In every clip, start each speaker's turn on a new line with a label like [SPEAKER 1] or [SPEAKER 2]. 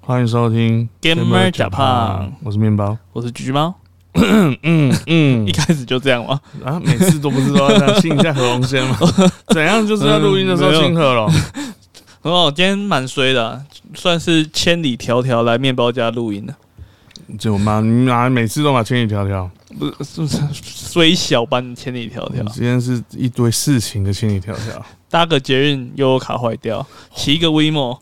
[SPEAKER 1] 欢迎收听
[SPEAKER 2] Gamer
[SPEAKER 1] 甲
[SPEAKER 2] 甲胖，
[SPEAKER 1] 我是面包。
[SPEAKER 2] 我是橘橘猫，
[SPEAKER 1] 嗯嗯
[SPEAKER 2] 一开始就这样吗？
[SPEAKER 1] 啊，每次都不是都要这样亲一下合龙 先吗？怎样就是要录音的时候
[SPEAKER 2] 嗯没有
[SPEAKER 1] 亲合龙？
[SPEAKER 2] 哦，今天蛮衰的啊、算是千里迢迢来面包家录音的，
[SPEAKER 1] 就妈你妈每次都把千里迢迢，
[SPEAKER 2] 不是是不是虽小般千里迢迢，
[SPEAKER 1] 今天是一堆事情的千里迢 迢。
[SPEAKER 2] 搭个捷运悠悠卡坏掉，骑一个 WeMo，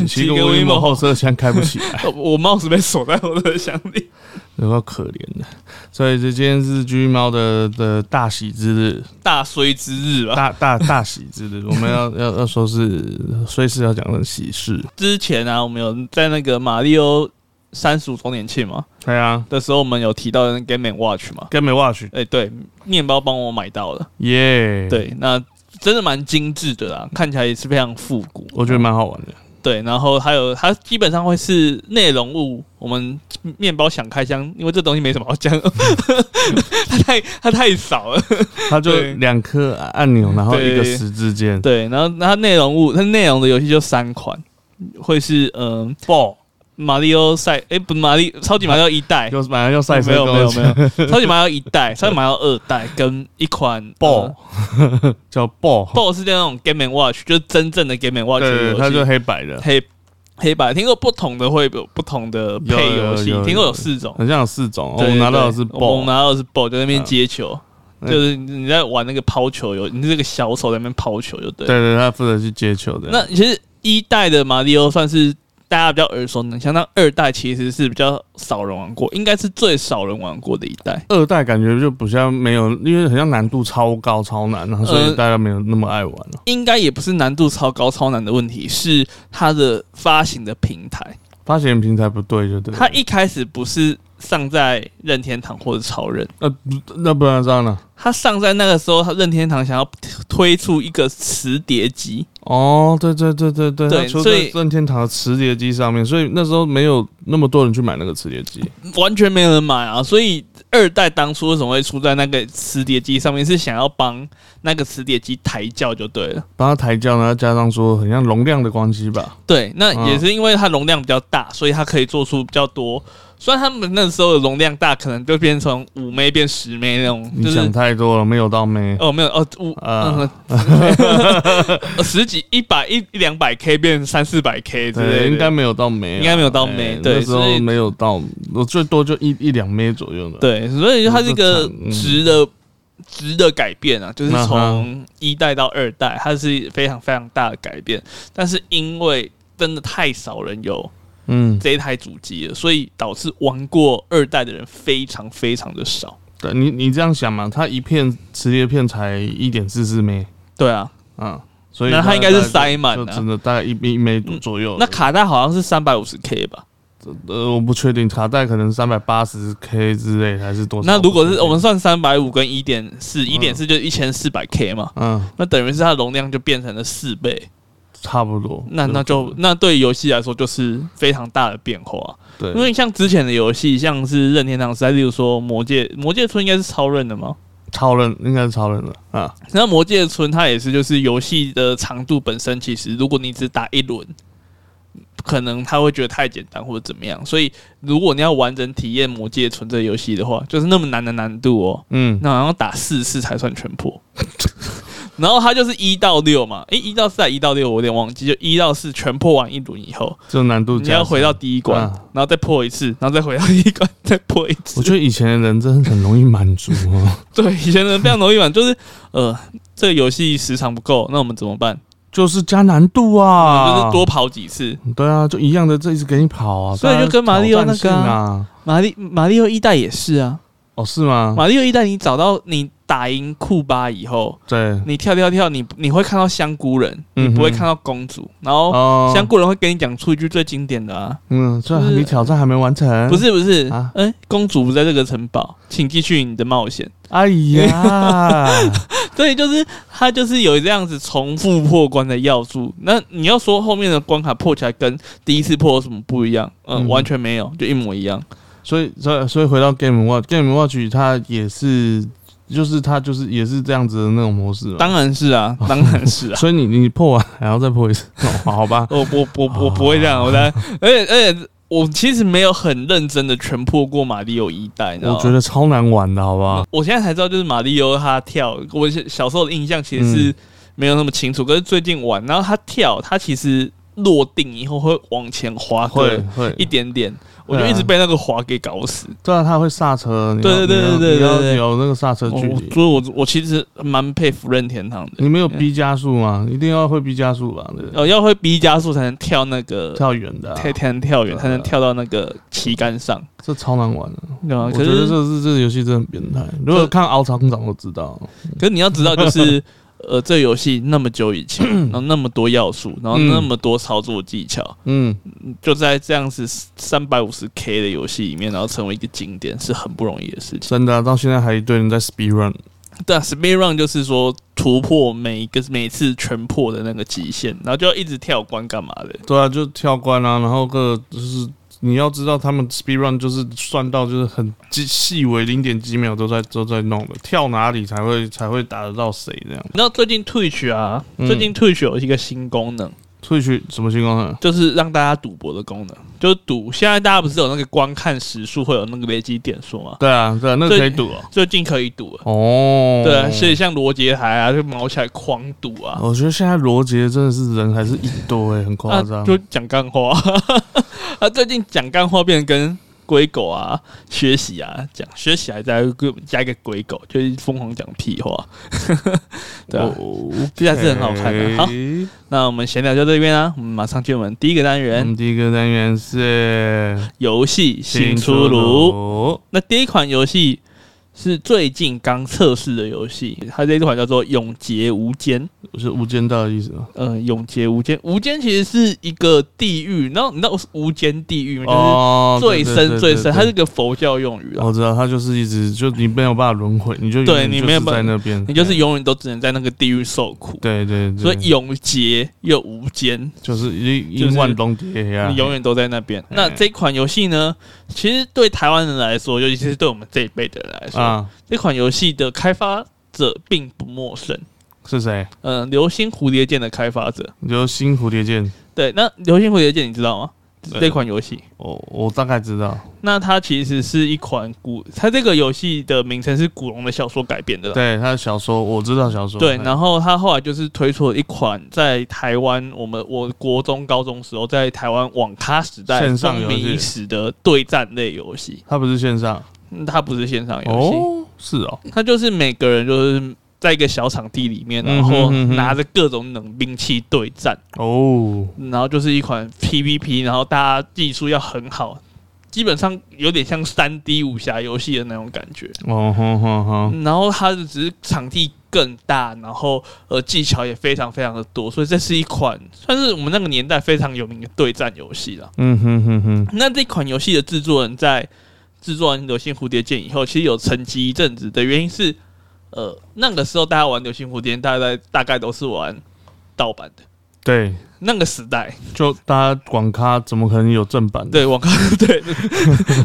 [SPEAKER 1] 骑
[SPEAKER 2] 骑
[SPEAKER 1] 个
[SPEAKER 2] 个
[SPEAKER 1] WeMo
[SPEAKER 2] WeMo
[SPEAKER 1] 后车厢开不起 来，
[SPEAKER 2] 哦我帽子被锁在我的箱里。
[SPEAKER 1] 有够可怜的。所以这今天是橘猫的的大喜之日，
[SPEAKER 2] 大衰之日吧。
[SPEAKER 1] 大大大喜之日。我们 要要要说是，虽是要讲的喜事。
[SPEAKER 2] 之前啊，我们有在那个马里欧三十五周年庆嘛
[SPEAKER 1] 对啊
[SPEAKER 2] 的时候，我们有提到那个 Game and Watch 嘛。
[SPEAKER 1] ，Game Watch，
[SPEAKER 2] 哎、对，面包帮我买到了。
[SPEAKER 1] 耶！，
[SPEAKER 2] 对，那真的蛮精致的啦，看起来也是非常复古。
[SPEAKER 1] 我觉得蛮好玩的。
[SPEAKER 2] 对，然后还有它基本上会是内容物，我们面包想开箱，因为这东西没什么好讲， 它太它太少了。
[SPEAKER 1] 它就
[SPEAKER 2] 对
[SPEAKER 1] 两颗按钮，然后一个
[SPEAKER 2] 对
[SPEAKER 1] 十字键。
[SPEAKER 2] 对，然后它内容物，它内容的游戏就三款，会是嗯、
[SPEAKER 1] 爆，
[SPEAKER 2] 马里奥赛，诶，不，马里超级马里奥一代，
[SPEAKER 1] 就是马上要赛车
[SPEAKER 2] 没有
[SPEAKER 1] 跟
[SPEAKER 2] 没
[SPEAKER 1] 我
[SPEAKER 2] 有
[SPEAKER 1] 讲，
[SPEAKER 2] 没有，超级马里奥一代，超级马里奥二代跟一款
[SPEAKER 1] 爆
[SPEAKER 2] 嗯
[SPEAKER 1] 叫爆，
[SPEAKER 2] BOSS 是那种 Game and Watch，就是真正的 Game
[SPEAKER 1] 对
[SPEAKER 2] and Watch 的
[SPEAKER 1] 对，对
[SPEAKER 2] 游戏，
[SPEAKER 1] 它就黑白的，
[SPEAKER 2] 黑黑白，听过不同的会有不同的配游戏
[SPEAKER 1] 有有有，
[SPEAKER 2] 听过有四种。
[SPEAKER 1] 很像有四种。哦我
[SPEAKER 2] 对
[SPEAKER 1] 们拿到的是
[SPEAKER 2] 对对我
[SPEAKER 1] 爆啊
[SPEAKER 2] 们，拿到的是 ball，就在那边接球，
[SPEAKER 1] 嗯
[SPEAKER 2] 就是你在玩那个抛球游，你这个小丑在那边抛球就对
[SPEAKER 1] 对
[SPEAKER 2] 了。
[SPEAKER 1] 对，它负责去接球的。
[SPEAKER 2] 那其实一代的马里奥算是大家比较耳熟能详，那二代其实是比较少人玩过，应该是最少人玩过的一代。
[SPEAKER 1] 二代感觉就不像没有，因为好像难度超高超难，然后所以
[SPEAKER 2] 呃
[SPEAKER 1] 大家没有那么爱玩啊了。
[SPEAKER 2] 应该也不是难度超高超难的问题，是它的发行的平台，
[SPEAKER 1] 发行平台不对就对了，
[SPEAKER 2] 它一开始不是上在任天堂或者超人。
[SPEAKER 1] 那呃那不然这样呢？
[SPEAKER 2] 他上在那个时候，他任天堂想要推出一个磁碟机，
[SPEAKER 1] 哦，对对对对对，
[SPEAKER 2] 对
[SPEAKER 1] 它出
[SPEAKER 2] 所
[SPEAKER 1] 在
[SPEAKER 2] 以
[SPEAKER 1] 任天堂的磁碟机上面，所以那时候没有那么多人去买那个磁碟机。
[SPEAKER 2] 完全没有人买啊。所以二代当初为什么会出在那个磁碟机上面，是想要帮那个磁碟机抬轿就对了。
[SPEAKER 1] 帮它抬轿，然后加上说很像容量的关系吧。
[SPEAKER 2] 对，那
[SPEAKER 1] 嗯
[SPEAKER 2] 也是因为它容量比较大，所以它可以做出比较多。虽然他们那时候的容量大，可能就变成五枚变十枚那种，
[SPEAKER 1] 你
[SPEAKER 2] 就是
[SPEAKER 1] 想太多了，没有到没。
[SPEAKER 2] 哦没有哦五
[SPEAKER 1] 啊
[SPEAKER 2] 嗯 十几一百一一两百 K 变三四百 K 之类
[SPEAKER 1] 对，
[SPEAKER 2] 的，
[SPEAKER 1] 应该没有到没啊，
[SPEAKER 2] 应该没有到
[SPEAKER 1] 哎
[SPEAKER 2] 没对
[SPEAKER 1] 那时
[SPEAKER 2] 所
[SPEAKER 1] 候
[SPEAKER 2] 以
[SPEAKER 1] 没有到，我最多就一一两枚左右的。，
[SPEAKER 2] 对，所以它是一个
[SPEAKER 1] 嗯
[SPEAKER 2] 值得值得改变啊，就是
[SPEAKER 1] 嗯
[SPEAKER 2] 从
[SPEAKER 1] 哼
[SPEAKER 2] 一代到二代，它是非常非常大的改变。但是因为真的太少人有
[SPEAKER 1] 嗯，
[SPEAKER 2] 这一台主机了，所以导致玩过二代的人非常非常的少。
[SPEAKER 1] 对你你这样想嘛，它一片磁碟片才一点四四枚，
[SPEAKER 2] 对啊，
[SPEAKER 1] 嗯，所以
[SPEAKER 2] 那它应该是塞满
[SPEAKER 1] 就
[SPEAKER 2] 啊
[SPEAKER 1] 真的大概一一枚左右。
[SPEAKER 2] 那卡带好像是三百五十 K 吧？
[SPEAKER 1] 呃，我不确定卡带可能三百八十 K 之类还是多少。
[SPEAKER 2] 那如果是我们算三百五跟一点四，一点四就一千四百 K 嘛，
[SPEAKER 1] 嗯，
[SPEAKER 2] 那等于是它的容量就变成了四倍。
[SPEAKER 1] 差不多，
[SPEAKER 2] 那那就那对游戏来说就是非常大的变化啊、
[SPEAKER 1] 对，
[SPEAKER 2] 因为像之前的游戏，像是任天堂时代，例如说《魔界》，《魔界村》应该是超任的嘛。
[SPEAKER 1] 超人应该是超人了啊，
[SPEAKER 2] 那《魔界村》它也是，就是游戏的长度本身，其实如果你只打一轮，可能他会觉得太简单或者怎么样。所以如果你要完整体验《魔界村》这个游戏的话，就是那么难的难度哦，
[SPEAKER 1] 嗯，
[SPEAKER 2] 那好像打四次才算全破。 然后它就是一到六嘛，诶，一到四还一到六，我有点忘记，就一到四全破完一轮以后，
[SPEAKER 1] 这难度
[SPEAKER 2] 你
[SPEAKER 1] 加
[SPEAKER 2] 要
[SPEAKER 1] 成
[SPEAKER 2] 回到第一关
[SPEAKER 1] 嗯，
[SPEAKER 2] 然后再破一次，然后再回到第一关，再破一次
[SPEAKER 1] 我。觉得以前的人真的很容易满足哦，
[SPEAKER 2] 对，以前人非常容易玩，就是呃，这个游戏时长不够，那我们怎么办？
[SPEAKER 1] 就是加难度
[SPEAKER 2] 就
[SPEAKER 1] 啊，
[SPEAKER 2] 是多跑几次。
[SPEAKER 1] 对啊，就一样的，这一直给你跑啊，
[SPEAKER 2] 所以就跟马里奥那
[SPEAKER 1] 大家
[SPEAKER 2] 个啊
[SPEAKER 1] 挑战性啊，
[SPEAKER 2] 马里马里奥一代也是啊，
[SPEAKER 1] 哦是吗？
[SPEAKER 2] 马里奥一代你找到你打赢库巴以后，
[SPEAKER 1] 对，
[SPEAKER 2] 你跳跳跳，你你会看到香菇人，你
[SPEAKER 1] 嗯哼
[SPEAKER 2] 不会看到公主，然后。
[SPEAKER 1] 哦
[SPEAKER 2] 香菇人会跟你讲出一句最经典的啊，
[SPEAKER 1] 嗯，这
[SPEAKER 2] 就是
[SPEAKER 1] 你挑战还没完成，
[SPEAKER 2] 不？是不是，哎、
[SPEAKER 1] 啊
[SPEAKER 2] 公主不在这个城堡，请继续你的冒险。
[SPEAKER 1] 哎呀，
[SPEAKER 2] 对，就是它就是有这样子重复破关的要素。那你要说后面的关卡破起来跟第一次破有什么不一样？嗯，
[SPEAKER 1] 嗯
[SPEAKER 2] 完全没有，就一模一样。
[SPEAKER 1] 所以所以所以回到 Game Watch，Game Watch 它也是就是它就是也是这样子的那种模式嘛。
[SPEAKER 2] 当然是啊，当然是 啊。
[SPEAKER 1] 所以你你破完还要再破一次，哦好好 吧？
[SPEAKER 2] 我我我我不会这样，我 当然，而且而且我其实没有很认真的全破过马里奥一代，你知道
[SPEAKER 1] 我
[SPEAKER 2] 吗
[SPEAKER 1] 觉得啊超难玩的，好不好？
[SPEAKER 2] 我现在才知道，就是马里奥他跳，我小小时候的印象其实
[SPEAKER 1] 嗯
[SPEAKER 2] 是没有那么清楚，可是最近玩，然后他跳，他其实落定以后会往前滑
[SPEAKER 1] 会
[SPEAKER 2] 个
[SPEAKER 1] 会，
[SPEAKER 2] 一点点，我就一直被那个滑给搞死。
[SPEAKER 1] 对啊，它会刹车，你要
[SPEAKER 2] 对对对对
[SPEAKER 1] 你要
[SPEAKER 2] 对对哦
[SPEAKER 1] 你要有那个刹车
[SPEAKER 2] 我
[SPEAKER 1] 距离。
[SPEAKER 2] 所以我我其实蛮佩服任天堂的，
[SPEAKER 1] 你没有逼加速吗？一定要会逼加速吧？对不对
[SPEAKER 2] 呃，要会逼加速才能跳那
[SPEAKER 1] 嗯
[SPEAKER 2] 个
[SPEAKER 1] 跳远的啊，
[SPEAKER 2] 才才能跳远，
[SPEAKER 1] 对啊
[SPEAKER 2] 才能跳到那个旗杆上，
[SPEAKER 1] 这超难玩的。
[SPEAKER 2] 对吧？
[SPEAKER 1] 我
[SPEAKER 2] 哦可
[SPEAKER 1] 觉得
[SPEAKER 2] 是
[SPEAKER 1] 这是这个游戏真的很变态。如果看敖厂长都知道，
[SPEAKER 2] 可是你要知道，就是 呃，这游戏那么久以前， 然后那么多要素，然后那么多操作技巧。
[SPEAKER 1] 嗯，
[SPEAKER 2] 就在这样子三百五十 K 的游戏里面，然后成为一个经典，是很不容易的事情。
[SPEAKER 1] 真的啊、到现在还一堆人在 speed run。
[SPEAKER 2] 对啊，Speed Run 就是说突破每一个每次全破的那个极限，然后就要一直跳关干嘛的。
[SPEAKER 1] 对啊，就跳关啊，然后各就是你要知道，他们 speed run 就是算到就是很细细微零点几秒都在都在弄的，跳哪里才会才会打得到谁这样。
[SPEAKER 2] 那最近 Twitch 啊，
[SPEAKER 1] 嗯
[SPEAKER 2] 最近 Twitch 有一个新功能，
[SPEAKER 1] 退去什么情况呢？
[SPEAKER 2] 就是让大家赌博的功能，就是赌。现在大家不是有那个观看时数会有那个累积点数吗？
[SPEAKER 1] 对啊，对啊，那个
[SPEAKER 2] 对
[SPEAKER 1] 可以赌哦。
[SPEAKER 2] 最近可以赌了。
[SPEAKER 1] 哦，
[SPEAKER 2] 对啊，所以像罗杰台啊，就毛起来狂赌啊，
[SPEAKER 1] 我觉得现在罗杰真的是人还是一堆、很哦夸张、
[SPEAKER 2] 啊、就讲干话。 他最近讲干话变成跟龟狗啊学习啊讲，学习还加一个加一个龟狗，就是疯狂讲屁话。 对啊，
[SPEAKER 1] 哦，
[SPEAKER 2] 这还是很好看
[SPEAKER 1] 哎
[SPEAKER 2] 的好那我们闲聊就到这边啊，我们马上进入我们第一个单
[SPEAKER 1] 我
[SPEAKER 2] 元
[SPEAKER 1] 们第一个单元是
[SPEAKER 2] 游戏新出炉。
[SPEAKER 1] 炉，
[SPEAKER 2] 那第一款游戏是最近刚测试的游戏，它这一款叫做《永劫无间》。
[SPEAKER 1] 是《无间道》的意思吗？
[SPEAKER 2] 呃，《永劫无间》，无间其实是一个地狱，然后你知道无间地狱吗？就是
[SPEAKER 1] 哦，
[SPEAKER 2] 最深最深，它
[SPEAKER 1] 是。
[SPEAKER 2] 是个佛教用语啊。
[SPEAKER 1] 我知道，他就是一直就你没有办法轮回，你就永
[SPEAKER 2] 对
[SPEAKER 1] 远
[SPEAKER 2] 你
[SPEAKER 1] 就
[SPEAKER 2] 没有
[SPEAKER 1] 是
[SPEAKER 2] 办
[SPEAKER 1] 在那边，
[SPEAKER 2] 你就是永远都只能在那个地狱受苦，
[SPEAKER 1] 对对对，
[SPEAKER 2] 所以永劫又无间，
[SPEAKER 1] 就是一
[SPEAKER 2] 就是
[SPEAKER 1] 一万东跌呀，
[SPEAKER 2] 你永远都在那边。
[SPEAKER 1] 嗯
[SPEAKER 2] 那这款游戏呢，其实对台湾人来说，尤其是对我们这一辈的人来说，
[SPEAKER 1] 啊
[SPEAKER 2] 这款游戏的开发者并不陌生。
[SPEAKER 1] 是谁？
[SPEAKER 2] 嗯，《流星蝴蝶剑》的开发者，
[SPEAKER 1] 你就新蝴蝶剑，
[SPEAKER 2] 对，那《流星蝴蝶剑》你知道吗？
[SPEAKER 1] 对
[SPEAKER 2] 这款游戏，
[SPEAKER 1] 我我大概知道，
[SPEAKER 2] 那它其实是一款古，它这个游戏的名称是古龙的小说改编的啦。
[SPEAKER 1] 对他的小说，我知道小说，
[SPEAKER 2] 对，
[SPEAKER 1] 哎
[SPEAKER 2] 然后他后来就是推出了一款在台湾，我们我国中、高中时候在台湾网咖时代
[SPEAKER 1] 线上
[SPEAKER 2] 风
[SPEAKER 1] 游
[SPEAKER 2] 靡
[SPEAKER 1] 戏
[SPEAKER 2] 一时的对战类游戏。
[SPEAKER 1] 他不是线上
[SPEAKER 2] 嗯它不是线上游戏，
[SPEAKER 1] 哦，是哦，
[SPEAKER 2] 它就是每个人就是在一个小场地里面，
[SPEAKER 1] 嗯
[SPEAKER 2] 然
[SPEAKER 1] 哼
[SPEAKER 2] 后
[SPEAKER 1] 嗯哼
[SPEAKER 2] 拿着各种冷兵器对战，
[SPEAKER 1] 哦，
[SPEAKER 2] 然后就是一款 PVP，然后大家技术要很好，基本上有点像三 D 武侠游戏的那种感觉。
[SPEAKER 1] 哦哼哼哼，
[SPEAKER 2] 然后它只是场地更大，然后呃技巧也非常非常的多，所以这是一款算是我们那个年代非常有名的对战游戏了。
[SPEAKER 1] 嗯哼哼哼，
[SPEAKER 2] 那这款游戏的制作人在制作完《流星蝴蝶剑》以后，其实有沉寂一阵子的原因是，呃，那个时候大家玩《流星蝴蝶剑》，大概大概都是玩盗版的。
[SPEAKER 1] 对，
[SPEAKER 2] 那个时代，
[SPEAKER 1] 就大家网咖怎么可能有正版的？
[SPEAKER 2] 对网咖， 对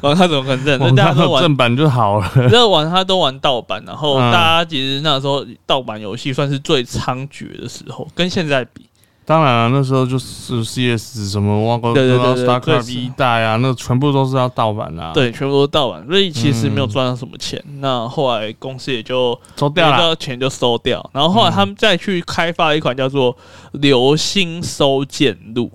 [SPEAKER 2] 网咖怎么可能认？所以
[SPEAKER 1] 网
[SPEAKER 2] 大
[SPEAKER 1] 咖
[SPEAKER 2] 家都
[SPEAKER 1] 有
[SPEAKER 2] 玩
[SPEAKER 1] 正版就好了，
[SPEAKER 2] 那玩他都玩盗版，然后
[SPEAKER 1] 嗯
[SPEAKER 2] 大家其实那时候盗版游戏算是最猖獗的时候，跟现在比，
[SPEAKER 1] 当然了、那时候就是 CS 什么挖沟，
[SPEAKER 2] 对对对
[SPEAKER 1] 然后
[SPEAKER 2] 对
[SPEAKER 1] StarCraft
[SPEAKER 2] 对
[SPEAKER 1] 一代啊，那全部都是要盗版啊，，
[SPEAKER 2] 对，全部都盗版，所以其实没有赚到什么钱。那后来公司也就
[SPEAKER 1] 走掉
[SPEAKER 2] 拿
[SPEAKER 1] 了。
[SPEAKER 2] 到钱就收掉，然后后来他们再去开发了一款叫做《流星收件录》，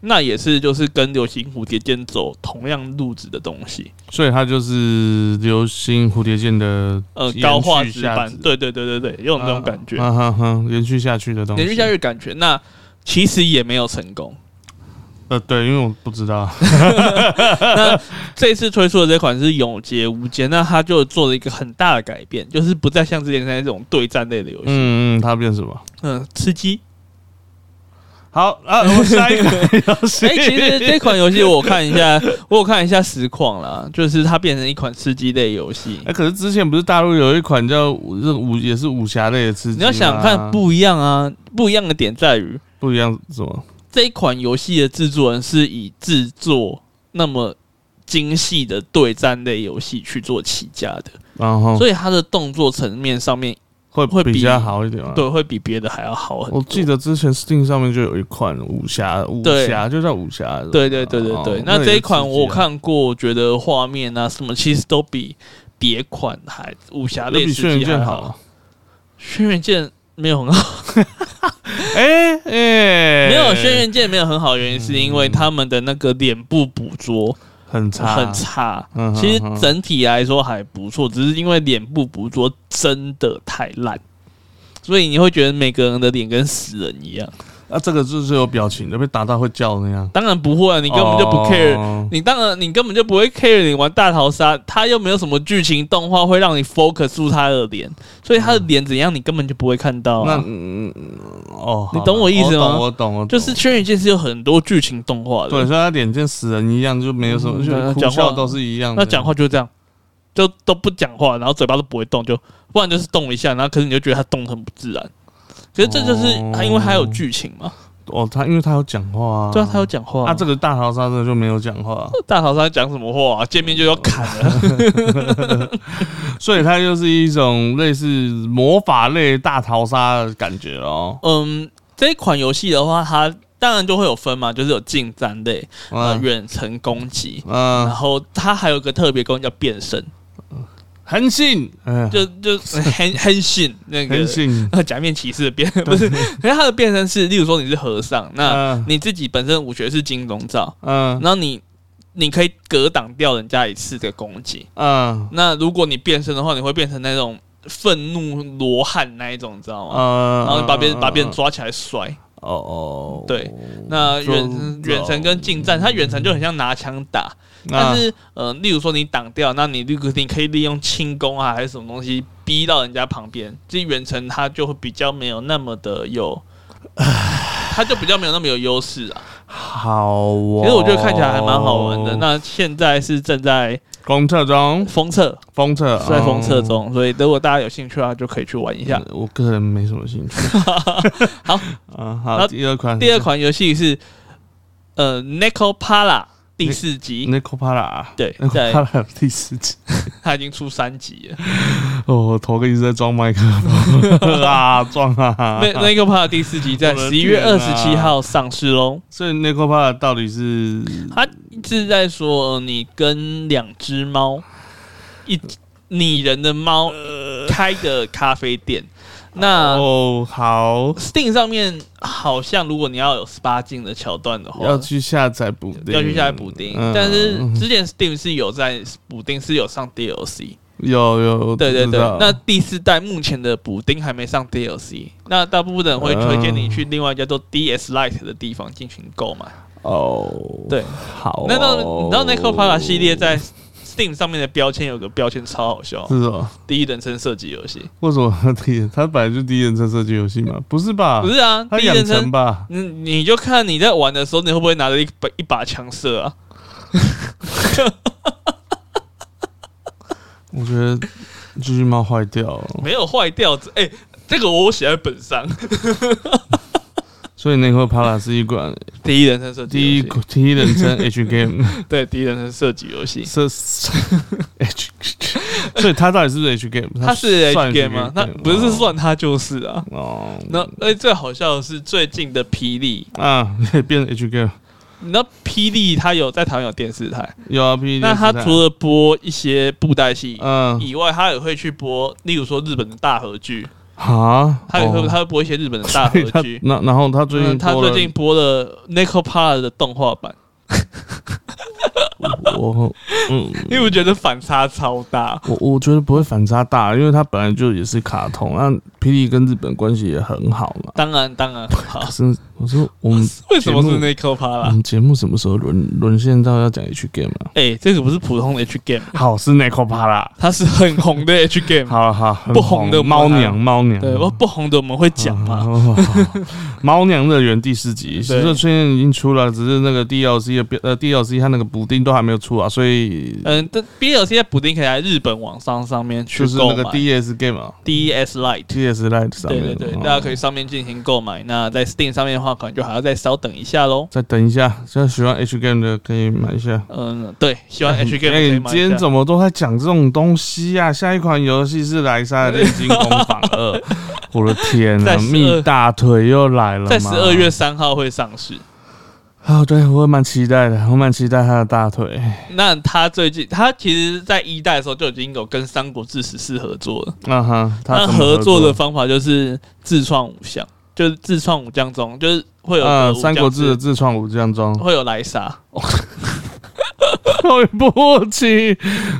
[SPEAKER 2] 那也是就是跟《流星蝴蝶剑》走同样路子的东西，
[SPEAKER 1] 所以它就是流星蝴蝶剑的
[SPEAKER 2] 呃，
[SPEAKER 1] 延
[SPEAKER 2] 高画
[SPEAKER 1] 续
[SPEAKER 2] 质
[SPEAKER 1] 下
[SPEAKER 2] 版，对对对对对，有
[SPEAKER 1] 啊
[SPEAKER 2] 那种感觉，
[SPEAKER 1] 啊哈哈，延续下去的东西。
[SPEAKER 2] 连续下去的感觉。那其实也没有成功。
[SPEAKER 1] 呃，对，因为我不知道，
[SPEAKER 2] 这次推出的这款是《永劫无间》，那它就做了一个很大的改变，就是不再像之前那种对战类的游戏，嗯
[SPEAKER 1] 嗯嗯，它变什么？
[SPEAKER 2] 吃 鸡。
[SPEAKER 1] 好啊，我下一个游戏。
[SPEAKER 2] 哎、其实这款游戏我看一下，我有看一下实况啦，就是它变成一款吃鸡啊类游戏。
[SPEAKER 1] 哎，可是之前不是大陆有一款叫武是武也是武侠类的吃鸡吗，
[SPEAKER 2] 你要想看不一样啊，不一样的点在于
[SPEAKER 1] 不一样什么？
[SPEAKER 2] 这一款游戏的制作人是以制作那么精细的对战类游戏去做起家的。
[SPEAKER 1] 然后
[SPEAKER 2] 所以它的动作层面上面，
[SPEAKER 1] 会
[SPEAKER 2] 会比
[SPEAKER 1] 比较好一点嘛。，
[SPEAKER 2] 对，会比别的还要好很多。
[SPEAKER 1] 啊我记得之前 Steam 上面就有一款武侠，武
[SPEAKER 2] 对
[SPEAKER 1] 侠就叫武侠。
[SPEAKER 2] 对对对对对，
[SPEAKER 1] 哦
[SPEAKER 2] 那
[SPEAKER 1] 也
[SPEAKER 2] 这一
[SPEAKER 1] 是
[SPEAKER 2] 款
[SPEAKER 1] 刺激
[SPEAKER 2] 我
[SPEAKER 1] 啊
[SPEAKER 2] 看过，我觉得画面啊什么其实都比别款还武侠
[SPEAKER 1] 就
[SPEAKER 2] 类
[SPEAKER 1] 比
[SPEAKER 2] 似啊
[SPEAKER 1] 轩辕剑好啊
[SPEAKER 2] 好。。 轩辕剑没有很好，
[SPEAKER 1] 哎哎，
[SPEAKER 2] 没有轩辕剑没有很好，原因是因为他们的那个脸部捕捉
[SPEAKER 1] 很差
[SPEAKER 2] 很。差
[SPEAKER 1] 嗯。哼
[SPEAKER 2] 其实
[SPEAKER 1] 嗯哼
[SPEAKER 2] 整体来说还不错，只是因为脸部捕捉真的太烂，所以你会觉得每个人的脸跟死人一样。
[SPEAKER 1] 啊，这个就是有表情的，被打到会叫那样。
[SPEAKER 2] 当然不会啊，你根本就不 care
[SPEAKER 1] 哦
[SPEAKER 2] 你当然，你根本就不会 care 你玩大逃杀，它又没有什么剧情动画会让你 focus 住他的脸，所以他的脸怎样你根本就不会看到、
[SPEAKER 1] 那
[SPEAKER 2] 啊。
[SPEAKER 1] 嗯嗯哦，
[SPEAKER 2] 你
[SPEAKER 1] 好
[SPEAKER 2] 懂我意思
[SPEAKER 1] 懂
[SPEAKER 2] 吗
[SPEAKER 1] 我懂，我懂
[SPEAKER 2] 就是《轩辕剑》是有很多剧情动画
[SPEAKER 1] 对，所以
[SPEAKER 2] 的，
[SPEAKER 1] 他脸跟死人一样，就没有什么，
[SPEAKER 2] 嗯
[SPEAKER 1] 就
[SPEAKER 2] 那
[SPEAKER 1] 哭
[SPEAKER 2] 讲话
[SPEAKER 1] 笑都是一样的。
[SPEAKER 2] 那讲话就这样，就都不讲话，然后嘴巴都不会动，就不然就是动一下，然后可是你就觉得他动得很不自然。可是这就是
[SPEAKER 1] 哦
[SPEAKER 2] 他，因为他有剧情嘛，
[SPEAKER 1] 哦，他因为他有讲话啊，
[SPEAKER 2] 对啊，他有讲话
[SPEAKER 1] 啊，这个大逃杀真的就没有讲话，
[SPEAKER 2] 大逃杀讲什么话、啊？见面就要 砍了，
[SPEAKER 1] 所以它就是一种类似魔法类大逃杀的感觉哦。
[SPEAKER 2] 嗯，这一款游戏的话，它当然就会有分嘛，就是有近战类、呃
[SPEAKER 1] 嗯
[SPEAKER 2] 远程攻击，然
[SPEAKER 1] 嗯，
[SPEAKER 2] 后它还有个特别功能叫变身，
[SPEAKER 1] 恒信，嗯，
[SPEAKER 2] 就就很很信那个
[SPEAKER 1] 恒信，
[SPEAKER 2] 呃假面骑士的变不是，可是它的变身是，例如说你是和尚，那
[SPEAKER 1] 嗯
[SPEAKER 2] 你自己本身武学是金龙罩，
[SPEAKER 1] 嗯
[SPEAKER 2] 然后你你可以格挡掉人家一次的攻击。
[SPEAKER 1] 嗯
[SPEAKER 2] 那如果你变身的话，你会变成那种愤怒罗汉那一种，你知道吗？
[SPEAKER 1] 嗯，
[SPEAKER 2] 然后你把别人
[SPEAKER 1] 嗯
[SPEAKER 2] 把别人，抓起来甩。
[SPEAKER 1] 哦哦，
[SPEAKER 2] 对，那
[SPEAKER 1] 就
[SPEAKER 2] 远远程跟近战，它远程就很像拿枪打，
[SPEAKER 1] 啊
[SPEAKER 2] 但是呃，例如说你挡掉，那你例如你可以利用轻功啊，还是什么东西逼到人家旁边，这远程它就会比较没有那么 的有，它就比较没有那么有优势啊。
[SPEAKER 1] 好哦，
[SPEAKER 2] 其实我觉得看起来还蛮好玩的。那现在是正在
[SPEAKER 1] 公测中，
[SPEAKER 2] 封测，
[SPEAKER 1] 封测
[SPEAKER 2] 在封测。
[SPEAKER 1] 哦
[SPEAKER 2] 中，所以如果大家有兴趣的话，就可以去玩一下。
[SPEAKER 1] 嗯我个人没什么兴趣。
[SPEAKER 2] 好，
[SPEAKER 1] 嗯，好，
[SPEAKER 2] 那
[SPEAKER 1] 第二款，
[SPEAKER 2] 第二款游戏是呃 n e c o p a l a 第四集，
[SPEAKER 1] n i c o p a l a
[SPEAKER 2] 对
[SPEAKER 1] n i c o
[SPEAKER 2] 在
[SPEAKER 1] p a l a 第四集。
[SPEAKER 2] 它已经出三集了。
[SPEAKER 1] 哦，我头哥一直在装麦克风 啊，装啊。
[SPEAKER 2] 那那个 p a 第四集在
[SPEAKER 1] 我的
[SPEAKER 2] 十一月二
[SPEAKER 1] 天
[SPEAKER 2] 十
[SPEAKER 1] 啊
[SPEAKER 2] 七号上市喽。
[SPEAKER 1] 所以 n i c o p a l a 到底是
[SPEAKER 2] 他一直在说，呃你跟两只猫，一拟人的猫开的咖啡店。那
[SPEAKER 1] 呃哦好，
[SPEAKER 2] Steam 上面好像，如果你要有十八禁的桥段的话，
[SPEAKER 1] 要去下载补丁，
[SPEAKER 2] 要去下载补丁。
[SPEAKER 1] 嗯
[SPEAKER 2] 但是之前 Steam 是有在补丁是有上 DLC，
[SPEAKER 1] 有有
[SPEAKER 2] 对对
[SPEAKER 1] 知
[SPEAKER 2] 对
[SPEAKER 1] 道。
[SPEAKER 2] 那第四代目前的补丁还没上 DLC，那大部分人会推荐你去另外一家做 DS Lite 的地方进行购买。
[SPEAKER 1] 哦
[SPEAKER 2] 对，
[SPEAKER 1] 好哦，
[SPEAKER 2] 那那你知道 n e c o p a l a 系列在 Steam 上面的标签有个标签超好笑，
[SPEAKER 1] 是什么？
[SPEAKER 2] 第一人称射击游戏。
[SPEAKER 1] 为什么第一人？它本来就第一人称射击游戏嘛，不是吧？
[SPEAKER 2] 不，是啊，
[SPEAKER 1] 它
[SPEAKER 2] 第一
[SPEAKER 1] 养
[SPEAKER 2] 人
[SPEAKER 1] 成
[SPEAKER 2] 称，
[SPEAKER 1] 吧？
[SPEAKER 2] 你你就看你在玩的时候，你会不会拿着一把一把枪射啊？
[SPEAKER 1] 我觉得巨巨猫坏掉了，
[SPEAKER 2] 没有坏掉，哎、这个我写在本上。
[SPEAKER 1] 所以 n i c o p a l a 是一款
[SPEAKER 2] 第一人称射
[SPEAKER 1] 第
[SPEAKER 2] 击
[SPEAKER 1] 一
[SPEAKER 2] 游戏，
[SPEAKER 1] 第一人称 H game
[SPEAKER 2] 对，第一人称射击游戏，
[SPEAKER 1] 是 H，所以它到底是不是 H game？
[SPEAKER 2] 它是
[SPEAKER 1] 算
[SPEAKER 2] H game 吗？那不是算它就是啊。
[SPEAKER 1] 哦。
[SPEAKER 2] 那哎，最好笑的是最近的霹雳，
[SPEAKER 1] 啊，也变成 H game
[SPEAKER 2] 你知道霹雳它有在台湾有电视台，
[SPEAKER 1] U R 啊 P，
[SPEAKER 2] 那它除了播一些布袋戏
[SPEAKER 1] 嗯
[SPEAKER 2] 以外，他也会去播，例如说日本的大和剧，
[SPEAKER 1] 啊，
[SPEAKER 2] 他也会、
[SPEAKER 1] 哦
[SPEAKER 2] 他会播一些日本的大
[SPEAKER 1] 所以
[SPEAKER 2] 和
[SPEAKER 1] 他
[SPEAKER 2] 剧。
[SPEAKER 1] 那然后他最近
[SPEAKER 2] 嗯，他
[SPEAKER 1] 播了
[SPEAKER 2] 最近播了《n i c o p a r 的动画版，
[SPEAKER 1] 我嗯，
[SPEAKER 2] 因为我觉得反差超大。
[SPEAKER 1] 我我觉得不会反差大，因为它本来就也是卡通，那霹雳跟日本关系也很好嘛。
[SPEAKER 2] 当然，当然，好
[SPEAKER 1] 可。是我说我们
[SPEAKER 2] 为什么是
[SPEAKER 1] 嗯节目
[SPEAKER 2] n
[SPEAKER 1] 嗯
[SPEAKER 2] i c o p a
[SPEAKER 1] 我
[SPEAKER 2] r
[SPEAKER 1] 们节目什么时候沦沦陷到要讲 H game 啊？
[SPEAKER 2] 哎、这个不是普通的 H game，
[SPEAKER 1] 好，是 n i c o p a l a
[SPEAKER 2] 它是很红的 H game。
[SPEAKER 1] 好了好，很
[SPEAKER 2] 不红的
[SPEAKER 1] 猫
[SPEAKER 2] 我们
[SPEAKER 1] 娘，猫娘，
[SPEAKER 2] 对，不不红的我们会讲嘛。
[SPEAKER 1] 哦？ 猫娘乐园第四集，其
[SPEAKER 2] 对
[SPEAKER 1] 实最近已经出了，只是那个 DLC 的标呃 DLC 和那个补丁都还没有出啊，所以
[SPEAKER 2] 嗯，但 BLC 在补丁可以在日本网上上面去
[SPEAKER 1] 就是
[SPEAKER 2] 购
[SPEAKER 1] 那个
[SPEAKER 2] 买
[SPEAKER 1] DS game 啊
[SPEAKER 2] DS Lite。
[SPEAKER 1] ，DS Lite 上
[SPEAKER 2] 对
[SPEAKER 1] 面，
[SPEAKER 2] 对对，
[SPEAKER 1] 嗯
[SPEAKER 2] 大家可以上面进行购买。那在 Steam 上面的话，可能就还要再稍等一下喽。
[SPEAKER 1] 再等一下，现在喜欢 H game 的可以买一下。
[SPEAKER 2] 嗯，对，希 望 H
[SPEAKER 1] 哎
[SPEAKER 2] Game 可以
[SPEAKER 1] 你
[SPEAKER 2] 买
[SPEAKER 1] 今
[SPEAKER 2] 一
[SPEAKER 1] 天
[SPEAKER 2] 下。
[SPEAKER 1] 怎么都在讲这种东西啊？下一款游戏是《莱莎的炼金工坊二》， 我的天啊
[SPEAKER 2] 在！12
[SPEAKER 1] 蜜大腿又来了吗，
[SPEAKER 2] 在十二月三号会上市。
[SPEAKER 1] 啊，对我也蛮期待的，我蛮期待他的大腿。
[SPEAKER 2] 那他最近，他其实在一代的时候就已经有跟《三国志十四》合作了。
[SPEAKER 1] 啊哈，他
[SPEAKER 2] 那
[SPEAKER 1] 怎么合
[SPEAKER 2] 作的方法就是自创五项，就是自创武将中，就是会有
[SPEAKER 1] 呃《
[SPEAKER 2] 个武将
[SPEAKER 1] 三国志》的
[SPEAKER 2] 制
[SPEAKER 1] 自创武将装，
[SPEAKER 2] 会有莱莎，
[SPEAKER 1] 好有默契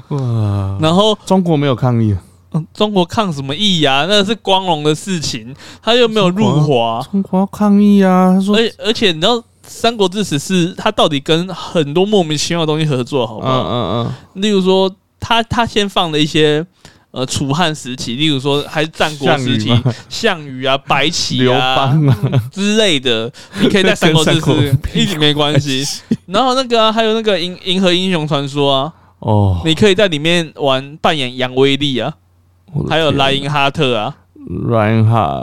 [SPEAKER 1] 哇！
[SPEAKER 2] 然后
[SPEAKER 1] 中国没有抗议，
[SPEAKER 2] 嗯中国抗什么义呀、那是光荣的事情，他又没有入华，
[SPEAKER 1] 中国要抗议啊！他说
[SPEAKER 2] 而而且你知道《三国志十四》它到底跟很多莫名其妙的东西合作，好
[SPEAKER 1] 嗯
[SPEAKER 2] 不好？
[SPEAKER 1] 嗯
[SPEAKER 2] 例如说，他他先放了一些呃楚汉时期，例如说还是战国时期
[SPEAKER 1] 项羽，
[SPEAKER 2] 项羽 啊、白
[SPEAKER 1] 嗯，
[SPEAKER 2] 起
[SPEAKER 1] 刘
[SPEAKER 2] 啊
[SPEAKER 1] 邦啊，
[SPEAKER 2] 之类的，你可以在
[SPEAKER 1] 跟
[SPEAKER 2] 三国志
[SPEAKER 1] 三国
[SPEAKER 2] 是
[SPEAKER 1] 没
[SPEAKER 2] 一直没关 系。然后那个啊、还有那个银银河英雄传说啊，
[SPEAKER 1] 哦，
[SPEAKER 2] 你可以在里面玩扮演杨威利啊，
[SPEAKER 1] 我的
[SPEAKER 2] 还有
[SPEAKER 1] 天
[SPEAKER 2] 莱因哈特啊，
[SPEAKER 1] 莱因哈，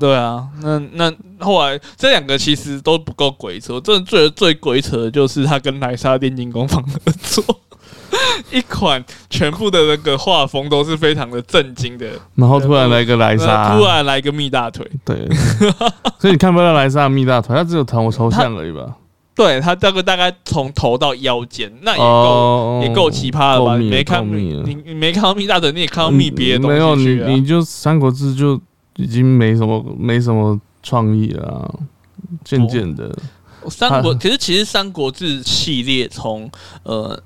[SPEAKER 2] 对啊，那那后来这两个其实都不够鬼扯，我真的最最鬼扯的就是他跟莱莎电竞工坊合作， 一款全部的那个画风都是非常的震惊的，
[SPEAKER 1] 然后突然来个莱莎，
[SPEAKER 2] 呃突然来个蜜大腿，
[SPEAKER 1] 对， 所以你看不到莱莎的蜜大腿，他只有头头像而已吧？
[SPEAKER 2] 对他大概大概从头到腰间，那也够、
[SPEAKER 1] 哦，
[SPEAKER 2] 也够奇葩了吧？
[SPEAKER 1] 够密
[SPEAKER 2] 你没看
[SPEAKER 1] 够密了嗯
[SPEAKER 2] 你你没看到蜜大腿，你也看到蜜别的
[SPEAKER 1] 没有
[SPEAKER 2] 东西
[SPEAKER 1] 你
[SPEAKER 2] 去、啊
[SPEAKER 1] 你就《三国志》就已经没什么没什么创意了啊、渐渐的，
[SPEAKER 2] 三国
[SPEAKER 1] 他
[SPEAKER 2] 其实其实《三国志》系列从呃，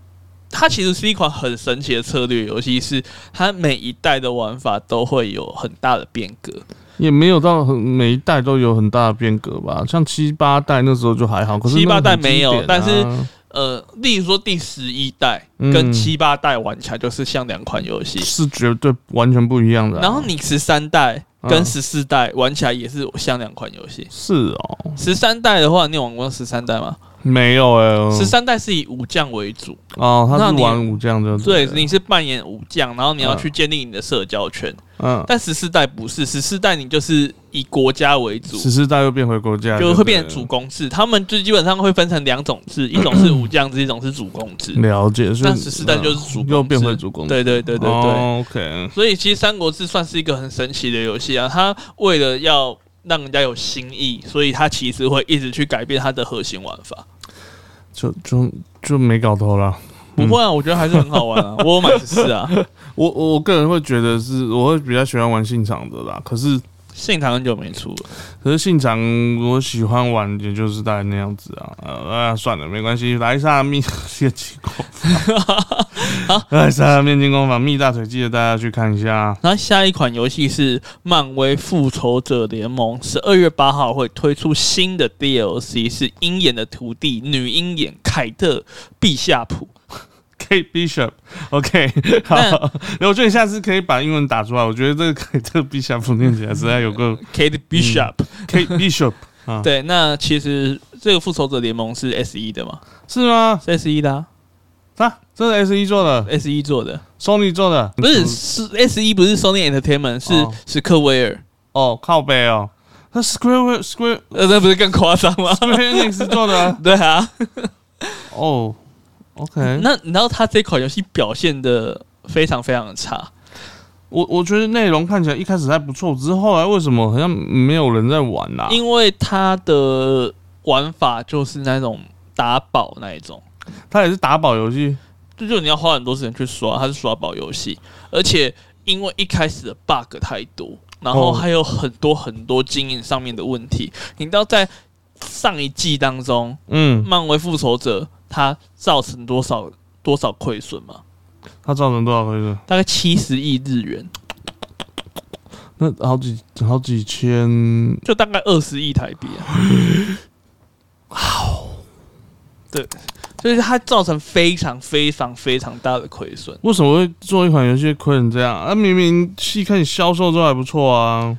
[SPEAKER 2] 它其实是一款很神奇的策略游戏，是它每一代的玩法都会有很大的变革。
[SPEAKER 1] 也没有到很每一代都有很大的变革吧。像七八代那时候就还好，可是
[SPEAKER 2] 七八
[SPEAKER 1] 那个很
[SPEAKER 2] 代没有
[SPEAKER 1] 经典啊
[SPEAKER 2] 但是呃，例如说第十一代
[SPEAKER 1] 嗯
[SPEAKER 2] 跟七八代玩起来就是像两款游戏，
[SPEAKER 1] 是绝对完全不一样的啊、
[SPEAKER 2] 然后你十三代跟
[SPEAKER 1] 嗯
[SPEAKER 2] 十四代玩起来也是像两款游戏。
[SPEAKER 1] 是哦，
[SPEAKER 2] 十三代的话，你有玩过十三代吗？
[SPEAKER 1] 没有哎、
[SPEAKER 2] 十三代是以武将为主，
[SPEAKER 1] 哦，他
[SPEAKER 2] 那
[SPEAKER 1] 是
[SPEAKER 2] 你
[SPEAKER 1] 玩武将的，
[SPEAKER 2] 对，
[SPEAKER 1] 不
[SPEAKER 2] 你是扮演武将，然后你要
[SPEAKER 1] 嗯
[SPEAKER 2] 去建立你的社交圈。
[SPEAKER 1] 嗯，
[SPEAKER 2] 但十四代不是，十四代你就是以国家为主，
[SPEAKER 1] 十四代又变回国家，
[SPEAKER 2] 就会变
[SPEAKER 1] 对
[SPEAKER 2] 主公制。他们就基本上会分成两种制，一种是武将制，一种是主公制。
[SPEAKER 1] 了解，所以嗯
[SPEAKER 2] 但14代就是主攻
[SPEAKER 1] 又变
[SPEAKER 2] 制
[SPEAKER 1] 回主攻，
[SPEAKER 2] 对对对对对。
[SPEAKER 1] 哦，OK，
[SPEAKER 2] 所以其实《三国志》算是一个很神奇的游戏啊，它为了要让人家有新意，所以它其实会一直去改变它的核心玩法。
[SPEAKER 1] 就就就没搞头了。
[SPEAKER 2] 不会啊，我觉得还是很好玩 啊，我有买十四啊，
[SPEAKER 1] 我我我个人会觉得是，我会比较喜欢玩信长的啦。可是
[SPEAKER 2] 信长很久没出了。
[SPEAKER 1] 可是信长我喜欢玩，也就是大概那样子啊。呃，啊、算了，没关系。莱萨密 面筋工 坊，莱萨面筋工坊密大腿，记得大家去看一下。
[SPEAKER 2] 然后下一款游戏是《漫威复仇者联盟》，十二月八号会推出新的 DLC，是鹰眼的徒弟女鹰眼凯特陛下普。
[SPEAKER 1] Kate Bishop，OK，、好。哎然后我觉得你下次可以把英文打出来。我觉得这个 凯特陛下普念起来实在有个
[SPEAKER 2] Kate Bishop，、
[SPEAKER 1] Kate Bishop 啊，
[SPEAKER 2] 对，那其实这个复仇者联盟是 S E 一的嘛？
[SPEAKER 1] 是吗？
[SPEAKER 2] 是 S 一的、啊、
[SPEAKER 1] 啊，这是 S E 做的
[SPEAKER 2] ，S 一做的，
[SPEAKER 1] ，Sony 做的，
[SPEAKER 2] 不是是 S E 一不是 Sony Entertainment，是
[SPEAKER 1] 嗯哦
[SPEAKER 2] 史克威尔，
[SPEAKER 1] 哦，靠背哦，那 Square Square
[SPEAKER 2] 呃，那不是更夸张吗？
[SPEAKER 1] Square Enix 做的啊、
[SPEAKER 2] 对啊，
[SPEAKER 1] 哦，OK，
[SPEAKER 2] 那你知道他这款游戏表现的非常非常的差，
[SPEAKER 1] 我我觉得内容看起来一开始还不错，只是后来为什么好像没有人在玩啊啦、
[SPEAKER 2] 因为它的玩法就是那种打宝那一种，
[SPEAKER 1] 它也是打宝游戏，嗯
[SPEAKER 2] 就就你要花很多时间去刷，它是刷宝游戏，而且因为一开始的 bug 太多，然后
[SPEAKER 1] 哦
[SPEAKER 2] 还有很多很多经营上面的问题，你到在上一季当中，
[SPEAKER 1] 嗯，
[SPEAKER 2] 漫威复仇者它造成多少多少亏损嘛？
[SPEAKER 1] 它造成多少亏损？
[SPEAKER 2] 大概七十亿日元，
[SPEAKER 1] 那好几好几千，
[SPEAKER 2] 就大概二十亿台币啊！哇，对，就是它造成非常非常非常大的亏损。
[SPEAKER 1] 为什么会做一款游戏亏成这样？啊，明明戏看你销售都还不错啊，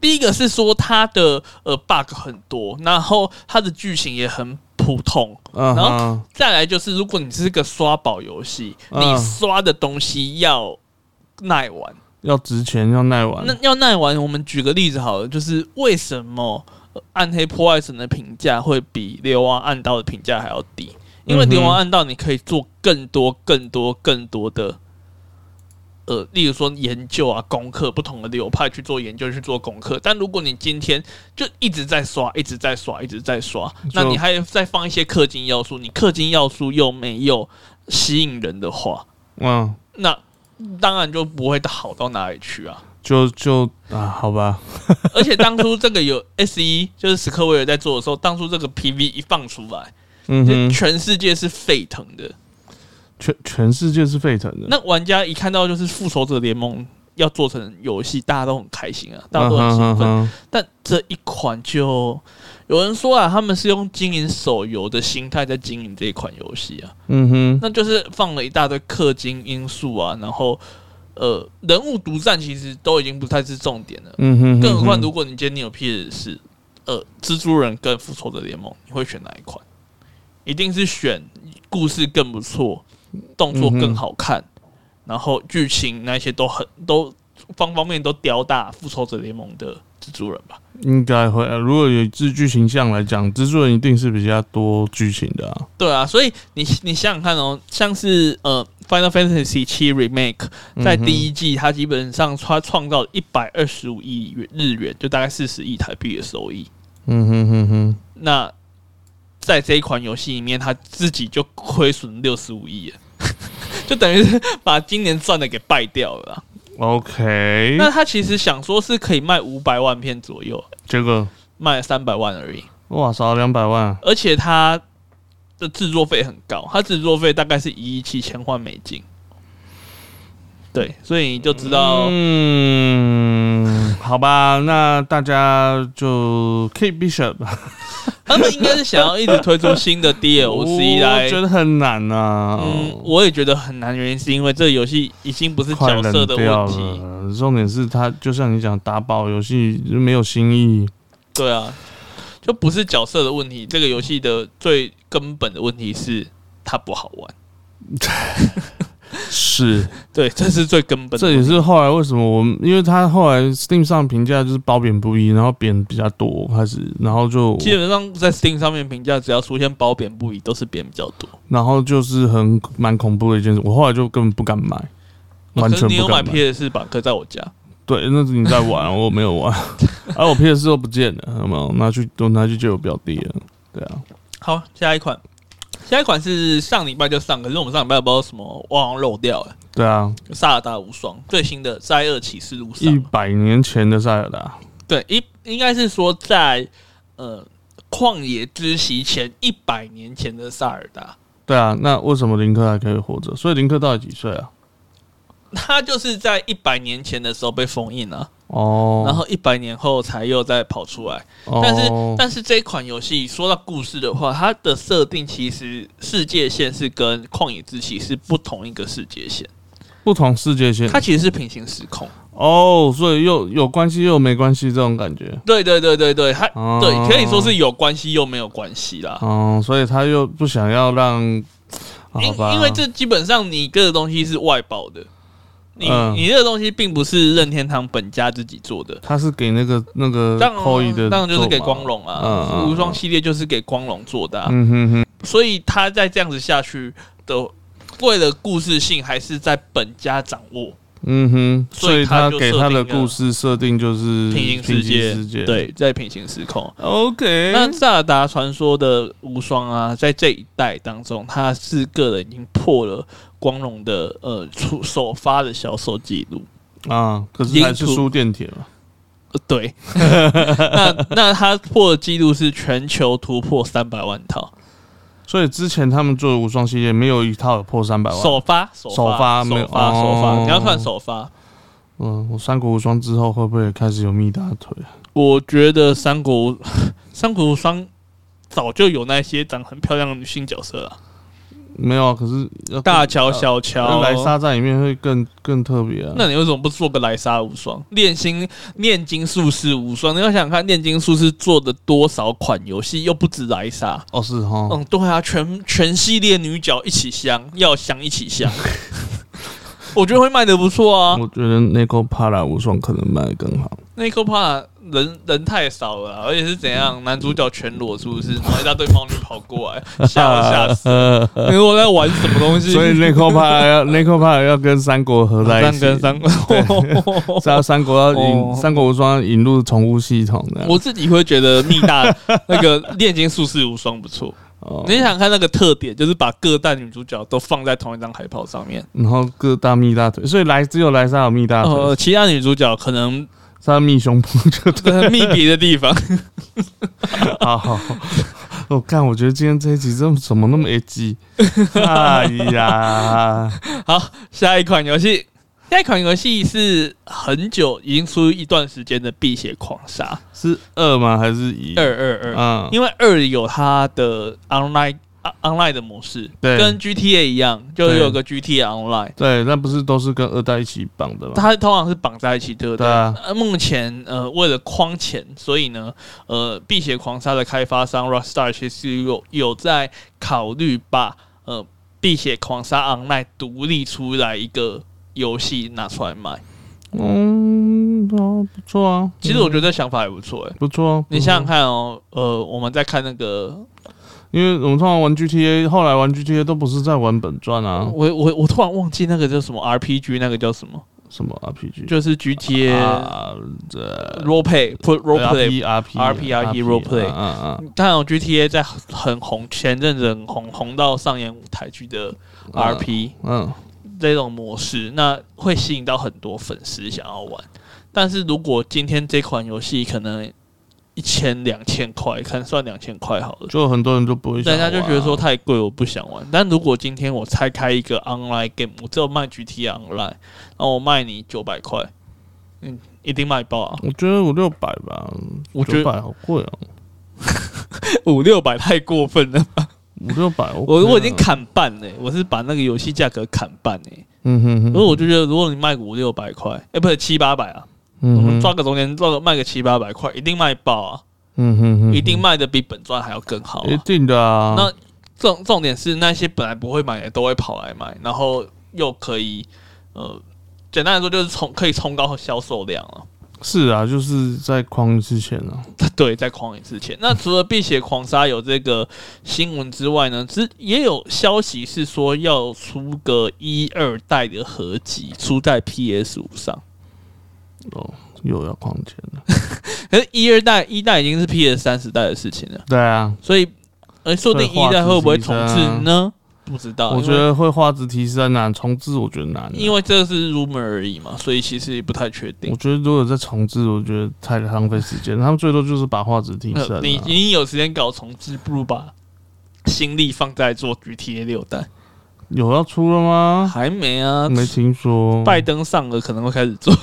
[SPEAKER 2] 第一个是说它的呃 bug 很多，然后它的剧情也很普通。
[SPEAKER 1] 嗯
[SPEAKER 2] 然
[SPEAKER 1] 哼，
[SPEAKER 2] 再来就是，如果你是个刷宝游戏，
[SPEAKER 1] 嗯
[SPEAKER 2] 你刷的东西要耐玩，
[SPEAKER 1] 要值钱，要耐玩。
[SPEAKER 2] 那要耐玩。我们举个例子好了，就是为什么呃暗黑破坏神的评价会比流亡暗道的评价还要低？因为
[SPEAKER 1] 嗯哼
[SPEAKER 2] 流亡暗道你可以做更多、更多、更多的，呃，例如说研究啊、功课，不同的流派去做研究、去做功课。但如果你今天就一直在刷、一直在刷、一直在刷，那你还再放一些氪金要素，你氪金要素又没有吸引人的话，
[SPEAKER 1] 嗯，
[SPEAKER 2] 那当然就不会好到哪里去啊。
[SPEAKER 1] 就就啊，好吧，
[SPEAKER 2] 而且当初这个有 S 一，就是史克威尔在做的时候，当初这个 PV 一放出来，
[SPEAKER 1] 嗯
[SPEAKER 2] 就
[SPEAKER 1] 哼，
[SPEAKER 2] 全世界是沸腾的。
[SPEAKER 1] 全全世界是沸腾的。
[SPEAKER 2] 那玩家一看到就是复仇者联盟要做成游戏，大家都很开心啊，大家都很兴
[SPEAKER 1] 嗯
[SPEAKER 2] 奋。
[SPEAKER 1] 嗯哼
[SPEAKER 2] 但这一款就有人说啊，他们是用经营手游的心态在经营这一款游戏啊，
[SPEAKER 1] 嗯哼，
[SPEAKER 2] 那就是放了一大堆氪金因素啊，然后呃，人物独占其实都已经不太是重点了。
[SPEAKER 1] 嗯哼，
[SPEAKER 2] 更何况，如
[SPEAKER 1] 嗯哼
[SPEAKER 2] 果你今天你有 PS 四，呃，蜘蛛人跟复仇者联盟，你会选哪一款？一定是选故事更不错，动作更好看，
[SPEAKER 1] 嗯
[SPEAKER 2] 然后剧情那些都很都方方面面都吊打复仇者联盟的蜘蛛人吧？
[SPEAKER 1] 应该会。呃如果以自剧情向来讲，蜘蛛人一定是比较多剧情的啊。
[SPEAKER 2] 对啊，所以你你想想看哦，像是呃《Final Fantasy 七 Remake》在
[SPEAKER 1] 嗯
[SPEAKER 2] 第一季，它基本上它创造一百二十五亿元日元，就大概四十亿台币的收益。
[SPEAKER 1] 嗯哼哼哼，
[SPEAKER 2] 那在这一款游戏里面，他自己就亏损六十五亿了， 就等于是把今年赚的给败掉了啦。
[SPEAKER 1] OK，
[SPEAKER 2] 那他其实想说是可以卖五百万片左右，
[SPEAKER 1] 结果
[SPEAKER 2] 卖三百万而已，
[SPEAKER 1] 哇，少了两百万，
[SPEAKER 2] 而且他的制作费很高，他制作费大概是一亿七千万美金。对，所以你就知道，
[SPEAKER 1] 嗯，好吧，那大家就 K Bishop
[SPEAKER 2] 他们应该是想要一直推出新的 DLC 来
[SPEAKER 1] 我觉得哦很难啊。
[SPEAKER 2] 嗯，我也觉得很难，原因是因为这个游戏已经不是
[SPEAKER 1] 快
[SPEAKER 2] 角
[SPEAKER 1] 冷
[SPEAKER 2] 色的
[SPEAKER 1] 掉
[SPEAKER 2] 问题，
[SPEAKER 1] 了，重点是它就像你讲打宝游戏就没有新意，
[SPEAKER 2] 对啊，就不是角色的问题，这个游戏的最根本的问题是它不好玩，
[SPEAKER 1] 是
[SPEAKER 2] 对，这是最根本的
[SPEAKER 1] 这
[SPEAKER 2] 问
[SPEAKER 1] 也
[SPEAKER 2] 题。
[SPEAKER 1] 是后来为什么我们，因为它后来 Steam 上评价就是褒贬不一，然后贬比较多开始，然后就
[SPEAKER 2] 基本上在 Steam 上面评价，只要出现褒贬不一，都是贬比较多。
[SPEAKER 1] 然后就是很蛮恐怖的一件事，我后来就根本不敢买，完
[SPEAKER 2] 哦可是
[SPEAKER 1] 全
[SPEAKER 2] 你
[SPEAKER 1] 不
[SPEAKER 2] 有买
[SPEAKER 1] 敢买。
[SPEAKER 2] PS 四版，可在我家，
[SPEAKER 1] 对，那是你在玩，我没有玩， 而、我 PS 都不见了，有没有？拿去都拿去借我表弟了。对啊，
[SPEAKER 2] 好，下一款，下一款是上礼拜就上，可是我们上礼拜不知道什么，我好像漏掉了。
[SPEAKER 1] 对啊，
[SPEAKER 2] 萨尔达无双最新的《灾厄启示录》
[SPEAKER 1] 一
[SPEAKER 2] 上，
[SPEAKER 1] 百年前的塞尔达，
[SPEAKER 2] 对，一应该是说在呃旷野之息前一百年前的萨尔达，
[SPEAKER 1] 对啊，那为什么林克还可以活着？所以林克到底几岁啊？
[SPEAKER 2] 他就是在一百年前的时候被封印了，
[SPEAKER 1] 哦，
[SPEAKER 2] 然后一百年后才又再跑出来。
[SPEAKER 1] 哦，
[SPEAKER 2] 但是，但是这一款游戏说到故事的话，它的设定其实世界线是跟《旷野之息》是不同一个世界线，
[SPEAKER 1] 不同世界线
[SPEAKER 2] 它其实是平行时空。
[SPEAKER 1] 哦，所以又有关系又没关系这种感觉。
[SPEAKER 2] 对对对对对，它
[SPEAKER 1] 哦
[SPEAKER 2] 对可以说是有关系又没有关系啦。
[SPEAKER 1] 哦，所以他又不想要让，好吧？
[SPEAKER 2] 因因为这基本上你这个东西是外包的，你、
[SPEAKER 1] 嗯
[SPEAKER 2] 你这个东西并不是任天堂本家自己做的，
[SPEAKER 1] 他是给那个那个
[SPEAKER 2] 当
[SPEAKER 1] 扣一的，
[SPEAKER 2] 然当然就是给光。荣啊，
[SPEAKER 1] 嗯嗯嗯
[SPEAKER 2] 无双系列就是给光荣做的啊、
[SPEAKER 1] 嗯哼哼，
[SPEAKER 2] 所以他再这样子下去的，为了故事性还是在本家掌握。
[SPEAKER 1] 嗯哼，
[SPEAKER 2] 所以
[SPEAKER 1] 所以
[SPEAKER 2] 他
[SPEAKER 1] 他
[SPEAKER 2] 就
[SPEAKER 1] 给
[SPEAKER 2] 设
[SPEAKER 1] 他
[SPEAKER 2] 定
[SPEAKER 1] 的
[SPEAKER 2] 了
[SPEAKER 1] 故事设定就是
[SPEAKER 2] 平行世界
[SPEAKER 1] 世界，
[SPEAKER 2] 对，在平行时空。
[SPEAKER 1] ，OK，
[SPEAKER 2] 那《萨尔达传说》的无双啊，在这一代当中，他是个人已经破了光荣的呃出首发的销售记录。
[SPEAKER 1] 啊，可是还是输电铁嘛，
[SPEAKER 2] 呃对， 那那他破的记录是全球突破三百万套，
[SPEAKER 1] 所以之前他们做的无双系列没有一套有破三百万。
[SPEAKER 2] 首发首
[SPEAKER 1] 啊首
[SPEAKER 2] 发
[SPEAKER 1] 发
[SPEAKER 2] 首
[SPEAKER 1] 没有
[SPEAKER 2] 发首
[SPEAKER 1] 哦
[SPEAKER 2] 发，你要看首发。
[SPEAKER 1] 嗯，我三国无双之后会不会也开始有密大腿？
[SPEAKER 2] 我觉得三国 无三国无双早就有那些长很漂亮的女性角色了，
[SPEAKER 1] 没有啊，可是要
[SPEAKER 2] 大乔、小乔、
[SPEAKER 1] 莱莎在里面会更更特别啊。
[SPEAKER 2] 那你为什么不做个莱莎无双、炼心、炼金术士无双？你要想想看，炼金术士做的多少款游戏，又不止莱莎。
[SPEAKER 1] 哦，是哈，
[SPEAKER 2] 嗯，对啊，全全系列女角一起香，要香一起香。 我觉得会卖的不错啊。
[SPEAKER 1] 我觉得 n i c o p a r a 无双可能卖得更好。
[SPEAKER 2] 那一颗怕人人太少了啊，而且是怎样，男主角全裸是不是？然后一大堆猫女跑过来，吓我吓死！ 你说我在玩什么东西？
[SPEAKER 1] 所以 n i c o p a r a 要 n i c o p a r a 要跟三国合在一
[SPEAKER 2] 三
[SPEAKER 1] 起，
[SPEAKER 2] 跟三，
[SPEAKER 1] 只要三国要引
[SPEAKER 2] 哦
[SPEAKER 1] 三国无双要引入宠物系统的。
[SPEAKER 2] 我自己会觉得密大那个炼金术士无双不错。
[SPEAKER 1] 哦
[SPEAKER 2] 你想想看那个特点，就是把各代女主角都放在同一张海报上面，
[SPEAKER 1] 然后各大蜜大腿，所以来只有莱莎有蜜大
[SPEAKER 2] 呃，
[SPEAKER 1] 腿，
[SPEAKER 2] 其他女主角可 能
[SPEAKER 1] 她蜜胸部 就对。
[SPEAKER 2] 在密别的地方。
[SPEAKER 1] 好好，好我看，我觉得今天这一集怎么怎么那么 A G？哎呀，
[SPEAKER 2] 好，下一款游戏，下一款游戏是很久已经出一段时间的《碧血狂杀》。
[SPEAKER 1] 是二吗？还是一？
[SPEAKER 2] 二二二，
[SPEAKER 1] 嗯，
[SPEAKER 2] 因为二有它的 online、啊 online 的模式，
[SPEAKER 1] 对
[SPEAKER 2] 跟 GTA 一样，就
[SPEAKER 1] 对
[SPEAKER 2] 有个 GTA online，
[SPEAKER 1] 对，那不是都是跟二代一起绑的吗？
[SPEAKER 2] 它通常是绑在一起，对不对？
[SPEAKER 1] 对啊
[SPEAKER 2] 呃目前呃，为了框钱，所以呢，呃，《碧血狂杀》的开发商 Rockstar 其实有有在考虑把呃《碧血狂杀 online》独立出来一个游戏拿出来卖。
[SPEAKER 1] 嗯，哦，不错啊，
[SPEAKER 2] 其实我觉得这想法还不错、欸，
[SPEAKER 1] 不错啊。
[SPEAKER 2] 你想想
[SPEAKER 1] 不错，
[SPEAKER 2] 看哦，呃，我们在看那个
[SPEAKER 1] 因为我们通常玩 GTA，后来玩 GTA 都不是在玩本传啊，
[SPEAKER 2] 我我我突然忘记那个叫什么 RPG，那个叫什么，
[SPEAKER 1] 什么 RPG，
[SPEAKER 2] 就是 GTA、
[SPEAKER 1] 啊，这
[SPEAKER 2] role play put role play。
[SPEAKER 1] RP
[SPEAKER 2] RP role play
[SPEAKER 1] 嗯嗯
[SPEAKER 2] 当然哦，GTA 在很红，前阵子很红，红到上演舞台剧的 RP
[SPEAKER 1] 嗯，
[SPEAKER 2] 这种模式，那会吸引到很多粉丝想要玩。但是如果今天这款游戏可能一千两千块，可能算两千块好了，
[SPEAKER 1] 就很多人就不会想
[SPEAKER 2] 人
[SPEAKER 1] 玩啊，
[SPEAKER 2] 家就觉得说太贵，我不想玩。但如果今天我拆开一个 online game，我只有卖 GTA online，然后我卖你九百块，嗯，一定卖爆啊！
[SPEAKER 1] 我觉得五六百吧，
[SPEAKER 2] 我觉
[SPEAKER 1] 九
[SPEAKER 2] 得
[SPEAKER 1] 百好贵 哦，
[SPEAKER 2] 五六百太过分了，
[SPEAKER 1] 五六百 OK 啊，
[SPEAKER 2] 我我已经砍半了欸、我是把那个游戏价格砍半哎、欸。
[SPEAKER 1] 嗯哼哼，
[SPEAKER 2] 所以我就觉得，如果你卖个五六百块，哎、不是七八百啊，我
[SPEAKER 1] 嗯
[SPEAKER 2] 们
[SPEAKER 1] 哼
[SPEAKER 2] 抓个中间，抓个卖个七八百块，一定卖爆啊，
[SPEAKER 1] 嗯哼哼，
[SPEAKER 2] 一定卖的比本赚还要更好、
[SPEAKER 1] 一
[SPEAKER 2] 啊。
[SPEAKER 1] 定的啊，
[SPEAKER 2] 那重重点是那些本来不会买的都会跑来买，然后又可以呃，简单来说就是冲可以冲高销售量啊。
[SPEAKER 1] 是啊，就是在框之前啊，
[SPEAKER 2] 对，在狂野之前，那除了《碧血狂杀》有这个新闻之外呢，之也有消息是说要出个一二代的合集，出在 PS 五上。
[SPEAKER 1] 哦，又要框钱了，
[SPEAKER 2] 可是，一二代一代已经是 PS 三时代的事情了。
[SPEAKER 1] 对啊，
[SPEAKER 2] 所以，呃，说不定一代会不会重置呢？不知道，
[SPEAKER 1] 我觉得会画质提升啊，重置我觉得难啊，
[SPEAKER 2] 啊因为因为这是 rumor 而已嘛，所以其实也不太确定
[SPEAKER 1] 我。觉得如果再重置，我觉得太浪费时间，他们最多就是把画质提升啊
[SPEAKER 2] 呃，你你有时间搞重置，不如把心力放在做 GTA 六代。
[SPEAKER 1] 有要出了吗？
[SPEAKER 2] 还没啊，
[SPEAKER 1] 没听说，
[SPEAKER 2] 拜登上了可能会开始做。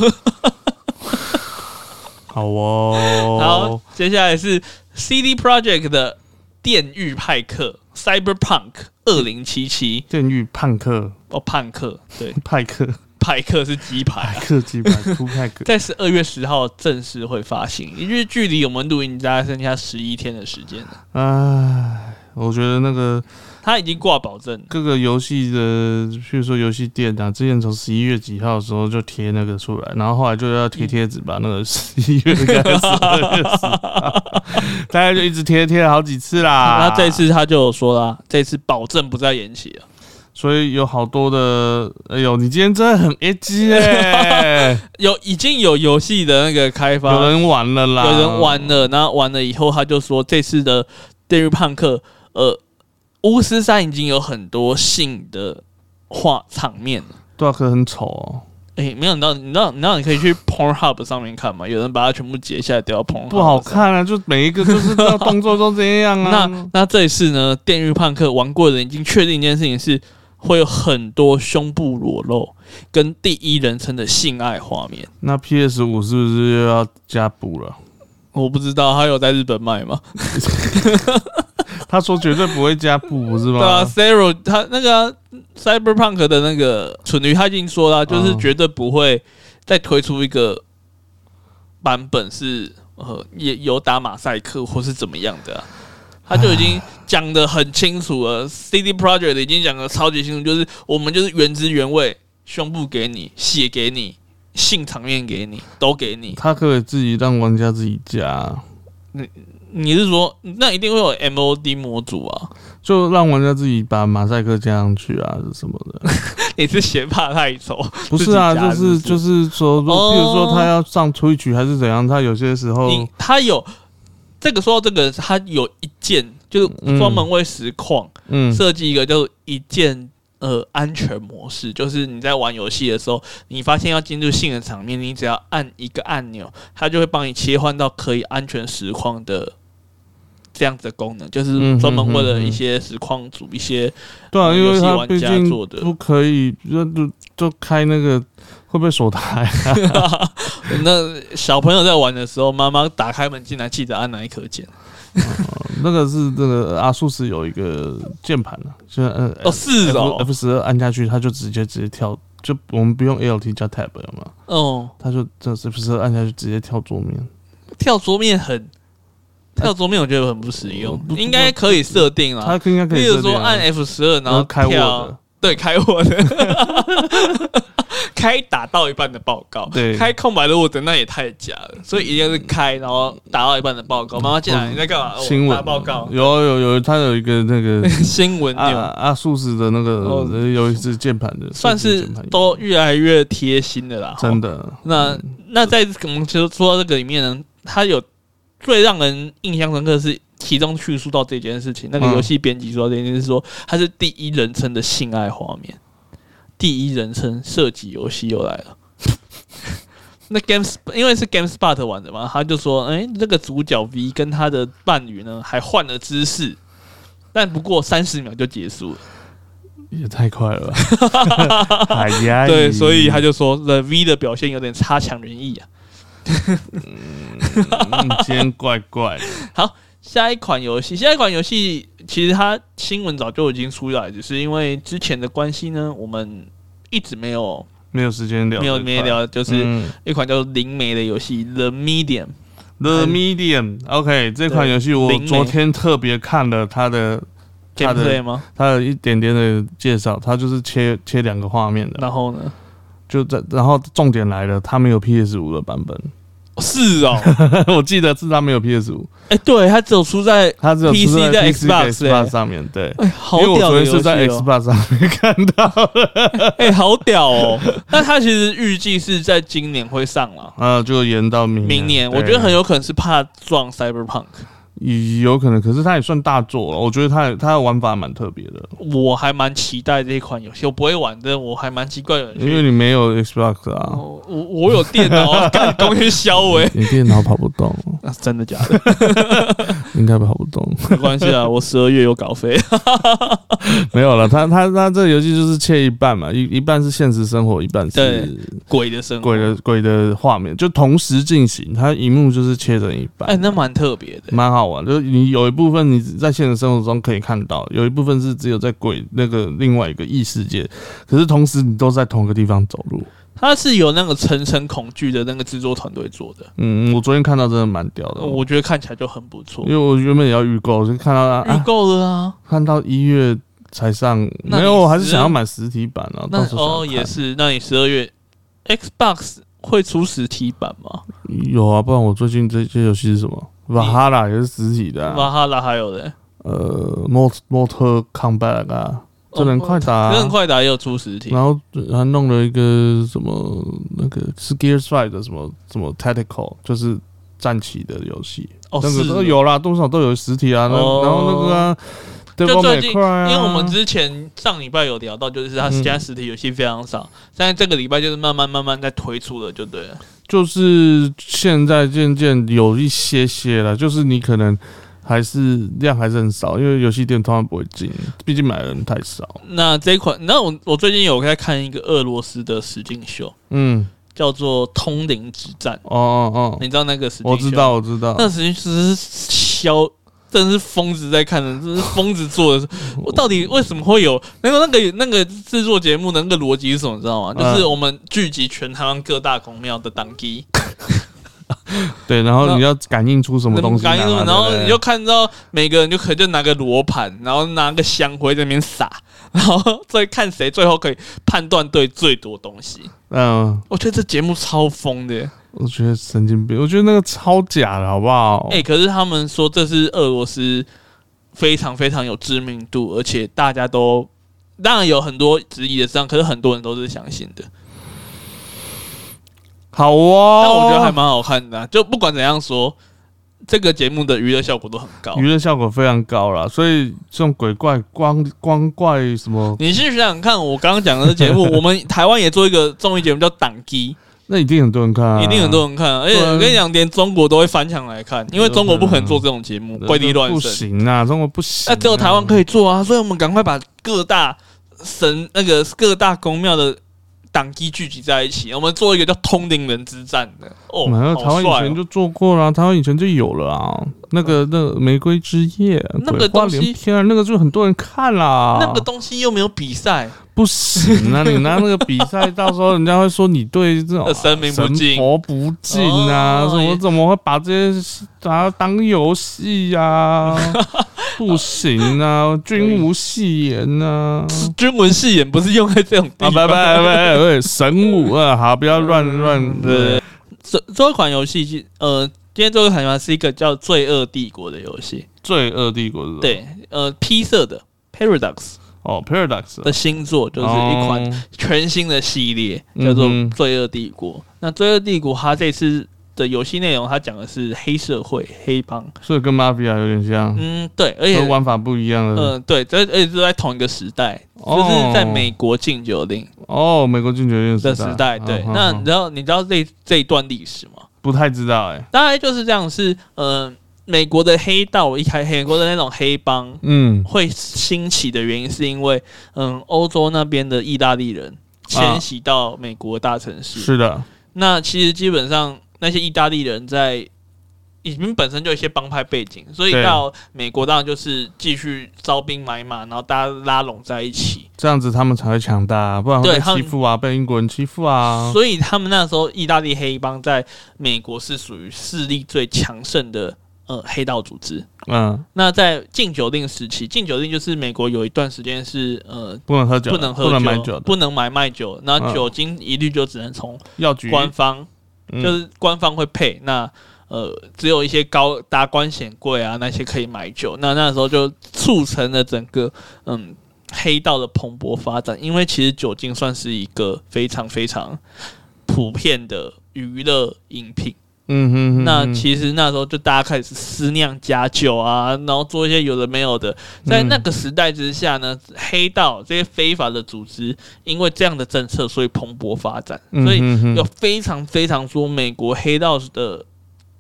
[SPEAKER 1] 好哦，
[SPEAKER 2] 好，接下来是 CD Project 的《电狱派克》（Cyberpunk 二零七七
[SPEAKER 1] 电狱判客》
[SPEAKER 2] 哦，叛客对，
[SPEAKER 1] 派克
[SPEAKER 2] 派克是鸡排啊、
[SPEAKER 1] 克几百出派克，
[SPEAKER 2] 在十二月十号正式会发行，也就是距离我们录音大概剩下十一天的时间了。
[SPEAKER 1] 唉，我觉得那个
[SPEAKER 2] 他已经挂保证了，
[SPEAKER 1] 各个游戏的，譬如说游戏店啊，之前从十一月几号的时候就贴那个出来，然后后来就要贴贴纸，把那个 十一月跟十二月10大家就一直贴贴了好几次啦。
[SPEAKER 2] 那这次他就有说啦，这次保证不再延期了。
[SPEAKER 1] 所以有好多的，哎呦，你今天真的很 A G 哎，
[SPEAKER 2] 有已经有游戏的那个开发，
[SPEAKER 1] 有人玩了啦，
[SPEAKER 2] 有人玩了，然后完了以后，他就说这次的《电狱判客》，呃，巫师三已经有很多性的画场面了。
[SPEAKER 1] 对啊，可很丑哦，
[SPEAKER 2] 哎、没有，你知道，你知道，你知道，你可以去 Pornhub 上面看嘛？有人把它全部截下来丢到 Pornhub，
[SPEAKER 1] 不好
[SPEAKER 2] 上
[SPEAKER 1] 看啊，就每一个就是那动作都这样啊。
[SPEAKER 2] 那那这一次呢，《电狱判客》玩过的人已经确定一件事情是，会有很多胸部裸露跟第一人称的性爱画面。
[SPEAKER 1] 那 PS 五是不是又要加补了？
[SPEAKER 2] 我不知道他有在日本卖吗？
[SPEAKER 1] 他说绝对不会加布，不是吗？
[SPEAKER 2] 对啊 s a r o 他那个啊、Cyberpunk 的那个蠢驴，他已经说了啊，就是
[SPEAKER 1] 嗯
[SPEAKER 2] 绝对不会再推出一个版本是呃也有打马赛克或是怎么样的啊、他就已经讲的很清楚了，CD Project 已经讲的超级清楚，就是我们就是原汁原味，胸部给你，血给你，性场面给你，都给你。
[SPEAKER 1] 他可以自己让玩家自己加，
[SPEAKER 2] 你是说那一定会有 MOD 模组啊？
[SPEAKER 1] 就让玩家自己把马赛克加上去啊，什么的。
[SPEAKER 2] 你是嫌怕太丑？
[SPEAKER 1] 不是啊，
[SPEAKER 2] 自己加
[SPEAKER 1] 就是是
[SPEAKER 2] 不是
[SPEAKER 1] 就是说，如
[SPEAKER 2] 哦
[SPEAKER 1] 譬如说他要上推曲还是怎样，他有些时候
[SPEAKER 2] 你他有这个说到这个，他有一件就是专门为实况
[SPEAKER 1] 嗯
[SPEAKER 2] 设计一个叫做一键呃安全模式，就是你在玩游戏的时候，你发现要进入性的场面，你只要按一个按钮，它就会帮你切换到可以安全实况的。这样子的功能就是
[SPEAKER 1] 嗯
[SPEAKER 2] 专门为了
[SPEAKER 1] 嗯嗯嗯
[SPEAKER 2] 一些实况组、一些
[SPEAKER 1] 对啊，
[SPEAKER 2] 嗯
[SPEAKER 1] 因
[SPEAKER 2] 游
[SPEAKER 1] 为
[SPEAKER 2] 戏
[SPEAKER 1] 他
[SPEAKER 2] 玩
[SPEAKER 1] 毕
[SPEAKER 2] 家
[SPEAKER 1] 竟
[SPEAKER 2] 做的
[SPEAKER 1] 不可以就就就开那个会不会锁 台？
[SPEAKER 2] 那小朋友在玩的时候，妈妈打开门进来，记得按哪一颗键。
[SPEAKER 1] 那个是那个阿素是有一个键盘的，就是呃
[SPEAKER 2] 哦，是哦，
[SPEAKER 1] F 十二按下去，它就直接直接跳，就我们不用 ALT 加 Tab 了嘛，
[SPEAKER 2] 哦，
[SPEAKER 1] 它就这 F 十二按下去直接跳桌面。
[SPEAKER 2] 跳桌面很，跳桌面我觉得很不实用
[SPEAKER 1] 呃不，
[SPEAKER 2] 应该可以设定
[SPEAKER 1] 它
[SPEAKER 2] 啦。
[SPEAKER 1] 应该可以
[SPEAKER 2] 例
[SPEAKER 1] 设定啊，
[SPEAKER 2] 如说按 F 十二，
[SPEAKER 1] 然
[SPEAKER 2] 然后
[SPEAKER 1] 开我
[SPEAKER 2] 跳啊
[SPEAKER 1] 的，，
[SPEAKER 2] 对，开我的， 开打到一半的报告，
[SPEAKER 1] 对
[SPEAKER 2] 开空白的我的那也太假了，所以一定要是开，然后打到一半的报告。妈妈进来，你在干嘛？哦
[SPEAKER 1] 嗯新
[SPEAKER 2] 打
[SPEAKER 1] 闻
[SPEAKER 2] 报告， 啊
[SPEAKER 1] 有有有，它有一个那 个啊
[SPEAKER 2] 新闻
[SPEAKER 1] 阿
[SPEAKER 2] 钮，
[SPEAKER 1] 阿素食的那个、
[SPEAKER 2] 哦
[SPEAKER 1] 有一只键盘的，
[SPEAKER 2] 算是
[SPEAKER 1] 键盘
[SPEAKER 2] 都越来越贴心的啦。
[SPEAKER 1] 真的，
[SPEAKER 2] 那
[SPEAKER 1] 嗯
[SPEAKER 2] 那在我们就说到这个里面呢，它有最让人印象深刻的是其中叙述到这件事情，那个
[SPEAKER 1] 嗯
[SPEAKER 2] 游戏编辑说到这件事是说它是第一人称的性爱画面，第一人称射击游戏又来了。 那 Games 因为是 GameSpot 玩的嘛，他就说，哎、这个主角 V 跟他的伴侣呢还换了姿势，但不过三十秒就结束了。
[SPEAKER 1] 也太快 了吧，哎呀，
[SPEAKER 2] 对，所以他就说，The V 的表现有点差强人意啊。
[SPEAKER 1] 嗯今天怪怪的，
[SPEAKER 2] 下一款游戏，下一款游戏其实它新闻早就已经出来，只是因为之前的关系呢，我们一直没有
[SPEAKER 1] 没有时间聊这
[SPEAKER 2] 没
[SPEAKER 1] 块，
[SPEAKER 2] 有没聊，就是
[SPEAKER 1] 嗯。
[SPEAKER 2] 一款叫做《灵媒》的游戏《The Medium》。
[SPEAKER 1] The Medium，OK，、这款游戏我
[SPEAKER 2] 灵媒
[SPEAKER 1] 昨天特别看了它的它的
[SPEAKER 2] gameplay 吗？
[SPEAKER 1] 它的一点点的介绍，它就是切切两个画面的，
[SPEAKER 2] 然后呢？
[SPEAKER 1] 就在然后重点来了，它没有 PS 五的版本，
[SPEAKER 2] 是哦，
[SPEAKER 1] 我记得是它没有 PS 五，
[SPEAKER 2] 哎，对，它只有出在
[SPEAKER 1] 它只有
[SPEAKER 2] PC
[SPEAKER 1] 出在
[SPEAKER 2] 在
[SPEAKER 1] PC 跟
[SPEAKER 2] Xbox 欸
[SPEAKER 1] Xbox 上面，对，
[SPEAKER 2] 哎，好
[SPEAKER 1] 因为我
[SPEAKER 2] 屌
[SPEAKER 1] 昨
[SPEAKER 2] 的
[SPEAKER 1] 天
[SPEAKER 2] 游
[SPEAKER 1] 是
[SPEAKER 2] 戏
[SPEAKER 1] 在
[SPEAKER 2] 哦，
[SPEAKER 1] Xbox 上面看到 的，
[SPEAKER 2] 哎，好屌哦。那它其实预计是在今年会上了，
[SPEAKER 1] 啊，就延到明
[SPEAKER 2] 明年我觉得很有可能是怕撞 Cyberpunk。
[SPEAKER 1] 有有可能，可是它也算大作了，我觉得它它的玩法蛮特别的，
[SPEAKER 2] 我还蛮期待这一款游戏，我不会玩，但我还蛮奇怪有人去
[SPEAKER 1] 因为你没有 Xbox 啊，
[SPEAKER 2] 哦，我我有电 脑啊，干东西消哎、
[SPEAKER 1] 你电脑跑不动，
[SPEAKER 2] 啊，真的假的？
[SPEAKER 1] 应该跑不动，
[SPEAKER 2] 没关系啊，我十二月有 稿费。
[SPEAKER 1] 没有了，它它它这个游戏就是切一半嘛，一一半是现实生活，一半
[SPEAKER 2] 对
[SPEAKER 1] 是
[SPEAKER 2] 鬼的生活，
[SPEAKER 1] 鬼的鬼的画面，就同时进行，它荧幕就是切成一半。
[SPEAKER 2] 哎、那蛮特别的。
[SPEAKER 1] 蛮好玩，就是你有一部分你在现实生活中可以看到，有一部分是只有在鬼那个另外一个异世界，可是同时你都在同一个地方走路。
[SPEAKER 2] 它是有那个层层恐惧的那个制作团队做的，
[SPEAKER 1] 嗯，我昨天看到真的蛮屌的，
[SPEAKER 2] 哦我觉得看起来就很不错
[SPEAKER 1] 因。为我原本也要预购，就看到它、嗯
[SPEAKER 2] 预
[SPEAKER 1] 啊、
[SPEAKER 2] 购了啊，
[SPEAKER 1] 看到一月才上，
[SPEAKER 2] 那你
[SPEAKER 1] 没有，我还是
[SPEAKER 2] 十
[SPEAKER 1] 想要买实体版啊。
[SPEAKER 2] 那
[SPEAKER 1] 到时候
[SPEAKER 2] 哦
[SPEAKER 1] 想
[SPEAKER 2] 也
[SPEAKER 1] 看
[SPEAKER 2] 是，那你十二月 Xbox 会出实体版吗？
[SPEAKER 1] 有啊，不然我最近这些游戏是什么？瓦哈拉也是实体的、
[SPEAKER 2] 瓦
[SPEAKER 1] 啊，
[SPEAKER 2] 哈拉还有嘞，
[SPEAKER 1] 呃，莫莫特康拜啊，真人快打、
[SPEAKER 2] 哦真人
[SPEAKER 1] 啊。
[SPEAKER 2] 快打也有出实体
[SPEAKER 1] 然，后还弄了一个什么那个是 Gear Strike 的什么什么 Tactical，就是战棋的游戏，
[SPEAKER 2] 哦
[SPEAKER 1] 那个
[SPEAKER 2] 是
[SPEAKER 1] 都，有啦，多少都有实体啊。那、
[SPEAKER 2] 哦
[SPEAKER 1] 然后那个、啊、
[SPEAKER 2] 就
[SPEAKER 1] Devil
[SPEAKER 2] 最
[SPEAKER 1] May
[SPEAKER 2] 近
[SPEAKER 1] Cry 啊，
[SPEAKER 2] 因为我们之前上礼拜有聊到，就是它现在实体游戏非常少，但是这个礼拜就是慢慢慢慢在推出了，就对了。
[SPEAKER 1] 就是现在渐渐有一些些了，就是你可能还是量还是很少，因为游戏店通常不会进，毕竟买的人太少。
[SPEAKER 2] 那这一款，那我我最近有在看一个俄罗斯的实境秀，
[SPEAKER 1] 嗯，
[SPEAKER 2] 叫做《通灵之战》，
[SPEAKER 1] 哦哦哦，
[SPEAKER 2] 你知道那个实境秀？
[SPEAKER 1] 我知道，我知道，
[SPEAKER 2] 那实境秀是消真的是疯子在看的，这是疯子做 的。我到底为什么会有？那个那个那个制作节目的那个逻辑是什么？你知道吗？就是我们聚集全台湾各大公庙的党基，
[SPEAKER 1] 对，然后你要感应出什么东西来
[SPEAKER 2] 感
[SPEAKER 1] 嘛，
[SPEAKER 2] 应什么？然
[SPEAKER 1] 对不
[SPEAKER 2] 后
[SPEAKER 1] 对
[SPEAKER 2] 你就看到每个人就可就拿个罗盘，然后拿个香灰在那边撒，然后 再看谁最后可以判断对最多东西。
[SPEAKER 1] 嗯，
[SPEAKER 2] 我觉得这节目超疯的耶。
[SPEAKER 1] 我觉得神经病，我觉得那个超假的好不好？
[SPEAKER 2] 哎、可是他们说这是俄罗斯非常非常有知名度，而且大家都当然有很多质疑的这样，可是很多人都是相信的。
[SPEAKER 1] 好哦，
[SPEAKER 2] 但我觉得还蛮好看的啊、就不管怎样说，这个节目的娱乐效果都很高。
[SPEAKER 1] 娱乐效果非常高啦，所以这种鬼怪光光怪什么，
[SPEAKER 2] 你去想想看，我刚刚讲的这 节目，我们台湾也做一个综艺节目叫《党基
[SPEAKER 1] 那一定很多人看、》，啊，
[SPEAKER 2] 一定很多人看啊、而且
[SPEAKER 1] 对啊啊
[SPEAKER 2] 我跟你讲，连中国都会翻墙来看，因为中国不可能做这种节目，怪力乱
[SPEAKER 1] 不
[SPEAKER 2] 神。
[SPEAKER 1] 行啊，中国不行、
[SPEAKER 2] 那
[SPEAKER 1] 啊，
[SPEAKER 2] 只有台湾可以做啊，所以我们赶快把各大神那个各大宫庙的党基聚集在一起，我们做一个叫“通灵人之战”的哦
[SPEAKER 1] 没嗯有，，台
[SPEAKER 2] 好
[SPEAKER 1] 湾以
[SPEAKER 2] 帅、
[SPEAKER 1] 前
[SPEAKER 2] 哦！
[SPEAKER 1] 就做过啦、台湾以前就有了啊。那个那个玫瑰之夜，
[SPEAKER 2] 那个
[SPEAKER 1] 鬼话
[SPEAKER 2] 东西
[SPEAKER 1] 连篇啊，那个就很多人看啦。
[SPEAKER 2] 那个东西又没有比赛，
[SPEAKER 1] 不行啊，你拿那个比赛，到时候人家会说你对这 种
[SPEAKER 2] 神明不敬
[SPEAKER 1] 神佛不敬啊，
[SPEAKER 2] 哦
[SPEAKER 1] 什么
[SPEAKER 2] 也
[SPEAKER 1] 怎么会把这些拿它当游戏 啊？不行啊，君无戏言呐、啊。
[SPEAKER 2] 军文戏演不是用在这种地
[SPEAKER 1] 啊，
[SPEAKER 2] 方。
[SPEAKER 1] 拜拜拜拜，喂神武啊，好，不要乱乱
[SPEAKER 2] 嗯对，这这款游戏，呃，今天这款游戏是一个叫《罪恶帝国》的游戏，
[SPEAKER 1] 罪恶帝国是吧？
[SPEAKER 2] 对，呃，P 社的 Paradox
[SPEAKER 1] 哦，Paradox
[SPEAKER 2] 的新作就是一款
[SPEAKER 1] 哦
[SPEAKER 2] 全新的系列，叫做
[SPEAKER 1] 嗯哼
[SPEAKER 2] 《罪恶帝国》。那《罪恶帝国》它这次的游戏内容，它讲的是黑社会、黑帮。
[SPEAKER 1] 所以跟 Mafia 有点像，
[SPEAKER 2] 嗯，对，而且
[SPEAKER 1] 都，玩法不一样的。
[SPEAKER 2] 嗯，对，这而且都在同一个时代，
[SPEAKER 1] 哦
[SPEAKER 2] 呃就是在美国禁酒令
[SPEAKER 1] 哦，美国禁酒令
[SPEAKER 2] 的时代。对，那你知道嗯你知道这这一段历史吗？
[SPEAKER 1] 啊不太知道哎，
[SPEAKER 2] 大概就是这样，是呃，美国的黑道一开，美国的那种黑帮。
[SPEAKER 1] 嗯，
[SPEAKER 2] 会兴起的原因是因为，嗯，欧洲那边的意大利人迁徙到美国大城市，
[SPEAKER 1] 是的，
[SPEAKER 2] 那其实基本上那些意大利人在已经本身就有一些帮派背景，所以
[SPEAKER 1] 对
[SPEAKER 2] 到美国当然就是继续招兵买马，然后大家拉拢在一起。
[SPEAKER 1] 这样子他们才会强大，不然会
[SPEAKER 2] 对
[SPEAKER 1] 被
[SPEAKER 2] 他
[SPEAKER 1] 欺
[SPEAKER 2] 们
[SPEAKER 1] 负啊，被英国人欺负啊。
[SPEAKER 2] 所以他们那时候意大利黑帮在美国是属于势力最强盛的呃黑道组织。
[SPEAKER 1] 嗯，
[SPEAKER 2] 那在禁酒令时期，禁酒令就是美国有一段时间是呃。
[SPEAKER 1] 不能喝酒，啊
[SPEAKER 2] 不能喝
[SPEAKER 1] 不
[SPEAKER 2] 酒，
[SPEAKER 1] 能买酒的，
[SPEAKER 2] 不能买卖酒，那
[SPEAKER 1] 嗯
[SPEAKER 2] 酒精一律就只能从
[SPEAKER 1] 药局
[SPEAKER 2] 官方
[SPEAKER 1] 嗯
[SPEAKER 2] 就是官方会配，那呃，只有一些高达官显贵啊那些可以买酒，那那时候就促成了整个嗯黑道的蓬勃发展，因为其实酒精算是一个非常非常普遍的娱乐饮品，
[SPEAKER 1] 嗯哼哼，
[SPEAKER 2] 那
[SPEAKER 1] 哼
[SPEAKER 2] 其实那时候就大家开始私酿假酒啊，然后做一些有的没有的。
[SPEAKER 1] 嗯
[SPEAKER 2] 在那个时代之下呢，黑道这些非法的组织，因为这样的政策，所以蓬勃发展。
[SPEAKER 1] 嗯
[SPEAKER 2] 所以
[SPEAKER 1] 哼哼
[SPEAKER 2] 有非常非常多美国黑道的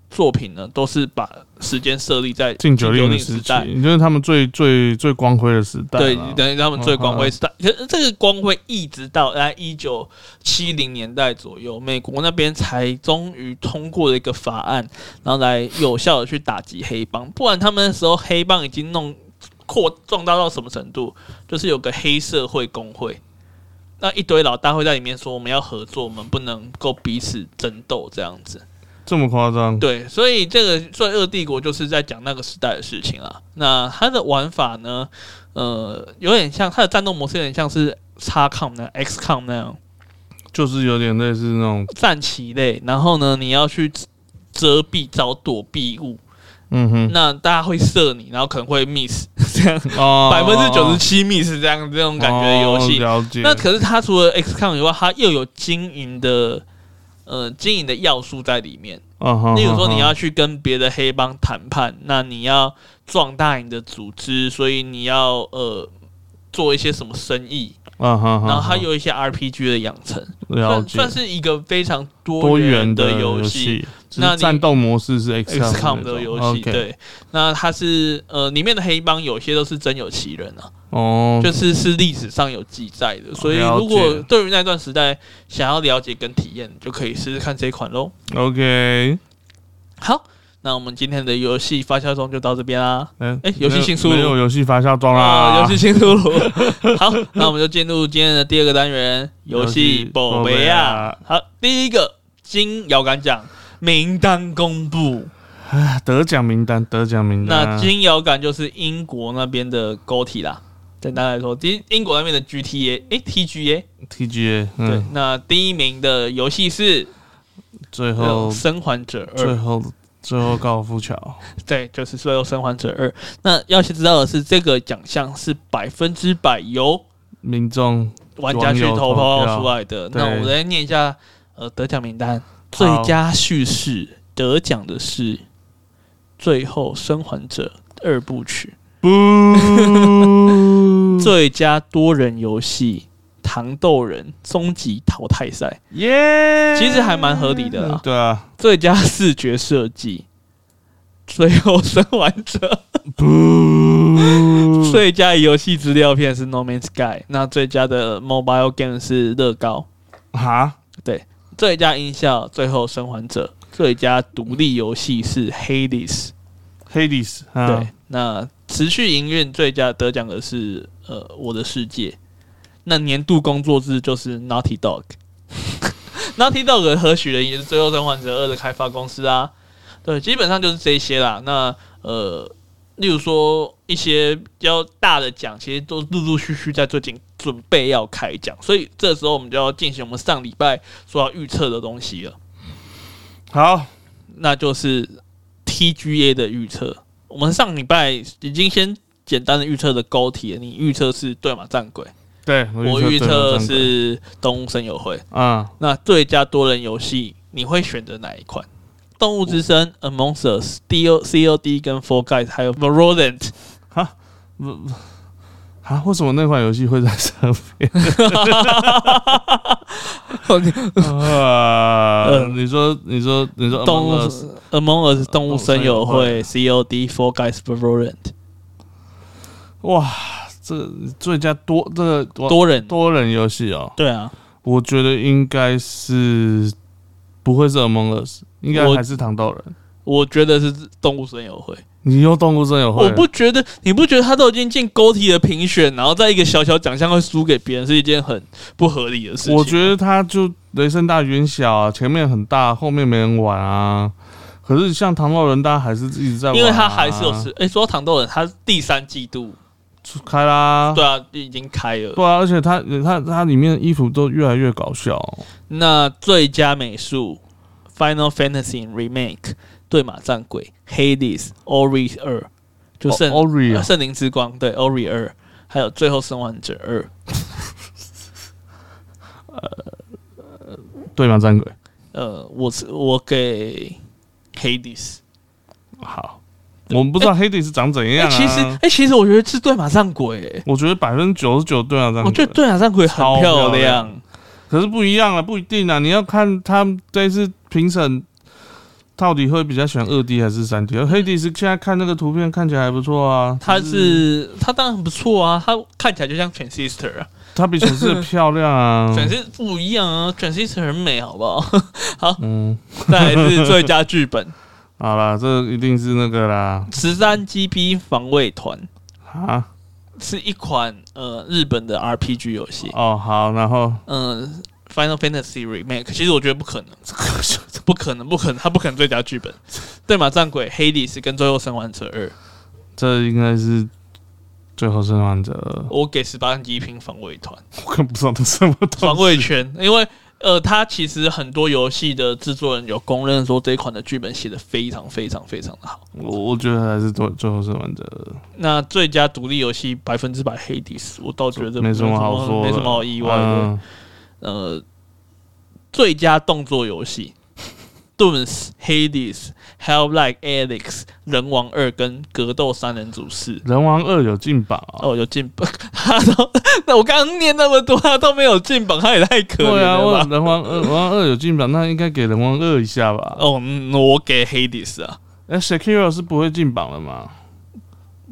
[SPEAKER 2] 作品呢，都是把时间设立在
[SPEAKER 1] 禁酒令的
[SPEAKER 2] 时
[SPEAKER 1] 时
[SPEAKER 2] 代。
[SPEAKER 1] 期，就是他们最最最光辉的时代啊嗯
[SPEAKER 2] 对
[SPEAKER 1] 啦，
[SPEAKER 2] 等于他们最光辉时代，可是这个光辉一直到在一九七零年代左右，美国那边才终于通过了一个法案，然后来有效的去打击黑帮，不然他们那时候黑帮已经弄扩壮大到什么程度，就是有个黑社会工会。那一堆老大会在里面说我们要合作，我们不能够彼此争斗这样子。
[SPEAKER 1] 这么夸张？
[SPEAKER 2] 对，所以这个《罪恶帝国》就是在讲那个时代的事情啦。那它的玩法呢，呃，有点像它的战斗模式，有点像是 XCOM 那样 XCOM 那样
[SPEAKER 1] 就是有点类似那种，
[SPEAKER 2] 战棋类。然后呢，你要去遮蔽、找躲避物，
[SPEAKER 1] 嗯哼，
[SPEAKER 2] 那大家会射你，然后可能会 miss 这样，
[SPEAKER 1] 哦，
[SPEAKER 2] 百分之九十七 miss 这样这种感觉的游戏。
[SPEAKER 1] 哦了解。
[SPEAKER 2] 那可是它除了 XCOM 以外，它又有经营的呃经营的要素在里面。
[SPEAKER 1] 那
[SPEAKER 2] 例如说，你
[SPEAKER 1] 啊
[SPEAKER 2] 要去跟别的黑帮谈判，那你要壮大你的组织，所以你要呃做一些什么生意，
[SPEAKER 1] 啊哈哈，
[SPEAKER 2] 然后它有一些 RPG 的养成，
[SPEAKER 1] 了
[SPEAKER 2] 算
[SPEAKER 1] 解
[SPEAKER 2] 算是一个非常
[SPEAKER 1] 多
[SPEAKER 2] 多
[SPEAKER 1] 元
[SPEAKER 2] 元
[SPEAKER 1] 的
[SPEAKER 2] 游戏。
[SPEAKER 1] 戏，只
[SPEAKER 2] 那
[SPEAKER 1] 是
[SPEAKER 2] 你
[SPEAKER 1] 战斗模式是
[SPEAKER 2] XCOM
[SPEAKER 1] XCOM 那
[SPEAKER 2] 的
[SPEAKER 1] 种
[SPEAKER 2] 游戏
[SPEAKER 1] OK
[SPEAKER 2] 对，那它是呃里面的黑帮有些都是真有其人啊，
[SPEAKER 1] 哦，
[SPEAKER 2] 就是是历史上有记载的，所以
[SPEAKER 1] 了
[SPEAKER 2] 如
[SPEAKER 1] 解
[SPEAKER 2] 果对于那段时代想要了解跟体验，就可以试试看这一款喽。
[SPEAKER 1] OK，
[SPEAKER 2] 好，那我们今天的游戏发酵中就到这边啦。
[SPEAKER 1] 嗯，
[SPEAKER 2] 哎游戏
[SPEAKER 1] 没有
[SPEAKER 2] 新输入
[SPEAKER 1] 没有游戏发酵中啦，
[SPEAKER 2] 啊，游戏新出 炉。好，那我们就进入今天的第二个单元，游戏宝贝啊。好，第一个金摇杆奖名单公布。
[SPEAKER 1] 啊得奖名单，得奖名单啊，
[SPEAKER 2] 那金摇杆就是英国那边的 GOTY 啦，简单来说，英英国那边的 GTA，诶 TGA，
[SPEAKER 1] TGA
[SPEAKER 2] 对
[SPEAKER 1] 嗯，，
[SPEAKER 2] 那第一名的游戏是
[SPEAKER 1] 最后
[SPEAKER 2] 《生还者呃二
[SPEAKER 1] 最》，后最后高尔夫球，
[SPEAKER 2] 对，就是最后《生还者二》。那要先知道的是，这个奖项是百分之百由
[SPEAKER 1] 民众
[SPEAKER 2] 玩家去投票出来的。
[SPEAKER 1] 对
[SPEAKER 2] 那我来念一下，呃，得奖名单，最佳叙事得奖的是《最后生还者》二部曲，
[SPEAKER 1] 不
[SPEAKER 2] 最佳多人游戏。糖豆人终极淘汰赛
[SPEAKER 1] 耶，
[SPEAKER 2] 其实还蛮合理的啦
[SPEAKER 1] 对啊，
[SPEAKER 2] 最佳视觉设计，最后生还者
[SPEAKER 1] 不
[SPEAKER 2] 最佳游戏资料片是 No Man's Sky，那最佳的 Mobile Game 是乐高，
[SPEAKER 1] 哈，
[SPEAKER 2] 最佳音效最后生还者，最佳独立游戏是 Hades。
[SPEAKER 1] 黑历史，啊
[SPEAKER 2] 对，那持续营运最佳得奖的是呃《我的世界》，那年度工作制就是 Naughty Dog。Naughty Dog 何许人也是《最后生还者二》的开发公司啊？对，基本上就是这些啦。那呃，例如说一些比较大的奖，其实都陆陆续续在最近准备要开奖，所以这时候我们就要进行我们上礼拜说要预测的东西了。
[SPEAKER 1] 好，
[SPEAKER 2] 那就是 TGA 的预测。我们上礼拜已经先简单的预测了高铁，你预测是对马战鬼，
[SPEAKER 1] 对
[SPEAKER 2] 我预
[SPEAKER 1] 预
[SPEAKER 2] 测
[SPEAKER 1] 测
[SPEAKER 2] 是动物森友会。
[SPEAKER 1] 啊，
[SPEAKER 2] 那最佳多人游戏你会选择哪一款？动物之声、Among Us、D O C O D 跟 Four Guys 还有 Valorant，
[SPEAKER 1] 不不啊，为什么那款游戏会在上面？ 呃，
[SPEAKER 2] 嗯
[SPEAKER 1] 你说，你说，你说，
[SPEAKER 2] 动物 Among Us 动物森
[SPEAKER 1] 动物
[SPEAKER 2] 友
[SPEAKER 1] 森
[SPEAKER 2] 会 C O D Four Guys Valorant
[SPEAKER 1] 哇，这最佳多这个多
[SPEAKER 2] 多人
[SPEAKER 1] 多人游戏哦，
[SPEAKER 2] 对啊，
[SPEAKER 1] 我觉得应该是不会是 Among Us，应该
[SPEAKER 2] 我
[SPEAKER 1] 还是糖豆人。
[SPEAKER 2] 我觉得是动物森友会。
[SPEAKER 1] 你又动物真有会
[SPEAKER 2] 我，不觉得，你不觉得他都已经进高体的评选，然后在一个小小奖项会输给别人，是一件很不合理的事情吗。
[SPEAKER 1] 我觉得他就雷声大雨点小啊，前面很大，后面没人玩啊。可是像糖豆人，大家还是一直在玩、啊，
[SPEAKER 2] 因为他还是有吃。哎、说到糖豆人，他第三季度，
[SPEAKER 1] 开啦，
[SPEAKER 2] 对啊，已经开了。
[SPEAKER 1] 对啊，而且它它它里面的衣服都越来越搞笑哦、
[SPEAKER 2] 那最佳美术《Final Fantasy Remake》《对马战鬼》《Hades》《Ori 二》，就
[SPEAKER 1] 哦
[SPEAKER 2] 剩
[SPEAKER 1] Ori 啊
[SPEAKER 2] 圣灵之光》对《Ori 二》，还有《最后生还者二》。
[SPEAKER 1] 对吗？战鬼，
[SPEAKER 2] 呃，我是我给 Hades。
[SPEAKER 1] 好，我们不知道黑底是长怎
[SPEAKER 2] 哎、
[SPEAKER 1] 样、啊
[SPEAKER 2] 其实，哎、其实我觉得是对马战鬼、诶
[SPEAKER 1] 我觉得百分之九十九对吗？战鬼，
[SPEAKER 2] 我觉哦得对马战鬼很
[SPEAKER 1] 超漂
[SPEAKER 2] 漂
[SPEAKER 1] 亮
[SPEAKER 2] 亮，
[SPEAKER 1] 可是不一样啊，不一定啊，你要看他们这一次评审到底会比较喜欢二 D 还是三 D。而黑底是现在看那个图片看起来还不错啊，
[SPEAKER 2] 它
[SPEAKER 1] 只
[SPEAKER 2] 是它当然很不错啊，它看起来就像 transistor 啊，
[SPEAKER 1] 它比全世界漂亮 啊。
[SPEAKER 2] transistor 不一样啊，transistor 很美，好不 好？
[SPEAKER 1] 嗯，
[SPEAKER 2] 再来是最佳剧本，
[SPEAKER 1] 好啦，这一定是那个啦
[SPEAKER 2] 十三 GB 防卫团
[SPEAKER 1] 啊
[SPEAKER 2] 是一款呃日本的 RPG 游戏，
[SPEAKER 1] 哦好，然后
[SPEAKER 2] 嗯、f i n a l Fantasy Remake，其实我觉得不可能， 不可能，不可能，它不可能最佳剧本，对马战鬼、黑历史跟最后生还者二，
[SPEAKER 1] 这应该是最后生还者，
[SPEAKER 2] 我给十八 GB 防卫团。
[SPEAKER 1] 我看不知道它什么东西
[SPEAKER 2] 防卫圈，因为呃，它其实很多游戏的制作人有公认说这一款的剧本写的非常非常非常的好。
[SPEAKER 1] 我我觉得还是最最后生还者，
[SPEAKER 2] 那最佳独立游戏百分之百黑迪斯，我倒觉得
[SPEAKER 1] 没什么好说的，
[SPEAKER 2] 没什么好意外的。
[SPEAKER 1] 嗯
[SPEAKER 2] 呃，最佳动作游戏。Dooms、Hades、Hell Like Alex、人王二跟格斗三人组四，
[SPEAKER 1] 人王二有进榜哦、
[SPEAKER 2] 哦，有进榜，他都那我刚刚念那么多，他都没有进榜，他也太可怜
[SPEAKER 1] 对啊，
[SPEAKER 2] 了吧
[SPEAKER 1] 我？人王二，人王二有进榜，那应该给人王二一下吧？
[SPEAKER 2] 哦，嗯我给 Hades 啊，
[SPEAKER 1] 哎、s h a k i r a 是不会进榜了吗？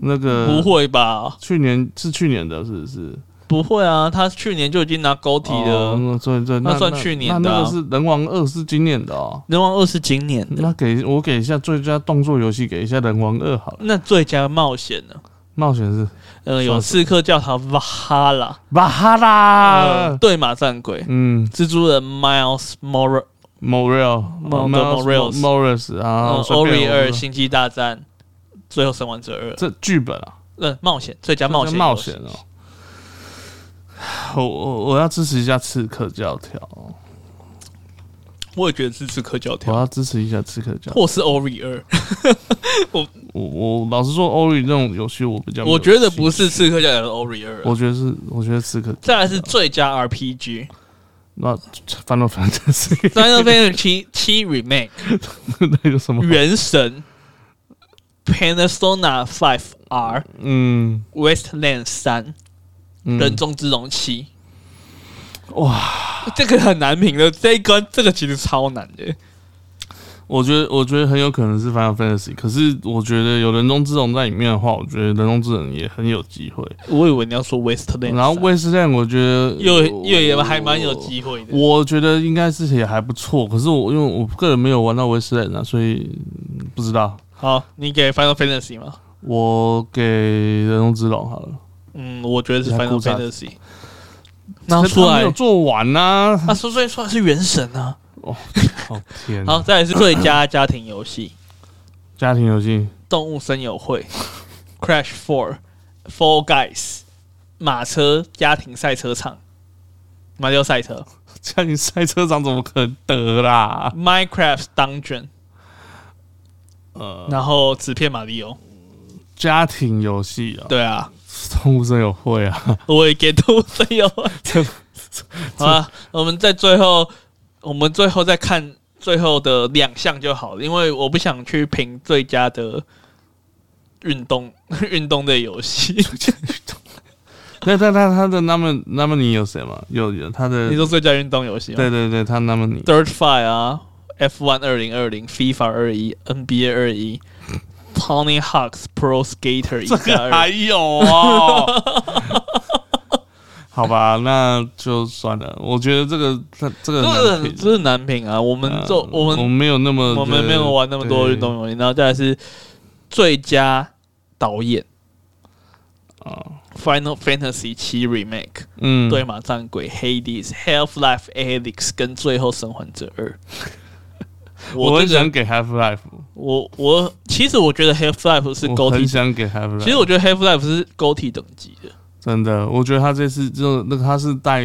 [SPEAKER 1] 那个嗯
[SPEAKER 2] 不会吧？
[SPEAKER 1] 去年是去年的，是不是？
[SPEAKER 2] 不会啊，他去年就已经拿高体
[SPEAKER 1] 哦
[SPEAKER 2] 了，
[SPEAKER 1] 那对对，
[SPEAKER 2] 那算去年的
[SPEAKER 1] 那
[SPEAKER 2] 啊
[SPEAKER 1] 那个是人王二是今年的哦。
[SPEAKER 2] 人王二是今年的。
[SPEAKER 1] 那给我给一下最佳动作游戏，给一下人王二好了。
[SPEAKER 2] 那最佳冒险呢？
[SPEAKER 1] 冒险是
[SPEAKER 2] 呃，有
[SPEAKER 1] 算
[SPEAKER 2] 《
[SPEAKER 1] 是
[SPEAKER 2] 刺客教堂》瓦哈拉，
[SPEAKER 1] 巴哈
[SPEAKER 2] 呃，
[SPEAKER 1] 拉，
[SPEAKER 2] 对马战鬼，
[SPEAKER 1] 嗯
[SPEAKER 2] 蜘蛛人 Miles Morales，
[SPEAKER 1] ，Morel
[SPEAKER 2] Mo- Morales
[SPEAKER 1] Morales 啊
[SPEAKER 2] 呃，
[SPEAKER 1] 随便
[SPEAKER 2] ，Ori
[SPEAKER 1] 我
[SPEAKER 2] 二，星际大战，最后生还者二，
[SPEAKER 1] 这剧本啊，
[SPEAKER 2] 呃，冒险最佳冒
[SPEAKER 1] 这
[SPEAKER 2] 险
[SPEAKER 1] 叫冒险哦。我我我要支持一下刺客教条，
[SPEAKER 2] 我也觉得是刺客教
[SPEAKER 1] 我
[SPEAKER 2] 条，
[SPEAKER 1] 要支持一下刺客教条。
[SPEAKER 2] 或是 Ori 二，
[SPEAKER 1] 我我老实说，欧里这种游戏我比较没有
[SPEAKER 2] 我觉得不
[SPEAKER 1] 兴
[SPEAKER 2] 是刺客教条的 Ori 二啊
[SPEAKER 1] 趣，我，觉得是我觉得刺客
[SPEAKER 2] 再来是最佳 RPG，
[SPEAKER 1] 那 Final Fantasy
[SPEAKER 2] 《Final Fantasy 七七 Remake》
[SPEAKER 1] 那个什么
[SPEAKER 2] 《原神》，Persona Five R，
[SPEAKER 1] 嗯
[SPEAKER 2] 《Westland 三》，
[SPEAKER 1] 嗯
[SPEAKER 2] 《人中之龙七》
[SPEAKER 1] 哇，
[SPEAKER 2] 这个很难评的，这一关这个其实超难的。
[SPEAKER 1] 我觉得我觉得很有可能是 Final Fantasy，可是我觉得有人中之龙在里面的话，我觉得人中之龙也很有机会。
[SPEAKER 2] 我以为你要说 Westland，
[SPEAKER 1] 然后 Westland 我觉得
[SPEAKER 2] 啊又又也还蛮有机会的。
[SPEAKER 1] 我觉得应该是也还不错，可是我因为我个人没有玩到 Westland 啊，所以嗯不知道。
[SPEAKER 2] 好，你给 Final Fantasy 吗？
[SPEAKER 1] 我给人中之龙好了，
[SPEAKER 2] 嗯，我觉得是
[SPEAKER 1] 你还
[SPEAKER 2] Final
[SPEAKER 1] 哭啥
[SPEAKER 2] Fantasy。那
[SPEAKER 1] 可是
[SPEAKER 2] 出
[SPEAKER 1] 他没
[SPEAKER 2] 来
[SPEAKER 1] 有做完呐、 啊。
[SPEAKER 2] 啊，说所以说来是原神啊。
[SPEAKER 1] 哦天
[SPEAKER 2] 好，再来是最佳家庭游戏
[SPEAKER 1] 家庭游戏
[SPEAKER 2] 《动物森友会》Crash Four、Four Guys、马车家庭赛车场、马里奥赛车、
[SPEAKER 1] 家庭赛车场怎么可能得啦？
[SPEAKER 2] Minecraft Dungeon，
[SPEAKER 1] 呃，
[SPEAKER 2] 然后纸片马里奥。
[SPEAKER 1] 家庭游戏啊，
[SPEAKER 2] 对啊，
[SPEAKER 1] 动物森友会啊，
[SPEAKER 2] 我也给动物森友会。
[SPEAKER 1] 这
[SPEAKER 2] 好啊，我们在最后，我们最后再看最后的两项就好了，因为我不想去评最佳的运动运动的游戏。
[SPEAKER 1] 那他他他的 nomin nominee 有谁吗？有有他的
[SPEAKER 2] 你，说最佳运动游戏吗？
[SPEAKER 1] 对对对，他 nominee
[SPEAKER 2] d i r t Five 啊，F1 二零二零，FIFA 二一，NBA 二一，Tony Hawk's Pro Skater 一
[SPEAKER 1] 这
[SPEAKER 2] 加
[SPEAKER 1] 个还
[SPEAKER 2] 二。
[SPEAKER 1] 有哎哦。好吧，那就算了。我觉得这个这这
[SPEAKER 2] 这
[SPEAKER 1] 个很难
[SPEAKER 2] 个
[SPEAKER 1] 评
[SPEAKER 2] 这是难评啊！我们
[SPEAKER 1] 呃
[SPEAKER 2] 做、我
[SPEAKER 1] 我
[SPEAKER 2] 们
[SPEAKER 1] 没有那么
[SPEAKER 2] 我们没有玩那么多
[SPEAKER 1] 对
[SPEAKER 2] 运动游戏，然后再来是最佳导演。
[SPEAKER 1] 啊，
[SPEAKER 2] Final Fantasy 七 Remake、
[SPEAKER 1] 嗯，
[SPEAKER 2] 对马战鬼、Hades、Half-Life Alyx 跟最后生还者二。
[SPEAKER 1] 我
[SPEAKER 2] 我
[SPEAKER 1] 很
[SPEAKER 2] 这个
[SPEAKER 1] 想给 Half Life，
[SPEAKER 2] 我我其实我觉得 Half-Life 是
[SPEAKER 1] 我
[SPEAKER 2] 高
[SPEAKER 1] 很
[SPEAKER 2] 体，
[SPEAKER 1] 想给 Half Life。
[SPEAKER 2] 其实我觉得 Half-Life 是高体等级的
[SPEAKER 1] 真的，我觉得他这次就那个他是带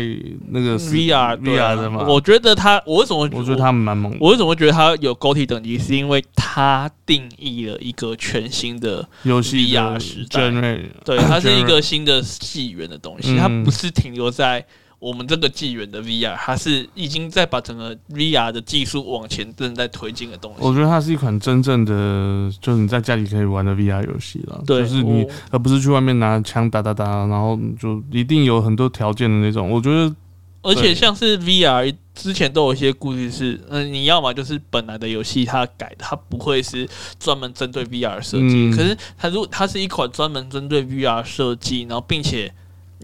[SPEAKER 1] 那个是
[SPEAKER 2] VR 对啊
[SPEAKER 1] VR 的嘛，
[SPEAKER 2] 我觉得他，我为什么
[SPEAKER 1] 我觉得他们蛮猛的。
[SPEAKER 2] 我为什么觉得他有高体等级，是因为他定义了一个全新的，
[SPEAKER 1] 游戏
[SPEAKER 2] VR
[SPEAKER 1] 的
[SPEAKER 2] 时代
[SPEAKER 1] generate，
[SPEAKER 2] 对，它是一个新的纪元的东西，
[SPEAKER 1] 嗯
[SPEAKER 2] 它不是停留在我们这个纪元的 VR，它是已经在把整个 VR 的技术往前正在推进的东
[SPEAKER 1] 我
[SPEAKER 2] 西。
[SPEAKER 1] 觉得它是一款真正的，就是你在家里可以玩的 VR 游戏了。
[SPEAKER 2] 对，
[SPEAKER 1] 就是你
[SPEAKER 2] 我
[SPEAKER 1] 而不是去外面拿枪打打打，然后你就一定有很多条件的那种。我觉得
[SPEAKER 2] 而且
[SPEAKER 1] 对
[SPEAKER 2] 像是 VR 之前都有一些顾虑是，嗯、你要么就是本来的游戏它改的，它不会是专门针对 VR 设计。
[SPEAKER 1] 嗯
[SPEAKER 2] 可是它如果它是一款专门针对 VR 设计，然后并且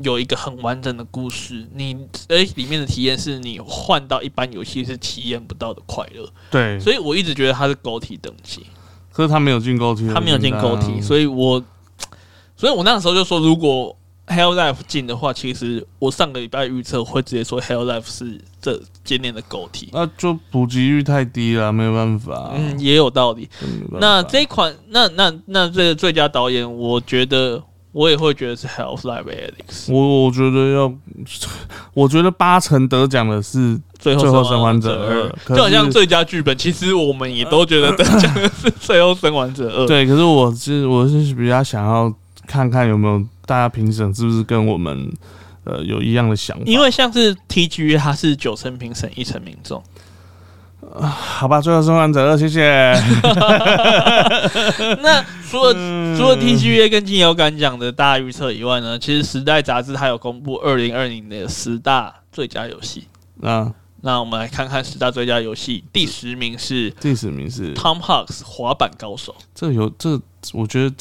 [SPEAKER 2] 有一个很完整的故事，你诶里面的体验是你换到一般游戏是体验不到的快乐。
[SPEAKER 1] 对，
[SPEAKER 2] 所以我一直觉得它是狗体等级，
[SPEAKER 1] 可是他没有进勾体，
[SPEAKER 2] 它没有进狗
[SPEAKER 1] 啊嗯
[SPEAKER 2] 体，所以我，所以我那个时候就说，如果 Hell Life 进的话，其实我上个礼拜预测会直接说 Hell Life 是这今年的狗体，
[SPEAKER 1] 那就普及率太低了，没有办法。
[SPEAKER 2] 嗯，也有道理。
[SPEAKER 1] 真没办法
[SPEAKER 2] 那这一款，那那那这个最佳导演，我觉得我也会觉得是 Hell Life Alex，
[SPEAKER 1] 我我觉得要， 我觉得八成得奖的是
[SPEAKER 2] 最后
[SPEAKER 1] 最后
[SPEAKER 2] 生
[SPEAKER 1] 生还
[SPEAKER 2] 者
[SPEAKER 1] 者二可
[SPEAKER 2] 就好像
[SPEAKER 1] 是
[SPEAKER 2] 最佳剧本，其实我们也都觉得得奖的 是最后生还者二，
[SPEAKER 1] 对，可是我是我是比较想要看看有没有大家评审是不是跟我们呃有一样的想法。
[SPEAKER 2] 因为像是 TGA 它是九成评审一成民众。
[SPEAKER 1] 好吧，最后生还者二，谢谢。
[SPEAKER 2] 那除了、
[SPEAKER 1] 嗯
[SPEAKER 2] 除了 TGA 跟金友感奖的大预测以外呢，其实《时代》杂志它有公布二零二零的十大最佳游戏。
[SPEAKER 1] 那
[SPEAKER 2] 那我们来看看十大最佳游戏，第十名是
[SPEAKER 1] 第十名 是
[SPEAKER 2] Tom Hanks 滑板高手，
[SPEAKER 1] 这有这，我觉得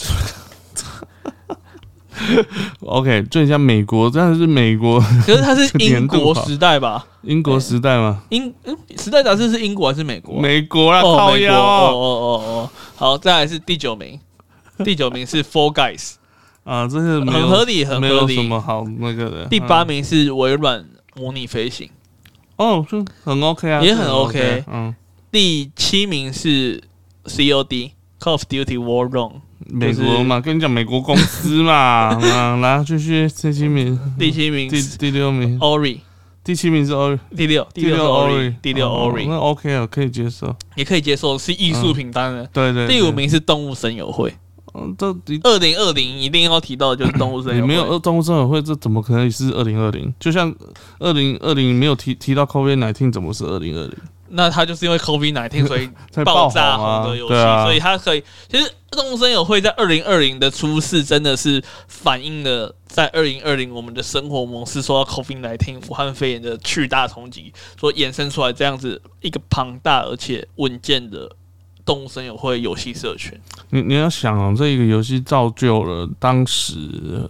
[SPEAKER 1] OK，最佳美国，但是美国
[SPEAKER 2] 可是它是英
[SPEAKER 1] 年度
[SPEAKER 2] 国
[SPEAKER 1] 好
[SPEAKER 2] 时代吧？
[SPEAKER 1] 英国时代嘛，
[SPEAKER 2] 英嗯时代杂志是英国还是美国啊？
[SPEAKER 1] 美国啦，
[SPEAKER 2] 哦，
[SPEAKER 1] 靠
[SPEAKER 2] 美国
[SPEAKER 1] 腰
[SPEAKER 2] 哦
[SPEAKER 1] 哦
[SPEAKER 2] 哦哦哦，好，再来是第九名，第九名是 Four Guys，
[SPEAKER 1] 啊，这是 没有
[SPEAKER 2] 很合理，很
[SPEAKER 1] 没
[SPEAKER 2] 合
[SPEAKER 1] 有什
[SPEAKER 2] 理。
[SPEAKER 1] 么好那个的。
[SPEAKER 2] 第八
[SPEAKER 1] 嗯
[SPEAKER 2] 名是微软模拟飞行，
[SPEAKER 1] 哦，是很 OK 啊，
[SPEAKER 2] 也
[SPEAKER 1] 是
[SPEAKER 2] 很
[SPEAKER 1] 很
[SPEAKER 2] OK
[SPEAKER 1] 嗯，
[SPEAKER 2] 第七名是 COD Call of Duty
[SPEAKER 1] 嗯
[SPEAKER 2] Warzone，
[SPEAKER 1] 美国嘛，跟你讲美国公司嘛， 啊，来继续第七名，
[SPEAKER 2] 第七名
[SPEAKER 1] 第
[SPEAKER 2] 是
[SPEAKER 1] 第六名，
[SPEAKER 2] Ori，
[SPEAKER 1] 第七名是 Ori，
[SPEAKER 2] 第六第六是
[SPEAKER 1] Ori，
[SPEAKER 2] Ori，第六
[SPEAKER 1] 哦那
[SPEAKER 2] Ori
[SPEAKER 1] OK 啊，可以接受。
[SPEAKER 2] 也可以接受，是艺术品当然。
[SPEAKER 1] 对对，
[SPEAKER 2] 第五
[SPEAKER 1] 对，
[SPEAKER 2] 名是动物森友会，
[SPEAKER 1] 嗯，这你
[SPEAKER 2] 二零二零一定要提到的就是动物森
[SPEAKER 1] 你
[SPEAKER 2] 友
[SPEAKER 1] 没有
[SPEAKER 2] 会。
[SPEAKER 1] 呃动物生友会，这怎么可能是二零二零？就像二零二零没有提提到 COVID nineteen，怎么是二零二零？
[SPEAKER 2] 那它就是因为 COVID 1 9所以
[SPEAKER 1] 才
[SPEAKER 2] 爆
[SPEAKER 1] 爆
[SPEAKER 2] 炸
[SPEAKER 1] 红啊
[SPEAKER 2] 红的游戏，
[SPEAKER 1] 对啊，
[SPEAKER 2] 所以它可以。其实动物森友会在二零二零的出世，真的是反映了在二零二零我们的生活模式受到 COVID 1 9武汉肺炎的巨大冲击，所衍生出来这样子一个庞大而且稳健的动物森友会游戏社群。
[SPEAKER 1] 你你要想哦，这一个游戏造就了当时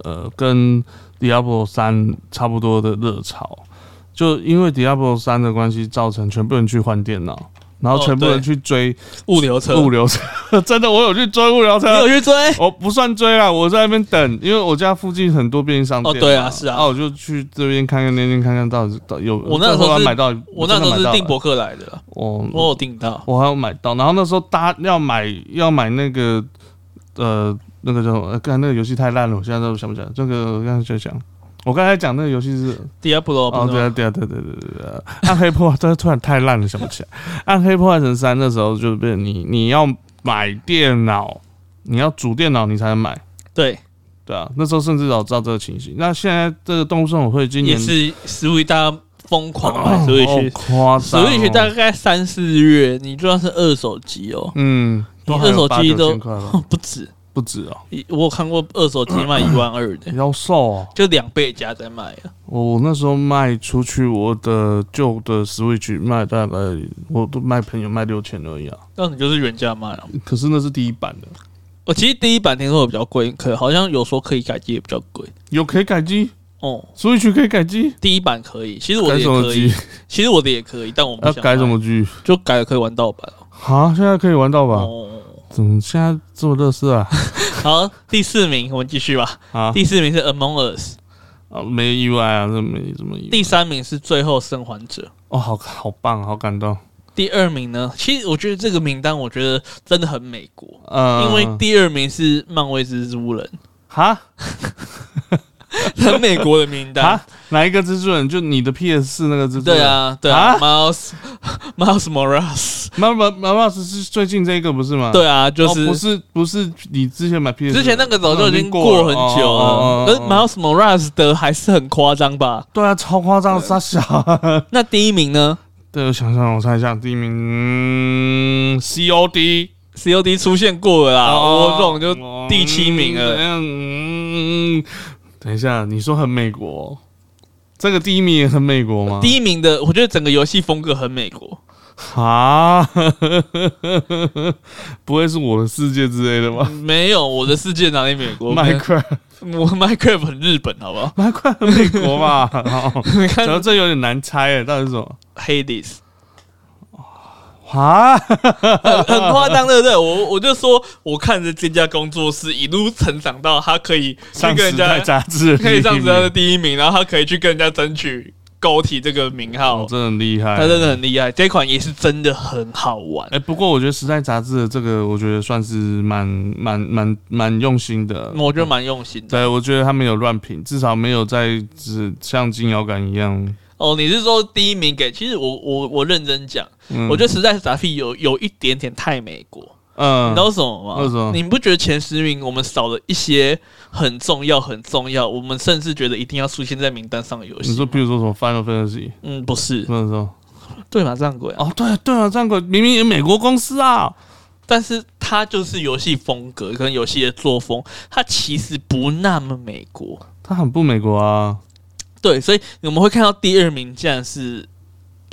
[SPEAKER 1] 呃跟 Diablo 三差不多的热潮，就因为 Diablo 三的关系，造成全部人去换电脑，然后
[SPEAKER 2] 哦
[SPEAKER 1] 全部人
[SPEAKER 2] 对
[SPEAKER 1] 去追
[SPEAKER 2] 物流车，
[SPEAKER 1] 物流车。 真的，我有去追物流
[SPEAKER 2] 你有
[SPEAKER 1] 车，
[SPEAKER 2] 去追？
[SPEAKER 1] 我哦不算追啦，我在那边等，因为我家附近很多便利商店嘛。
[SPEAKER 2] 哦对啊是啊
[SPEAKER 1] 那我就去这边看看那边看看到底到底有。
[SPEAKER 2] 我那时候是
[SPEAKER 1] 最后还买到，
[SPEAKER 2] 我那时
[SPEAKER 1] 真的
[SPEAKER 2] 候
[SPEAKER 1] 买
[SPEAKER 2] 是
[SPEAKER 1] 到
[SPEAKER 2] 订
[SPEAKER 1] 了
[SPEAKER 2] 博客来的，
[SPEAKER 1] 哦
[SPEAKER 2] 我有订到。
[SPEAKER 1] 我还有买到，然后那时候搭要买要买那个呃那个叫什么？呃刚、才那个游戏太烂了，我现在都想不起来。这个我刚才就讲，我刚才讲那个游戏是哦
[SPEAKER 2] Diablo 不
[SPEAKER 1] 对
[SPEAKER 2] 是
[SPEAKER 1] 啊
[SPEAKER 2] 吗
[SPEAKER 1] 对啊对对对对对啊，暗黑破坏，但是突然太烂了，想不起来。 暗黑破坏神三那时候就变成你你要买电脑，你要主电脑你才能买。
[SPEAKER 2] 对，
[SPEAKER 1] 对啊，那时候甚至早知道这个情形。那现在这个动物生友会今
[SPEAKER 2] 也
[SPEAKER 1] 年
[SPEAKER 2] 是 Switch 大家疯狂买 Switch，
[SPEAKER 1] 哦夸张哦、
[SPEAKER 2] Switch 大概三四月，你就算是二手机哦，
[SPEAKER 1] 嗯，都
[SPEAKER 2] 你
[SPEAKER 1] 还有
[SPEAKER 2] 二手
[SPEAKER 1] 八
[SPEAKER 2] 机
[SPEAKER 1] 九
[SPEAKER 2] 都
[SPEAKER 1] 千块吧
[SPEAKER 2] 不止。
[SPEAKER 1] 不止哦，
[SPEAKER 2] 一我有看过二手机卖一万二的，
[SPEAKER 1] 妖兽哦。
[SPEAKER 2] 就两倍价在卖啊。
[SPEAKER 1] 我那时候卖出去我的旧的 Switch 卖大概，我都卖朋友卖六千而已啊。
[SPEAKER 2] 那你就是原价卖了。
[SPEAKER 1] 可是那是第一版的，
[SPEAKER 2] 我其实第一版听说有比较贵，可好像有说可以改机也比较贵。
[SPEAKER 1] 有可以改机
[SPEAKER 2] 哦，
[SPEAKER 1] ，Switch 可以改机，
[SPEAKER 2] 第一版可以，其实我的
[SPEAKER 1] 改
[SPEAKER 2] 也
[SPEAKER 1] 什么
[SPEAKER 2] 可
[SPEAKER 1] 机
[SPEAKER 2] 以，？其实我的也可以，但我不
[SPEAKER 1] 要
[SPEAKER 2] 想
[SPEAKER 1] 改什
[SPEAKER 2] 买，
[SPEAKER 1] 么机？
[SPEAKER 2] 就改了可以玩盗版哦。
[SPEAKER 1] 啊，现在可以玩到吧？
[SPEAKER 2] 哦，
[SPEAKER 1] 怎么现在这么乐色啊？
[SPEAKER 2] 好，第四名我们继续吧。
[SPEAKER 1] 啊
[SPEAKER 2] 第四名是 Among Us，
[SPEAKER 1] 啊，没意外啊，这没什么意外。
[SPEAKER 2] 第三名是最后生还者。
[SPEAKER 1] 哦，好好棒，好感动。
[SPEAKER 2] 第二名呢，其实我觉得这个名单，我觉得真的很美国，
[SPEAKER 1] 呃，
[SPEAKER 2] 因为第二名是漫威蜘蛛人，
[SPEAKER 1] 哈
[SPEAKER 2] 很美国的名单
[SPEAKER 1] 哈。，哪一个蜘蛛人？就你的 PS 四那个蜘蛛人？
[SPEAKER 2] 对啊，对啊
[SPEAKER 1] 啊
[SPEAKER 2] ，Miles Miles Morales，
[SPEAKER 1] 妈妈妈妈是最近这个不是吗？
[SPEAKER 2] 对啊，就
[SPEAKER 1] 哦、不
[SPEAKER 2] 是
[SPEAKER 1] 是不是哦你之前买 PS，
[SPEAKER 2] 之前那个早就已经过很久了，可是 Miles Morales 的还是很夸张 吧？
[SPEAKER 1] 对啊，超夸张，傻小。
[SPEAKER 2] 那第一名呢
[SPEAKER 1] 对，我想想，我猜一下，第一名、嗯、COD，
[SPEAKER 2] ？COD 出现过
[SPEAKER 1] 哦
[SPEAKER 2] 了啦，啊我这种就
[SPEAKER 1] 就
[SPEAKER 2] 第七名了
[SPEAKER 1] 嗯，等一下，你说很美国，这个第一名也很美国吗？
[SPEAKER 2] 第一名的，我觉得整个游戏风格很美 国，
[SPEAKER 1] 啊， 不会是我的世界之类的吧
[SPEAKER 2] 没有我的世界哪里美国？
[SPEAKER 1] ？Minecraft，Minecraft
[SPEAKER 2] 我 Minecraft 很日本，好不好？
[SPEAKER 1] 很美国 吧？好
[SPEAKER 2] 你看
[SPEAKER 1] 讲到这有点难猜诶，到底是什么？
[SPEAKER 2] Hades。
[SPEAKER 1] 啊，
[SPEAKER 2] 很很夸张，对不对？我我就说，我看着这家工作室一路成长到他可以去
[SPEAKER 1] 上
[SPEAKER 2] 跟
[SPEAKER 1] 时
[SPEAKER 2] 人
[SPEAKER 1] 代杂
[SPEAKER 2] 家
[SPEAKER 1] 志
[SPEAKER 2] 可以上时代的
[SPEAKER 1] 的
[SPEAKER 2] 第一名，然后他可以去跟人家争取高体这个名
[SPEAKER 1] 哦
[SPEAKER 2] 号，，
[SPEAKER 1] 真的很厉害，
[SPEAKER 2] 他真的很厉害。这款也是真的很好玩
[SPEAKER 1] 哎、，不过我觉得时代杂志的这个，我觉得算是蛮蛮蛮蛮用心的。
[SPEAKER 2] 我觉得蛮用心的。
[SPEAKER 1] 嗯对，我觉得他没有乱评，至少没有在只像金摇杆一样。
[SPEAKER 2] 哦，你是说第一名给？其实我我我认真讲，
[SPEAKER 1] 嗯
[SPEAKER 2] 我觉得实在是杂费有有一点点太美国，你
[SPEAKER 1] 嗯
[SPEAKER 2] 知，道为什么吗？
[SPEAKER 1] 为什么
[SPEAKER 2] 你不觉得前十名我们少了一些很重要很重要，我们甚至觉得一定要出现在名单上的游
[SPEAKER 1] 你
[SPEAKER 2] 戏
[SPEAKER 1] 说？比如说什么 Final Fantasy，
[SPEAKER 2] 嗯，不是，
[SPEAKER 1] 不能说
[SPEAKER 2] 对马战鬼啊。
[SPEAKER 1] 哦，对对啊，战鬼明明也美国公司啊，
[SPEAKER 2] 但是它就是游戏风格跟游戏的作风，它其实不那么美国。
[SPEAKER 1] 他很不美国啊。
[SPEAKER 2] 对，所以我们会看到第二名竟然是
[SPEAKER 1] 啊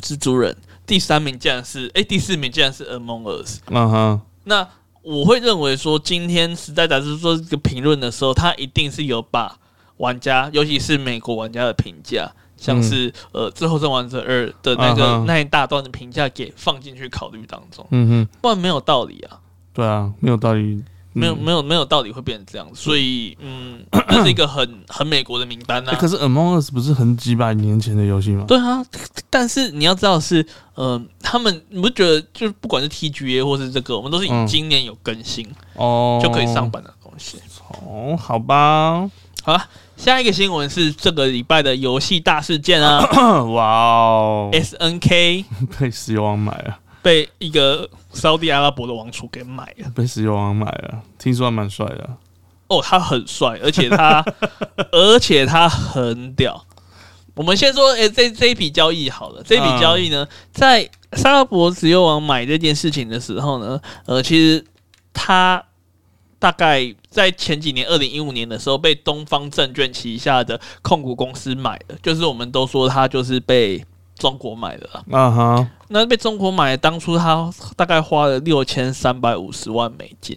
[SPEAKER 2] 蜘蛛人，第三名竟然是哎、第四名竟然是 Among Us。
[SPEAKER 1] 嗯哼，
[SPEAKER 2] 那我会认为说，今天时代杂志做这个评论的时候，它一定是有把玩家，尤其是美国玩家的评价，像是、呃《最后生还者二》的那个、
[SPEAKER 1] 啊哈
[SPEAKER 2] 那一大段的评价给放进去考虑当中，
[SPEAKER 1] 嗯哼，
[SPEAKER 2] 不然没有道理啊，
[SPEAKER 1] 对啊，没有道理，
[SPEAKER 2] 没有、
[SPEAKER 1] 嗯
[SPEAKER 2] 没有没有道理会变成这样，所以嗯，这是一个很很美国的名单呐、啊
[SPEAKER 1] 欸可是 Among Us 不是很几百年前的游戏吗？
[SPEAKER 2] 对啊，但是你要知道是，呃，他们你不觉得就是不管是 TGA 或是这个，我们都是以
[SPEAKER 1] 嗯
[SPEAKER 2] 今年有更新、
[SPEAKER 1] 哦，
[SPEAKER 2] 就可以上。版的东西。
[SPEAKER 1] 哦，好吧，
[SPEAKER 2] 好了，下一个新闻是这个礼拜的游戏大事件 啊
[SPEAKER 1] 哇哦，
[SPEAKER 2] ，SNK
[SPEAKER 1] 被石油王买了，
[SPEAKER 2] 被一个沙地阿拉伯的王储给买了。
[SPEAKER 1] 被石油王买了，听说还蛮帅的。
[SPEAKER 2] 哦，他很帅，而且他而且他很屌。我们先说，诶、这这一笔交易好了。这笔交易呢，在沙拉伯石油王买这件事情的时候呢，呃，其实他大概在前几年，二零一五年的时候，被东方证券旗下的控股公司买的，就是我们都说他就是被中国买的啦。
[SPEAKER 1] 啊哈，
[SPEAKER 2] 那被中国买，当初他大概花了六千三百五十万美金，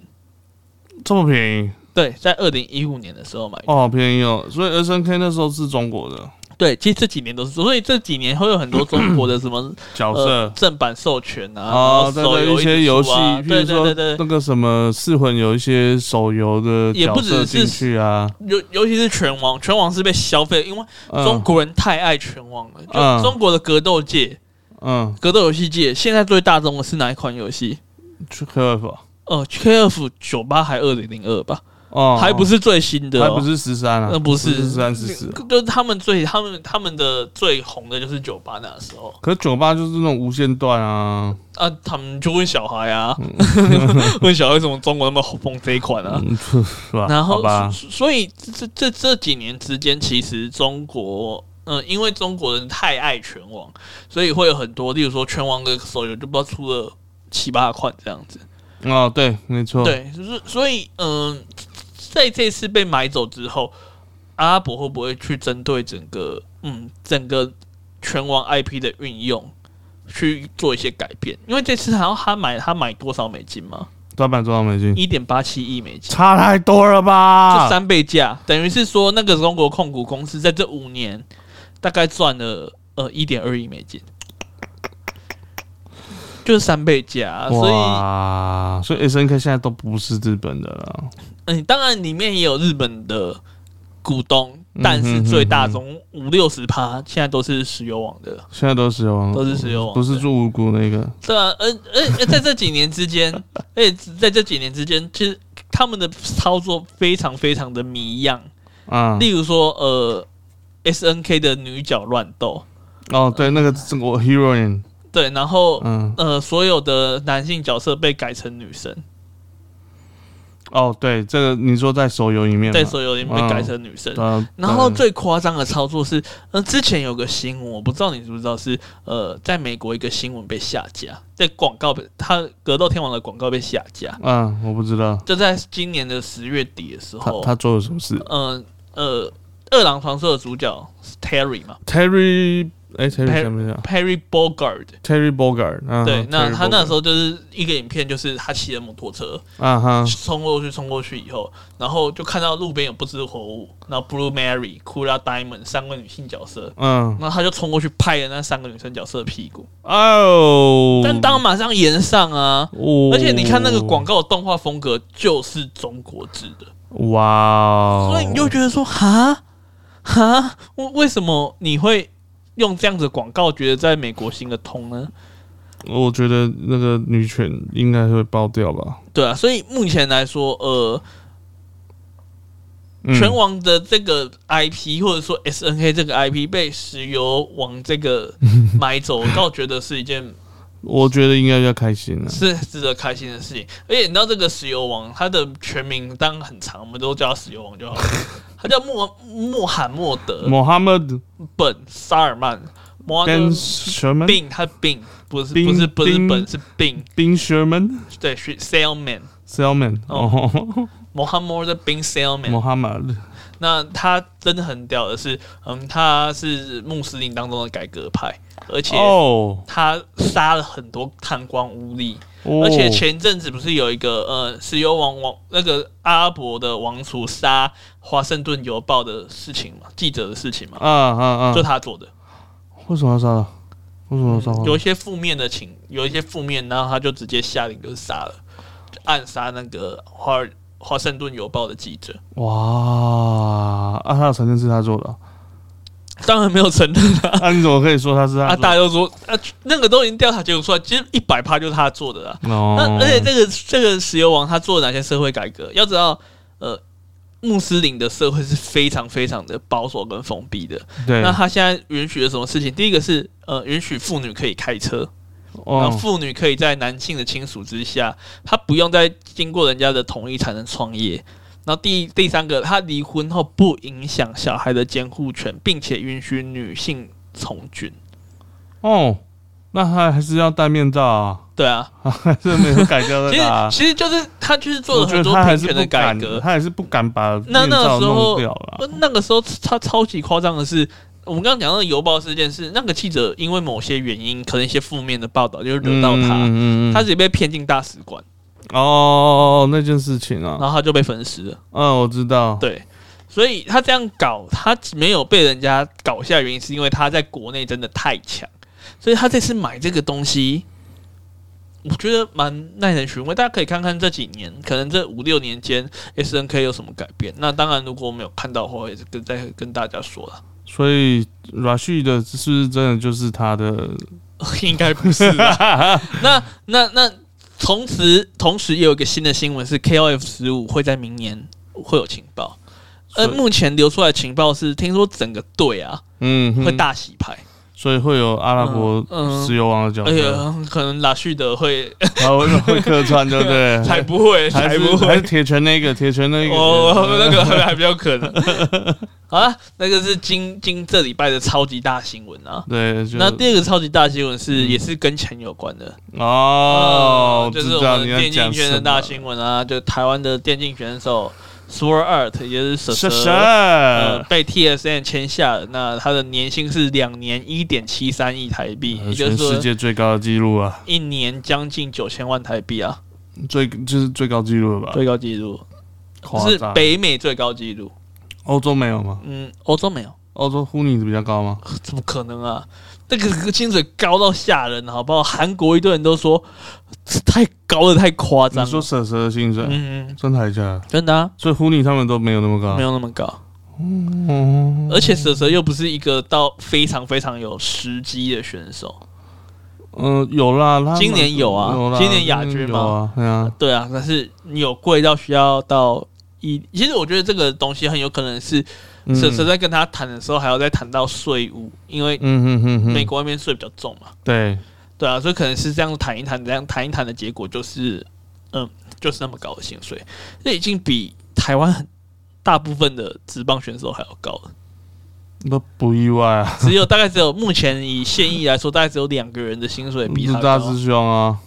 [SPEAKER 1] 这么便宜，
[SPEAKER 2] 对，在二零一五年的时候买的。
[SPEAKER 1] 哦，好便宜哦。所以 S N K 那时候是中国的
[SPEAKER 2] 对，其实这几年都是，所以这几年会有很多中国的 什么
[SPEAKER 1] 角
[SPEAKER 2] 呃
[SPEAKER 1] 色。
[SPEAKER 2] 正版授权啊，
[SPEAKER 1] 哦，
[SPEAKER 2] 然
[SPEAKER 1] 对
[SPEAKER 2] 后手
[SPEAKER 1] 对，
[SPEAKER 2] 游
[SPEAKER 1] 一些游
[SPEAKER 2] 游
[SPEAKER 1] 戏，譬
[SPEAKER 2] 啊对
[SPEAKER 1] 如
[SPEAKER 2] 对
[SPEAKER 1] 说
[SPEAKER 2] 对对，
[SPEAKER 1] 那个什么噬魂，有一些手游的
[SPEAKER 2] 也
[SPEAKER 1] 角
[SPEAKER 2] 不
[SPEAKER 1] 色
[SPEAKER 2] 只是
[SPEAKER 1] 进去啊。
[SPEAKER 2] 尤尤其是拳王，拳王是被消费，因为
[SPEAKER 1] 嗯
[SPEAKER 2] 中国人太爱拳王了，
[SPEAKER 1] 嗯
[SPEAKER 2] 就中国的格斗界、
[SPEAKER 1] 嗯
[SPEAKER 2] 格斗游戏界，现在最大众的是哪一款游戏？
[SPEAKER 1] 嗯去 Q F
[SPEAKER 2] 呃，KF 九八还二零零二吧，
[SPEAKER 1] 哦，
[SPEAKER 2] 还不是最新的、
[SPEAKER 1] 还
[SPEAKER 2] 哦，
[SPEAKER 1] 不是十三啊，
[SPEAKER 2] 那不是
[SPEAKER 1] 十三十四。
[SPEAKER 2] 就是他们最他们他们的最红的就是九八那时候。
[SPEAKER 1] 可是酒吧就是那种无线段啊，
[SPEAKER 2] 啊，他们就问小孩啊， 问小孩为什么中国那么红这一款啊？
[SPEAKER 1] 嗯，是吧？
[SPEAKER 2] 然后
[SPEAKER 1] 好，吧，
[SPEAKER 2] 所所以这这这几年之间，其实中国，嗯，因为中国人太爱拳王，所以会有很多，例如说拳王的手游就不知道出了七八款这样子。
[SPEAKER 1] 哦，对，没错，，
[SPEAKER 2] 对，就是所以，嗯，在这次被买走之后，阿拉伯会不会去针对整个，嗯，整个拳王 IP 的运用去做一些改变？因为这次好像他买他买多少美金吗？
[SPEAKER 1] 多少多少美金？
[SPEAKER 2] 一点八七亿美金，
[SPEAKER 1] 差啊太多了吧？
[SPEAKER 2] 就三倍价，等于是说那个中国控股公司在这五年大概赚了呃一点二亿美金，就是三倍价，啊所以。
[SPEAKER 1] 哇，所以 S N K 现在都不是日本的了，
[SPEAKER 2] 嗯，当然里面也有日本的股东，
[SPEAKER 1] 嗯
[SPEAKER 2] 但是
[SPEAKER 1] 哼
[SPEAKER 2] 最
[SPEAKER 1] 哼
[SPEAKER 2] 大
[SPEAKER 1] 哼
[SPEAKER 2] 宗五六十趴现在都是石油网的。
[SPEAKER 1] 现在都是石油王，
[SPEAKER 2] 都是石油王
[SPEAKER 1] 嗯不是住五谷那个，
[SPEAKER 2] 对啊，而而而在这几年 之间，而且在这几年之间，其实他们的操作非常非常的迷样。
[SPEAKER 1] 啊，
[SPEAKER 2] 例如说，呃，S N K 的女角乱斗，
[SPEAKER 1] 哦，对，那个这个我 heroine，
[SPEAKER 2] 对，然后
[SPEAKER 1] 嗯，
[SPEAKER 2] 呃，所有的男性角色被改成女生，
[SPEAKER 1] 哦，对，这个你说在手游里面嘛，
[SPEAKER 2] 在所有里面被改
[SPEAKER 1] 嗯
[SPEAKER 2] 成女生。
[SPEAKER 1] 对，
[SPEAKER 2] 然后
[SPEAKER 1] 对
[SPEAKER 2] 最夸张的操作是，呃，之前有个新闻，我不知道你知不知道是，呃，在美国一个新闻被下架，在广告被他格斗天王的广告被下架，
[SPEAKER 1] 嗯，我不知道
[SPEAKER 2] 就在今年的十月底的时
[SPEAKER 1] 他
[SPEAKER 2] 候，
[SPEAKER 1] 他做了什么事
[SPEAKER 2] 嗯呃饿狼传说的主角是 Terry 嘛
[SPEAKER 1] ，Terry，哎，Terry
[SPEAKER 2] Perry-
[SPEAKER 1] 什么呀
[SPEAKER 2] ，Terry Bogard，、
[SPEAKER 1] ？Terry Bogard，嗯
[SPEAKER 2] 对，那
[SPEAKER 1] Terry
[SPEAKER 2] 他那
[SPEAKER 1] Bogard
[SPEAKER 2] 时候就是一个影片，就是他骑着摩托车
[SPEAKER 1] 啊哈，
[SPEAKER 2] 冲过去，冲过去以后，然后就看到路边有不知火舞，然后 Blue Mary、Kula Diamond 三位女性角色，
[SPEAKER 1] 嗯，
[SPEAKER 2] 然后他就冲过去拍了那三个女生角色的屁股，
[SPEAKER 1] 哦，
[SPEAKER 2] 但当马上延上啊！
[SPEAKER 1] 哦
[SPEAKER 2] 而且你看那个广，告的动画风格就是中国制的，
[SPEAKER 1] 哇哦，
[SPEAKER 2] 所以你就觉得说，哈哈，为为什么你会用这样子的广告，觉得在美国行得通呢？
[SPEAKER 1] 我觉得那个女权应该会爆掉吧。
[SPEAKER 2] 对啊，所以目前来说，呃，
[SPEAKER 1] 嗯
[SPEAKER 2] 拳王的这个 IP 或者说 SNK 这个 IP 被石油王这个买走，我倒觉得是一件
[SPEAKER 1] 我觉得应该要开心啊了。
[SPEAKER 2] 是值得开心的事情。而且你知道这个石油王，他的全名当然很长，我们都叫他石油王就好 了。他叫穆穆罕默德
[SPEAKER 1] Mohammed
[SPEAKER 2] 本萨尔曼
[SPEAKER 1] Ben
[SPEAKER 2] ，Mohammed
[SPEAKER 1] Sherman，
[SPEAKER 2] bin 他bin 不是
[SPEAKER 1] 宾
[SPEAKER 2] 不是不是
[SPEAKER 1] 宾
[SPEAKER 2] 本是 bin
[SPEAKER 1] Ben Sherman
[SPEAKER 2] 对是 Salman
[SPEAKER 1] Salman，哦
[SPEAKER 2] Mohammed bin Salman。
[SPEAKER 1] ，Mohammed，
[SPEAKER 2] 那他真的很屌的是，嗯，他是穆斯林当中的改革派，而且
[SPEAKER 1] 哦，
[SPEAKER 2] 他杀了很多贪官污吏，
[SPEAKER 1] 哦
[SPEAKER 2] 而且前阵子不是有一个呃，石油王王那个阿拉伯的王储杀《华盛顿邮报》的事情嘛，记者的事情嘛，
[SPEAKER 1] 啊啊啊嗯
[SPEAKER 2] 就！他做的。
[SPEAKER 1] 为什么要杀他？为什么要杀他？
[SPEAKER 2] 嗯有一些负面的情，有一些负面，然后他就直接下令就是杀了，就暗杀那个华尔华盛顿邮报的记者。
[SPEAKER 1] 哇！啊，他有承认是他做 的啊、
[SPEAKER 2] 当然没有承认啊，
[SPEAKER 1] 啊，你怎么可以说他是
[SPEAKER 2] 啊
[SPEAKER 1] 他做
[SPEAKER 2] 大
[SPEAKER 1] 的？
[SPEAKER 2] 家都说啊，那个都已经调查结果出来，其实一百趴就是他做的啊啦。
[SPEAKER 1] 哦
[SPEAKER 2] 那而且这个这个石油王他做了哪些社会改革？要知道，呃，穆斯林的社会是非常非常的保守跟封闭的。
[SPEAKER 1] 对，
[SPEAKER 2] 那他现在允许了什么事情？第一个是呃，允许妇女可以开车，然后
[SPEAKER 1] 哦
[SPEAKER 2] 妇女可以在男性的亲属之下，她不用再经过人家的同意才能创业。然后第第三个，她离婚后不影响小孩的监护权，并且允许女性从军。
[SPEAKER 1] 哦，那他还是要戴面罩啊，
[SPEAKER 2] 对啊，
[SPEAKER 1] 还是没有改掉
[SPEAKER 2] 其
[SPEAKER 1] 的
[SPEAKER 2] 实
[SPEAKER 1] 啦。
[SPEAKER 2] 其实就是她就是做
[SPEAKER 1] 我
[SPEAKER 2] 了
[SPEAKER 1] 觉得
[SPEAKER 2] 很多
[SPEAKER 1] 他还
[SPEAKER 2] 平
[SPEAKER 1] 是
[SPEAKER 2] 权
[SPEAKER 1] 不
[SPEAKER 2] 的改
[SPEAKER 1] 敢，
[SPEAKER 2] 革。
[SPEAKER 1] 他还是不敢把
[SPEAKER 2] 那
[SPEAKER 1] 面
[SPEAKER 2] 那
[SPEAKER 1] 罩
[SPEAKER 2] 时
[SPEAKER 1] 弄
[SPEAKER 2] 候
[SPEAKER 1] 掉啊了。
[SPEAKER 2] 那个时候她超级夸张的是，我们刚刚讲到的邮报事件是那个记者因为某些原因，可能一些负面的报道就惹到
[SPEAKER 1] 嗯
[SPEAKER 2] 他，
[SPEAKER 1] 嗯嗯嗯
[SPEAKER 2] 他直接被骗进大使馆，
[SPEAKER 1] 哦哦哦那件事情啊，
[SPEAKER 2] 然后他就被分尸了。
[SPEAKER 1] 嗯，我知道，
[SPEAKER 2] 对，所以他这样搞，他没有被人家搞下，原因是因为他在国内真的太强，所以他这次买这个东西，我觉得蛮耐人寻味。大家可以看看这几年，可能这五六年间 S N K 有什么改变。那当然，如果我没有看到的话，也是跟再跟大家说了，
[SPEAKER 1] 所以 Rush 的是不是真的就是他的？
[SPEAKER 2] 应该不是啦。 那那那，同时同时也有一个新的新闻是 K O F 十五会在明年会有情报。呃，
[SPEAKER 1] 所以
[SPEAKER 2] 目前流出来的情报是，听说整个队啊，
[SPEAKER 1] 嗯，
[SPEAKER 2] 会
[SPEAKER 1] 嗯，
[SPEAKER 2] 大洗牌，
[SPEAKER 1] 所以会有阿拉伯
[SPEAKER 2] 嗯嗯
[SPEAKER 1] 石油王的角
[SPEAKER 2] 而且
[SPEAKER 1] 色，
[SPEAKER 2] 可能拉旭德会
[SPEAKER 1] 他会会客串，对不对？
[SPEAKER 2] 才不会，
[SPEAKER 1] 嗯还
[SPEAKER 2] 才
[SPEAKER 1] 是
[SPEAKER 2] 不
[SPEAKER 1] 还是
[SPEAKER 2] 会，
[SPEAKER 1] 铁拳那个，铁拳那个，
[SPEAKER 2] 哦，那个还比较可能。 好啦，那个是今今这礼拜的超级大新闻啊。
[SPEAKER 1] 对，就
[SPEAKER 2] 那第二个超级大新闻是，
[SPEAKER 1] 嗯
[SPEAKER 2] 也是跟钱有关的
[SPEAKER 1] 哦，我
[SPEAKER 2] 嗯就
[SPEAKER 1] 知
[SPEAKER 2] 是我
[SPEAKER 1] 道
[SPEAKER 2] 们
[SPEAKER 1] 你要
[SPEAKER 2] 电竞
[SPEAKER 1] 讲
[SPEAKER 2] 圈的
[SPEAKER 1] 什
[SPEAKER 2] 大
[SPEAKER 1] 么
[SPEAKER 2] 新闻啊，就台湾的电竞选手 Sword Art 也就是蛇
[SPEAKER 1] 是
[SPEAKER 2] 蛇
[SPEAKER 1] 谁？
[SPEAKER 2] 呃，被 TSN 签下了，那他的年薪是两年一点七三亿台币，也就是
[SPEAKER 1] 呃全
[SPEAKER 2] 说
[SPEAKER 1] 世界最高的纪录啊，
[SPEAKER 2] 一年将近九千万台币啊，
[SPEAKER 1] 最就是最高纪录了吧？
[SPEAKER 2] 最高纪录
[SPEAKER 1] 啊夸
[SPEAKER 2] 是
[SPEAKER 1] 张
[SPEAKER 2] 北美最高纪录。
[SPEAKER 1] 欧洲没有吗？
[SPEAKER 2] 嗯，欧洲没有，
[SPEAKER 1] 欧洲呼尼比较高吗？
[SPEAKER 2] 怎么可能啊？那个薪水高到吓人，好不好？韩国一堆人都说这太高了，太夸张
[SPEAKER 1] 你
[SPEAKER 2] 了
[SPEAKER 1] 说。蛇蛇的薪水，
[SPEAKER 2] 嗯，
[SPEAKER 1] 真的还假的？
[SPEAKER 2] 真的啊，
[SPEAKER 1] 所以呼尼他们都没有那么高，
[SPEAKER 2] 没有那么高。
[SPEAKER 1] 哦，
[SPEAKER 2] 而且蛇蛇又不是一个到非常非常有时机的选手，
[SPEAKER 1] 嗯，有啦，他
[SPEAKER 2] 今年有啊
[SPEAKER 1] 有啦
[SPEAKER 2] 今年亚军
[SPEAKER 1] 有
[SPEAKER 2] 嘛
[SPEAKER 1] 啊，对啊，
[SPEAKER 2] 对啊，但是你有贵到需要到一，其实我觉得这个东西很有可能是
[SPEAKER 1] 嗯
[SPEAKER 2] 蛇蛇在跟他谈的时候，还要再谈到税务，因为
[SPEAKER 1] 嗯嗯嗯嗯，
[SPEAKER 2] 美国那边税比较重嘛。
[SPEAKER 1] 对，
[SPEAKER 2] 对啊，所以可能是这样谈一谈，这样谈一谈的结果就是，嗯，就是那么高的薪水，这已经比台湾很大部分的职棒选手还要高了。
[SPEAKER 1] 都不意外啊，
[SPEAKER 2] 只有大概只有目前以现役来说，大概只有两个人的薪水比
[SPEAKER 1] 是
[SPEAKER 2] 他
[SPEAKER 1] 嗯大
[SPEAKER 2] 高。
[SPEAKER 1] 师兄啊，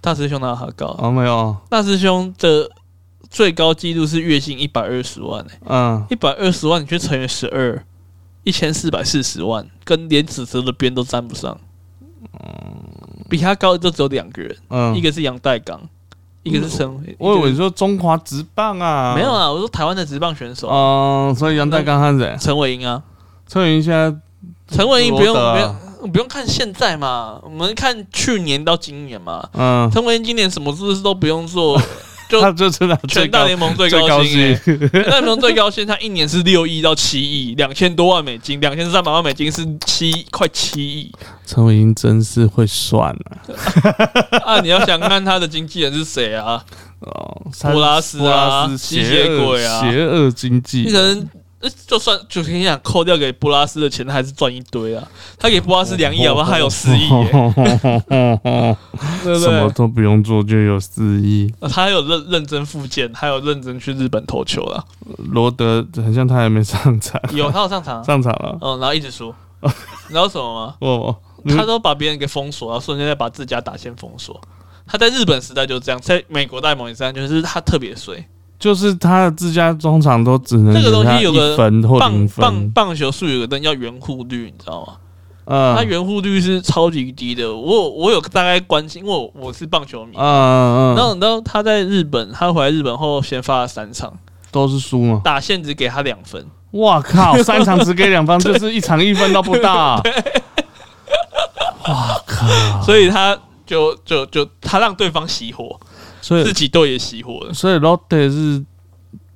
[SPEAKER 2] 大师兄那还高，
[SPEAKER 1] 啊没有，
[SPEAKER 2] 大师兄的最高纪录是月薪一百二十万、欸，
[SPEAKER 1] 嗯，
[SPEAKER 2] 一百二十万你去乘以十二，一千四百四十万，跟连指责的边都沾不上。比他高的就只有两个人。
[SPEAKER 1] 嗯
[SPEAKER 2] 一，个是杨代刚，一个是陈伟。
[SPEAKER 1] 我以为
[SPEAKER 2] 一
[SPEAKER 1] 你
[SPEAKER 2] 个
[SPEAKER 1] 说中华职棒啊，
[SPEAKER 2] 没有啊，我说台湾的职棒选手啊
[SPEAKER 1] 嗯，所以杨代刚和谁？
[SPEAKER 2] 陈伟英啊，
[SPEAKER 1] 车云现在
[SPEAKER 2] 陈伟英不
[SPEAKER 1] 罗
[SPEAKER 2] 用
[SPEAKER 1] 德
[SPEAKER 2] 不
[SPEAKER 1] 啊
[SPEAKER 2] 用不用看现在嘛，我们看去年到今年嘛，
[SPEAKER 1] 嗯，
[SPEAKER 2] 陈伟英今年什么事都不用做，就
[SPEAKER 1] 他就真的 最
[SPEAKER 2] 全大
[SPEAKER 1] 高
[SPEAKER 2] 联盟最
[SPEAKER 1] 最
[SPEAKER 2] 高
[SPEAKER 1] 高
[SPEAKER 2] 薪、欸
[SPEAKER 1] 薪，，
[SPEAKER 2] 全大联盟最高薪，他一年是六亿到七亿，两千多万美金，两千三百万美金是七快七亿
[SPEAKER 1] 陈伟霆真是会算啊，
[SPEAKER 2] 啊！你要想看他的经纪人是谁啊？
[SPEAKER 1] 哦，
[SPEAKER 2] 博拉斯啊
[SPEAKER 1] 博拉斯邪
[SPEAKER 2] 吸血
[SPEAKER 1] 恶
[SPEAKER 2] 鬼啊
[SPEAKER 1] 邪恶经济
[SPEAKER 2] 你 可，能呃就算就跟你讲，扣掉给布拉斯的钱，他还是赚一堆啊。他给布拉斯两亿，
[SPEAKER 1] 哦
[SPEAKER 2] 好不好？他有四亿耶，对不
[SPEAKER 1] 什么
[SPEAKER 2] 对？
[SPEAKER 1] 都不用做就有四亿。
[SPEAKER 2] 他还有认认真复健，还有认真去日本投球了。
[SPEAKER 1] 罗德很像他还没上场，
[SPEAKER 2] 有他有上场啊，
[SPEAKER 1] 上场了，
[SPEAKER 2] 嗯，然后一直输。你知道什么吗？
[SPEAKER 1] 哦，你
[SPEAKER 2] 他都把别人给封锁，然后瞬间再把自家打线封锁。他在日本时代就是这样，在美国大联盟也是这样，就是他特别衰。
[SPEAKER 1] 就是他的自家中场都只能
[SPEAKER 2] 这个
[SPEAKER 1] 给
[SPEAKER 2] 东西
[SPEAKER 1] 他
[SPEAKER 2] 有个
[SPEAKER 1] 一分或
[SPEAKER 2] 棒
[SPEAKER 1] 零
[SPEAKER 2] 棒
[SPEAKER 1] 分，
[SPEAKER 2] 棒球术语有个灯叫圆弧率，你知道吗？
[SPEAKER 1] 嗯，
[SPEAKER 2] 他圆弧率是超级低的。我有我有大概关心，因为我我是棒球迷。
[SPEAKER 1] 嗯嗯，
[SPEAKER 2] 然后，然后他在日本，他回来日本后先发了三场，
[SPEAKER 1] 都是输嘛。
[SPEAKER 2] 打线只给他两分，
[SPEAKER 1] 哇靠，三场只给 两分，就是一场一分都不到。哇靠！
[SPEAKER 2] 所以他就就就他让对方熄火，
[SPEAKER 1] 所
[SPEAKER 2] 自
[SPEAKER 1] 以
[SPEAKER 2] 己队也熄火了。
[SPEAKER 1] 所以 Lotte 是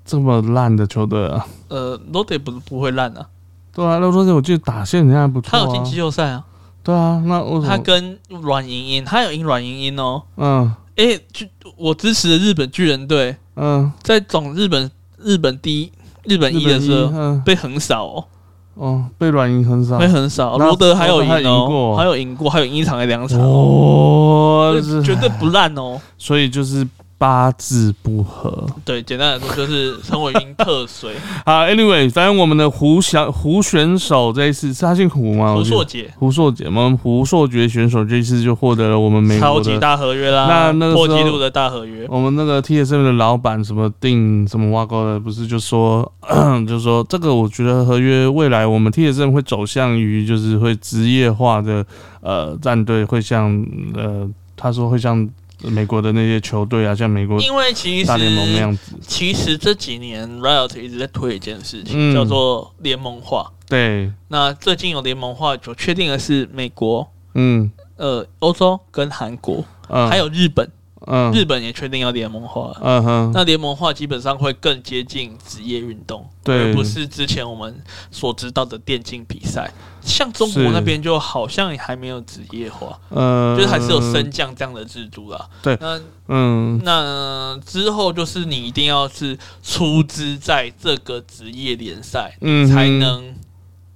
[SPEAKER 1] 这么烂的球队啊？
[SPEAKER 2] 呃，Lotte 不不会烂啊，
[SPEAKER 1] 对啊，Lotte 我记得打线人家还不错
[SPEAKER 2] 他有进
[SPEAKER 1] 啊。
[SPEAKER 2] 季后赛啊，
[SPEAKER 1] 对啊，那为什
[SPEAKER 2] 他
[SPEAKER 1] 么？
[SPEAKER 2] 跟阮莹莹，他有赢阮莹莹哦。
[SPEAKER 1] 嗯
[SPEAKER 2] 诶、巨我支持的日本巨人队
[SPEAKER 1] 嗯，
[SPEAKER 2] 在总日本日本第一日本一的时
[SPEAKER 1] 日本一
[SPEAKER 2] 候
[SPEAKER 1] 嗯
[SPEAKER 2] 被横扫哦。
[SPEAKER 1] 哦，被软银很少
[SPEAKER 2] 会。很少。
[SPEAKER 1] 那
[SPEAKER 2] 哦罗德还有
[SPEAKER 1] 罗
[SPEAKER 2] 赢
[SPEAKER 1] 德还赢
[SPEAKER 2] 哦，
[SPEAKER 1] 过
[SPEAKER 2] 还有赢过，还有赢一场还两场，哦
[SPEAKER 1] 哦
[SPEAKER 2] 这，绝对不烂哦。
[SPEAKER 1] 所以就是八字不合。对
[SPEAKER 2] 对，简单来说就是陈伟霆 特水，
[SPEAKER 1] 好，Anyway，反正我们的胡小胡选手这一次是他姓胡吗？
[SPEAKER 2] 胡
[SPEAKER 1] 我记得
[SPEAKER 2] 硕杰
[SPEAKER 1] 胡硕杰，我们胡硕杰选手这一次就获得了我们美
[SPEAKER 2] 超
[SPEAKER 1] 国
[SPEAKER 2] 级
[SPEAKER 1] 的，
[SPEAKER 2] 大合约啦，
[SPEAKER 1] 那那个时候
[SPEAKER 2] 破纪录的大合约，
[SPEAKER 1] 我们那个 TSM 的老板什么定什么挖沟的，不是就说 就说这个，我觉得合约未来我们 TSM 会走向于就是会职业化的呃战队，会像呃他说会像美国的那些球队啊，像美国
[SPEAKER 2] 因为其
[SPEAKER 1] 大联盟那
[SPEAKER 2] 实
[SPEAKER 1] 样子，
[SPEAKER 2] 其实这几年 Riot 一直在推一件事情，
[SPEAKER 1] 嗯
[SPEAKER 2] 叫做联盟化。
[SPEAKER 1] 对，
[SPEAKER 2] 那最近有联盟化，就确定的是美国、
[SPEAKER 1] 嗯
[SPEAKER 2] 呃欧洲跟韩国，
[SPEAKER 1] 嗯，
[SPEAKER 2] 还有日本，
[SPEAKER 1] 嗯
[SPEAKER 2] 日本也确定要联盟化了。
[SPEAKER 1] 嗯哼，
[SPEAKER 2] 那联盟化基本上会更接近职业运动，
[SPEAKER 1] 对
[SPEAKER 2] 而不是之前我们所知道的电竞比赛。像中国
[SPEAKER 1] 是
[SPEAKER 2] 那边就好像也还没有职业化，
[SPEAKER 1] 呃，
[SPEAKER 2] 就是还是有升降这样的制度啦。
[SPEAKER 1] 对
[SPEAKER 2] 那
[SPEAKER 1] 嗯
[SPEAKER 2] 那之后就是你一定要是出资在这个职业联赛，
[SPEAKER 1] 嗯哼
[SPEAKER 2] 才能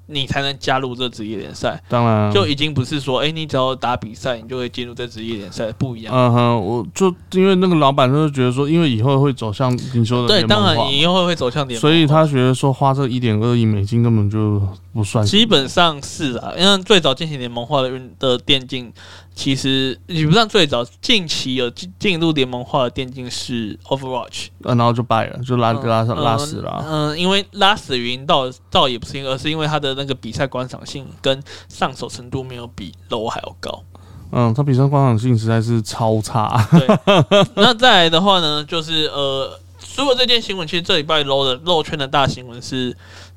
[SPEAKER 2] 你才能加入这职业联赛，
[SPEAKER 1] 当然
[SPEAKER 2] 就已经不是说哎、诶你只要打比赛，你就会进入这职业联赛，不一样。
[SPEAKER 1] 嗯哼，我就因为那个老板就是觉得说，因为以后会走向你说的
[SPEAKER 2] 对，
[SPEAKER 1] 联盟
[SPEAKER 2] 当
[SPEAKER 1] 化嘛
[SPEAKER 2] 然以后会走向联盟化，
[SPEAKER 1] 所以他觉得说花这一点二亿美金根本就不算什么
[SPEAKER 2] 基本上是啊，因为最早进行联盟化的运的电竞，其实也不算最早，近期有进进入联盟化的电竞是 Overwatch，
[SPEAKER 1] 呃，然后就败了，就拉
[SPEAKER 2] 嗯
[SPEAKER 1] 拉上拉
[SPEAKER 2] 嗯
[SPEAKER 1] 死了啊。
[SPEAKER 2] 嗯，因为拉死原因倒倒也不是因为，而是因为它的那个比赛观赏性跟上手程度没有比 LO 还要高。
[SPEAKER 1] 嗯，他比赛观赏性实在是超差。
[SPEAKER 2] 对， 那再来的话呢，就是呃，除了这件新闻，其实这礼拜 LO 的 LO 圈的大新闻是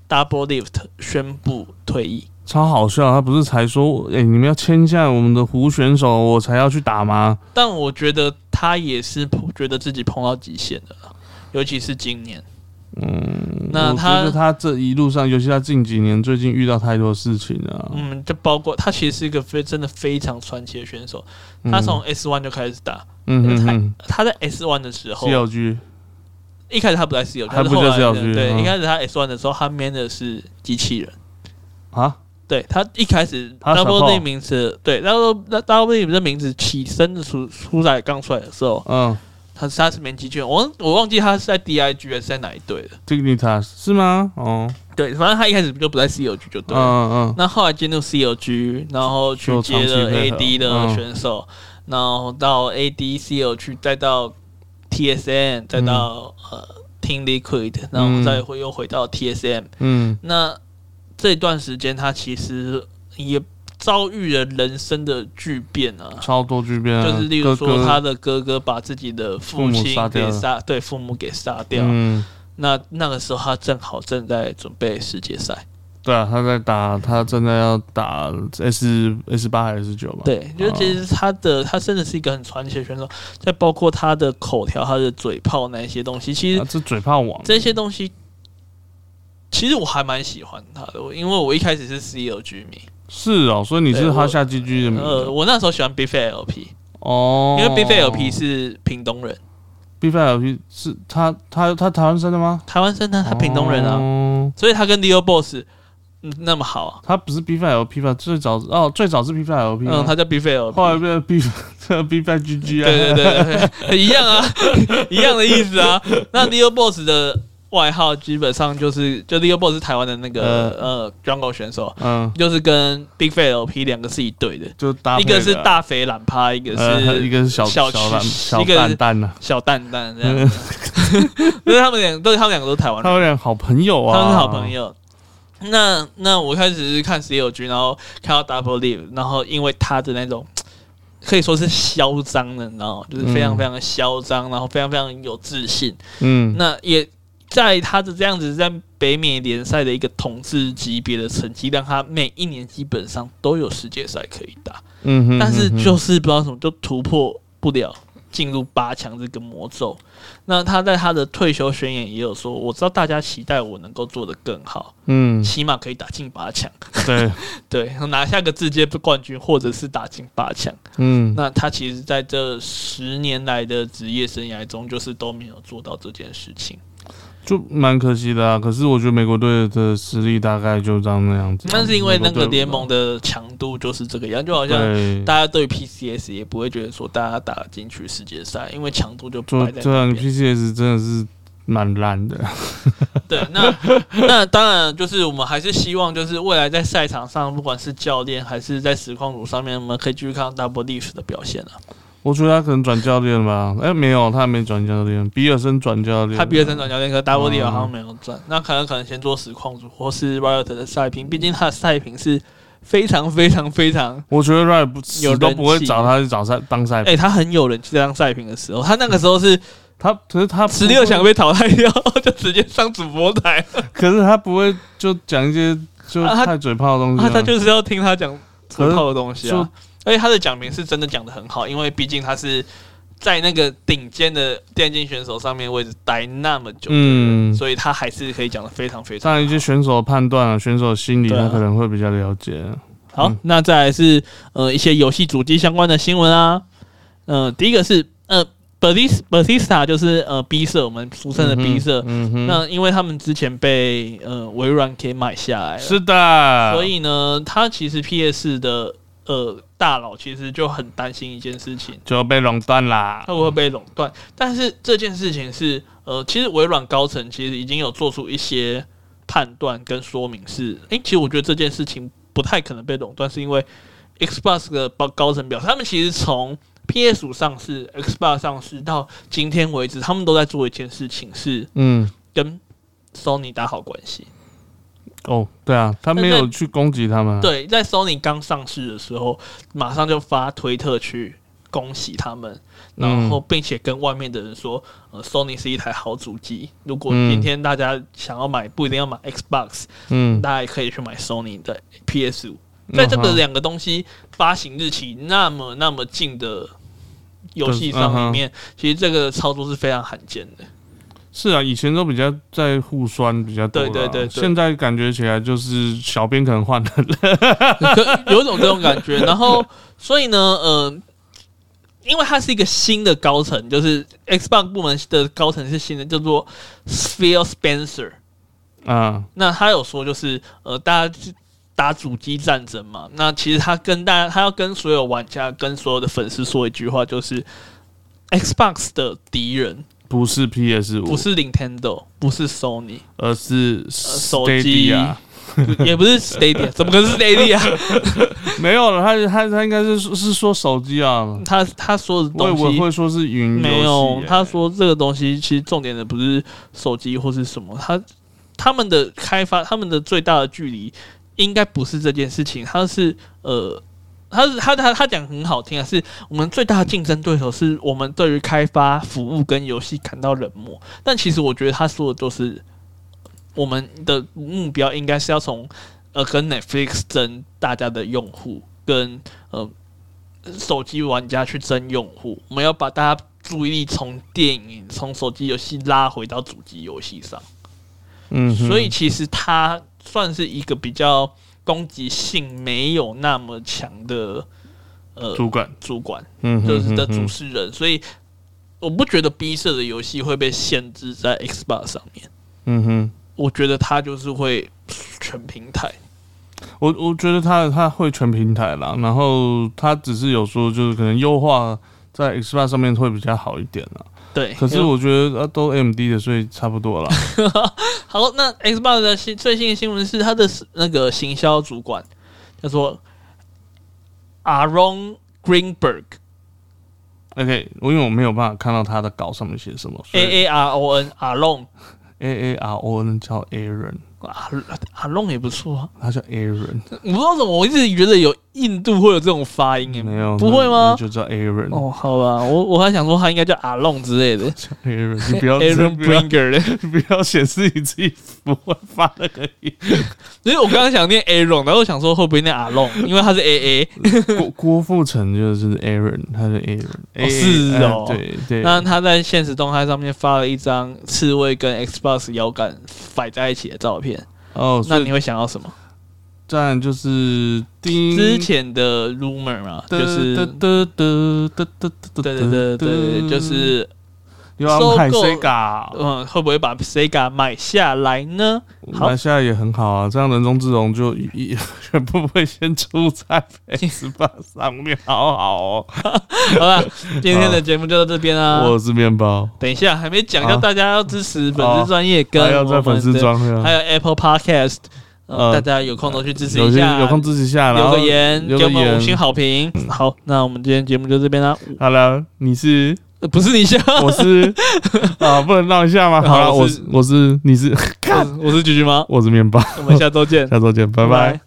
[SPEAKER 2] Double Lift 宣布退役。
[SPEAKER 1] 超好笑，他不是才说，哎、你们要签下我们的胡选手，我才要去打吗？
[SPEAKER 2] 但我觉得他也是碰觉得自己碰到极限的了，尤其是今年。嗯，那
[SPEAKER 1] 我觉
[SPEAKER 2] 他
[SPEAKER 1] 得他这一路上，尤其他近几年最近遇到太多事情了、
[SPEAKER 2] 嗯，就包括他其实是一个非真的非常传奇的选手，
[SPEAKER 1] 嗯
[SPEAKER 2] 他从 S one 就开始打，
[SPEAKER 1] 嗯哼哼
[SPEAKER 2] 他在 S one 的时候，
[SPEAKER 1] ，CLG
[SPEAKER 2] 一开始他不在 C 友，
[SPEAKER 1] 还不
[SPEAKER 2] 但是后来
[SPEAKER 1] 叫
[SPEAKER 2] 呢
[SPEAKER 1] CLG
[SPEAKER 2] 对，
[SPEAKER 1] 嗯
[SPEAKER 2] 一开始他 S one 的时候，他 man 的是机器人。
[SPEAKER 1] 啊，
[SPEAKER 2] 对他一开始
[SPEAKER 1] 他
[SPEAKER 2] double
[SPEAKER 1] support
[SPEAKER 2] D 名字，对 double double D 这名字起身出出来刚出来的时候，
[SPEAKER 1] 嗯
[SPEAKER 2] 他他是 man 机器人，我忘我忘记他是在 DIG 还是在哪一队了。
[SPEAKER 1] ，Dignitas 是吗？哦，
[SPEAKER 2] 对，反正他一开始就不在 CLG 就对了。
[SPEAKER 1] 嗯嗯
[SPEAKER 2] 那后来进入 CLG，然后去
[SPEAKER 1] 就
[SPEAKER 2] 接
[SPEAKER 1] 长期
[SPEAKER 2] 了
[SPEAKER 1] 配合
[SPEAKER 2] AD 的
[SPEAKER 1] 嗯
[SPEAKER 2] 选手，然后到 AD CLG，再到 TSN，再到、
[SPEAKER 1] 嗯
[SPEAKER 2] 呃 Team Liquid，然后再会又回到 TSM、
[SPEAKER 1] 嗯，
[SPEAKER 2] 那这段时间他其实也遭遇了人生的巨变啊。
[SPEAKER 1] 超多巨变啊，
[SPEAKER 2] 就是，例如
[SPEAKER 1] 哥
[SPEAKER 2] 说，
[SPEAKER 1] 哥
[SPEAKER 2] 他的哥哥把自己的父
[SPEAKER 1] 父母嗯
[SPEAKER 2] 亲
[SPEAKER 1] 杀掉
[SPEAKER 2] 给
[SPEAKER 1] 了
[SPEAKER 2] 杀，对父母给杀掉。
[SPEAKER 1] 嗯，
[SPEAKER 2] 那那个时候，他正好正在准备世界赛，
[SPEAKER 1] 对啊，他在打，他正在要打 S S 八还是 S 九吧？啊
[SPEAKER 2] 对，就是其实他的他真的是一个很传奇的选手，再包括他的口条、他的嘴炮那一些东西，其
[SPEAKER 1] 啊
[SPEAKER 2] 实
[SPEAKER 1] 这嘴炮王，
[SPEAKER 2] 这些东西，其实我还蛮喜欢他的，我因为我一开始是 CLG 迷，
[SPEAKER 1] 是哦，所以你
[SPEAKER 2] 对
[SPEAKER 1] 是
[SPEAKER 2] 我
[SPEAKER 1] 哈夏 G G 的名
[SPEAKER 2] 呃，
[SPEAKER 1] 字
[SPEAKER 2] 我那时候喜欢 b i f LP，
[SPEAKER 1] 哦
[SPEAKER 2] 因，为 b i f LP 是屏东人，
[SPEAKER 1] B F L P 是他他他台湾生的吗？
[SPEAKER 2] 台湾生的，他屏东人啊，
[SPEAKER 1] 哦，
[SPEAKER 2] 所以他跟 Leo Boss 嗯那么好啊，
[SPEAKER 1] 他不是 B F L P 吧？最早哦，最早是 B F L P，啊
[SPEAKER 2] 嗯，他叫 b i f
[SPEAKER 1] 后
[SPEAKER 2] LP
[SPEAKER 1] 来。变成 B B F G G 啊，
[SPEAKER 2] 对对对对， 一样啊，一样的意思啊。那 Leo Boss 的外号基本上就是，就 Leo Boss 是台湾的那个呃 Jungle 选手，
[SPEAKER 1] 嗯，
[SPEAKER 2] 就是跟 Big Fat LP 两个是一对的，
[SPEAKER 1] 就搭配
[SPEAKER 2] 一个是
[SPEAKER 1] 的啊
[SPEAKER 2] 大肥懒趴，一个
[SPEAKER 1] 呃
[SPEAKER 2] 是
[SPEAKER 1] 一个是小
[SPEAKER 2] 小
[SPEAKER 1] 小蛋
[SPEAKER 2] 区
[SPEAKER 1] 小
[SPEAKER 2] 一个
[SPEAKER 1] 蛋蛋啊呐，
[SPEAKER 2] 小蛋蛋 这样子。就是他们两，都是他们两个都是台湾
[SPEAKER 1] 他
[SPEAKER 2] 人，
[SPEAKER 1] 有点好朋友
[SPEAKER 2] 他
[SPEAKER 1] 啊，
[SPEAKER 2] 们是好朋，友。那那我开始是看 C O G，然后看到 Double Live，然后因为他的那种可以说是嚣张的，你知道吗？就是非常
[SPEAKER 1] 嗯
[SPEAKER 2] 非常的嚣张，然后非常非常有自信。
[SPEAKER 1] 嗯，
[SPEAKER 2] 那也在他的这样子在北美联赛的一个统治级别的成绩，让他每一年基本上都有世界赛可以打，
[SPEAKER 1] 嗯哼，
[SPEAKER 2] 但是
[SPEAKER 1] 嗯哼
[SPEAKER 2] 就是不知道怎么就突破不了。进入八强这个魔咒，那他在他的退休宣言也有说，我知道大家期待我能够做得更好，
[SPEAKER 1] 嗯，
[SPEAKER 2] 起码可以打进八强，
[SPEAKER 1] 对，
[SPEAKER 2] 对，拿下个世界杯冠军或者是打进八强。
[SPEAKER 1] 嗯，
[SPEAKER 2] 那他其实在这十年来的职业生涯中，就是都没有做到这件事情。
[SPEAKER 1] 嗯就蛮可惜的啊。可是我觉得美国队的实力大概就长那样子啊。
[SPEAKER 2] 但是因为那个联盟
[SPEAKER 1] 的，
[SPEAKER 2] 的强度就是这个样，就好像
[SPEAKER 1] 对，
[SPEAKER 2] 大家对于 PCS 也不会觉得说大家打进去世界赛，因为强度就
[SPEAKER 1] 就
[SPEAKER 2] 摆在
[SPEAKER 1] 这
[SPEAKER 2] 那
[SPEAKER 1] 样
[SPEAKER 2] 边。
[SPEAKER 1] PCS 真的是蛮烂的。
[SPEAKER 2] 对，那那当然就是我们还是希望，就是未来在赛场上，不管是教练还是在实况组上面，我们可以继续看到 Double Leaf 的表现啊。
[SPEAKER 1] 我觉得他可能转教练吧，哎、没有，他还没转教练，比尔森转教练，
[SPEAKER 2] 他比尔森转教练，可 W D
[SPEAKER 1] 嗯
[SPEAKER 2] 好像没有转，那可能可能先做实况组或是 Riot 的赛评，毕竟他的赛评是非常非常非常，
[SPEAKER 1] 我觉得 Ray 不
[SPEAKER 2] 有
[SPEAKER 1] 死都不会
[SPEAKER 2] 人气
[SPEAKER 1] 找他去找赛当赛、
[SPEAKER 2] 哎、他很有人气在当赛评的时候，他那个时候是
[SPEAKER 1] 他可是他不
[SPEAKER 2] 十六强被淘汰掉， 就直接上主播台，
[SPEAKER 1] 可是他不会就讲一些就
[SPEAKER 2] 啊他
[SPEAKER 1] 太嘴炮的东西、
[SPEAKER 2] 啊，他就是要听他讲主
[SPEAKER 1] 可是
[SPEAKER 2] 套的东西
[SPEAKER 1] 就
[SPEAKER 2] 啊，而且他的讲评是真的讲的很好，因为毕竟他是在那个顶尖的电竞选手上面位置待那么久，
[SPEAKER 1] 嗯，
[SPEAKER 2] 所以他还是可以讲的非常非常
[SPEAKER 1] 当
[SPEAKER 2] 好。
[SPEAKER 1] 然一些选手判断啊，选手心理
[SPEAKER 2] 对啊
[SPEAKER 1] 他可能会比较了解。
[SPEAKER 2] 好，
[SPEAKER 1] 嗯
[SPEAKER 2] 那再来是呃一些游戏主机相关的新闻啊。呃，第一个是呃 Batis Batista 就是呃 B 社，我们俗称的 B 社。
[SPEAKER 1] 嗯哼，嗯哼
[SPEAKER 2] 那因为他们之前被呃微软给买下来了，
[SPEAKER 1] 是的，
[SPEAKER 2] 所以呢，他其实 PS 的呃大佬其实就很担心一件事情，
[SPEAKER 1] 就被垄断啦
[SPEAKER 2] 它。会不会被垄断？但是这件事情是呃，其实微软高层其实已经有做出一些判断跟说明是，诶，其实我觉得这件事情不太可能被垄断，是因为 Xbox 的高高层表示，他们其实从 PS 五上市、Xbox 上市到今天为止，他们都在做一件事情，是
[SPEAKER 1] 嗯，
[SPEAKER 2] 跟 Sony 打好关系。
[SPEAKER 1] 哦，对啊，他没有去攻击他们啊。
[SPEAKER 2] 对，在 Sony 刚上市的时候，马上就发推特去恭喜他们，然后并且跟外面的人说，呃，Sony 是一台好主机。如果
[SPEAKER 1] 嗯
[SPEAKER 2] 今天大家想要买，不一定要买 Xbox，、
[SPEAKER 1] 嗯，
[SPEAKER 2] 大家也可以去买 Sony 的 PS 五。在这个两个东西发行日期那么那么近的游戏上里面，其实这个操作是非常罕见的。
[SPEAKER 1] 是啊，以前都比较在互酸比较多啦，
[SPEAKER 2] 对对对对
[SPEAKER 1] 现在感觉起来就是小编可能换了，
[SPEAKER 2] 可 有一种这种感觉。然后，所以呢，呃，因为它是一个新的高层，就是 Xbox 部门的高层是新的，叫做 Phil Spencer。
[SPEAKER 1] 啊，
[SPEAKER 2] 那他有说，就是呃，大家打主机战争嘛，那其实他跟大家，他要跟所有玩家、跟所有的粉丝说一句话，就是 Xbox 的敌人
[SPEAKER 1] 不是 PS 五，
[SPEAKER 2] 不是 Nintendo，不 是 Sony，
[SPEAKER 1] 而是
[SPEAKER 2] 手机
[SPEAKER 1] Stadia
[SPEAKER 2] 也不是 Stadia，怎么可能是 Stadia？
[SPEAKER 1] 没有了，他他他应该是说是说手机啊，
[SPEAKER 2] 他他说的
[SPEAKER 1] 我以
[SPEAKER 2] 东西
[SPEAKER 1] 为会说是云游戏啊
[SPEAKER 2] 没有
[SPEAKER 1] 耶，
[SPEAKER 2] 他说这个东西其实重点的不是手机或是什么，他他们的开发，他们的最大的距离应该不是这件事情，他是呃，他是他他他讲很好听啊，是我们最大的竞争对手是我们对于开发服务跟游戏感到冷漠，但其实我觉得他说的都是我们的目标应该是要从呃跟 Netflix 争大家的用户跟呃。手机玩家去争用户，我们要把大家注意力从电影、从手机游戏拉回到主机游戏上。
[SPEAKER 1] 嗯哼，
[SPEAKER 2] 所以其实它算是一个比较攻击性没有那么强的呃
[SPEAKER 1] 主管，
[SPEAKER 2] 主管，
[SPEAKER 1] 嗯哼，
[SPEAKER 2] 就是的
[SPEAKER 1] 嗯哼
[SPEAKER 2] 主持人，所以我不觉得 B 社的游戏会被限制在 Xbox 上面。
[SPEAKER 1] 嗯哼，
[SPEAKER 2] 我觉得它就是会全平台，
[SPEAKER 1] 我我觉得他他会全平台啦，然后他只是有说就是可能优化在 Xbox 上面会比较好一点啦，
[SPEAKER 2] 对。
[SPEAKER 1] 可是我觉得啊都 AMD 的，所以差不多啦。
[SPEAKER 2] 好，那 Xbox 的新最新的新闻是他的那个行销主管叫做 Aaron Greenberg
[SPEAKER 1] OK，我因为我没有办法看到
[SPEAKER 2] 哎
[SPEAKER 1] 他的稿上面写什么所以
[SPEAKER 2] A A R O N Aaron
[SPEAKER 1] A A R O N 叫 Aaron，
[SPEAKER 2] 啊，阿弄也不错啊。
[SPEAKER 1] 他叫 Aaron，
[SPEAKER 2] 我不知道怎么，我一直觉得有印度会有这种发音诶，欸
[SPEAKER 1] 没有
[SPEAKER 2] 不会
[SPEAKER 1] 那
[SPEAKER 2] 吗？
[SPEAKER 1] 就叫 Aaron，
[SPEAKER 2] 哦，好吧，我我还想说他应该叫阿弄之类的
[SPEAKER 1] Aaron，你不要
[SPEAKER 2] ，Aaron
[SPEAKER 1] 不要
[SPEAKER 2] Bringer 的。
[SPEAKER 1] 不要显示你自己不会发那个音。
[SPEAKER 2] 所以我刚刚想念 Aaron，然后我想说会不会念阿弄，因为他是 AA，
[SPEAKER 1] 郭郭富城就是 Aaron，他是 Aaron，
[SPEAKER 2] 哦是哦
[SPEAKER 1] 哎对对，
[SPEAKER 2] 那他在现实动态上面发了一张刺猬跟 Xbox 摇杆摆在一起的照片，
[SPEAKER 1] 哦，
[SPEAKER 2] 那
[SPEAKER 1] 那
[SPEAKER 2] 你会想到什么？
[SPEAKER 1] 然就是叮
[SPEAKER 2] 之前的 rumor 嘛，就是
[SPEAKER 1] 得得得得得
[SPEAKER 2] 对对对对对，就是
[SPEAKER 1] 又要买
[SPEAKER 2] 收购
[SPEAKER 1] Sega，
[SPEAKER 2] 嗯，会不会把 Sega 买下来呢？ 好
[SPEAKER 1] 买下来也很好啊，这样人中之龙就一一全部会先出在 S 八上面，好好哦。
[SPEAKER 2] 好了，今天的节目就到这边啦。
[SPEAKER 1] 我是面包，
[SPEAKER 2] 等一下还没讲，要
[SPEAKER 1] 啊
[SPEAKER 2] 大家要支持粉
[SPEAKER 1] 哦
[SPEAKER 2] 丝专业跟
[SPEAKER 1] 还要
[SPEAKER 2] 我
[SPEAKER 1] 在
[SPEAKER 2] 们
[SPEAKER 1] 粉丝
[SPEAKER 2] 的
[SPEAKER 1] 装会啊
[SPEAKER 2] 还有 Apple Podcast，呃，
[SPEAKER 1] 呃
[SPEAKER 2] 大家有空都去支持
[SPEAKER 1] 有
[SPEAKER 2] 一
[SPEAKER 1] 些
[SPEAKER 2] 下，
[SPEAKER 1] 有空支持一下，然
[SPEAKER 2] 留
[SPEAKER 1] 后
[SPEAKER 2] 个言，
[SPEAKER 1] 留
[SPEAKER 2] 给
[SPEAKER 1] 个
[SPEAKER 2] 我们
[SPEAKER 1] 言嗯
[SPEAKER 2] 五星好评。好，那我们今天节目就这边啦。
[SPEAKER 1] 好了，你是
[SPEAKER 2] 呃不是你 笑，
[SPEAKER 1] 我是 啊，不能闹一下吗？好了，
[SPEAKER 2] 好我
[SPEAKER 1] 我
[SPEAKER 2] 是
[SPEAKER 1] 是我是你是，
[SPEAKER 2] 我是我是菊菊吗？
[SPEAKER 1] 我是面包，
[SPEAKER 2] 我们下周见，
[SPEAKER 1] 下周见，拜拜。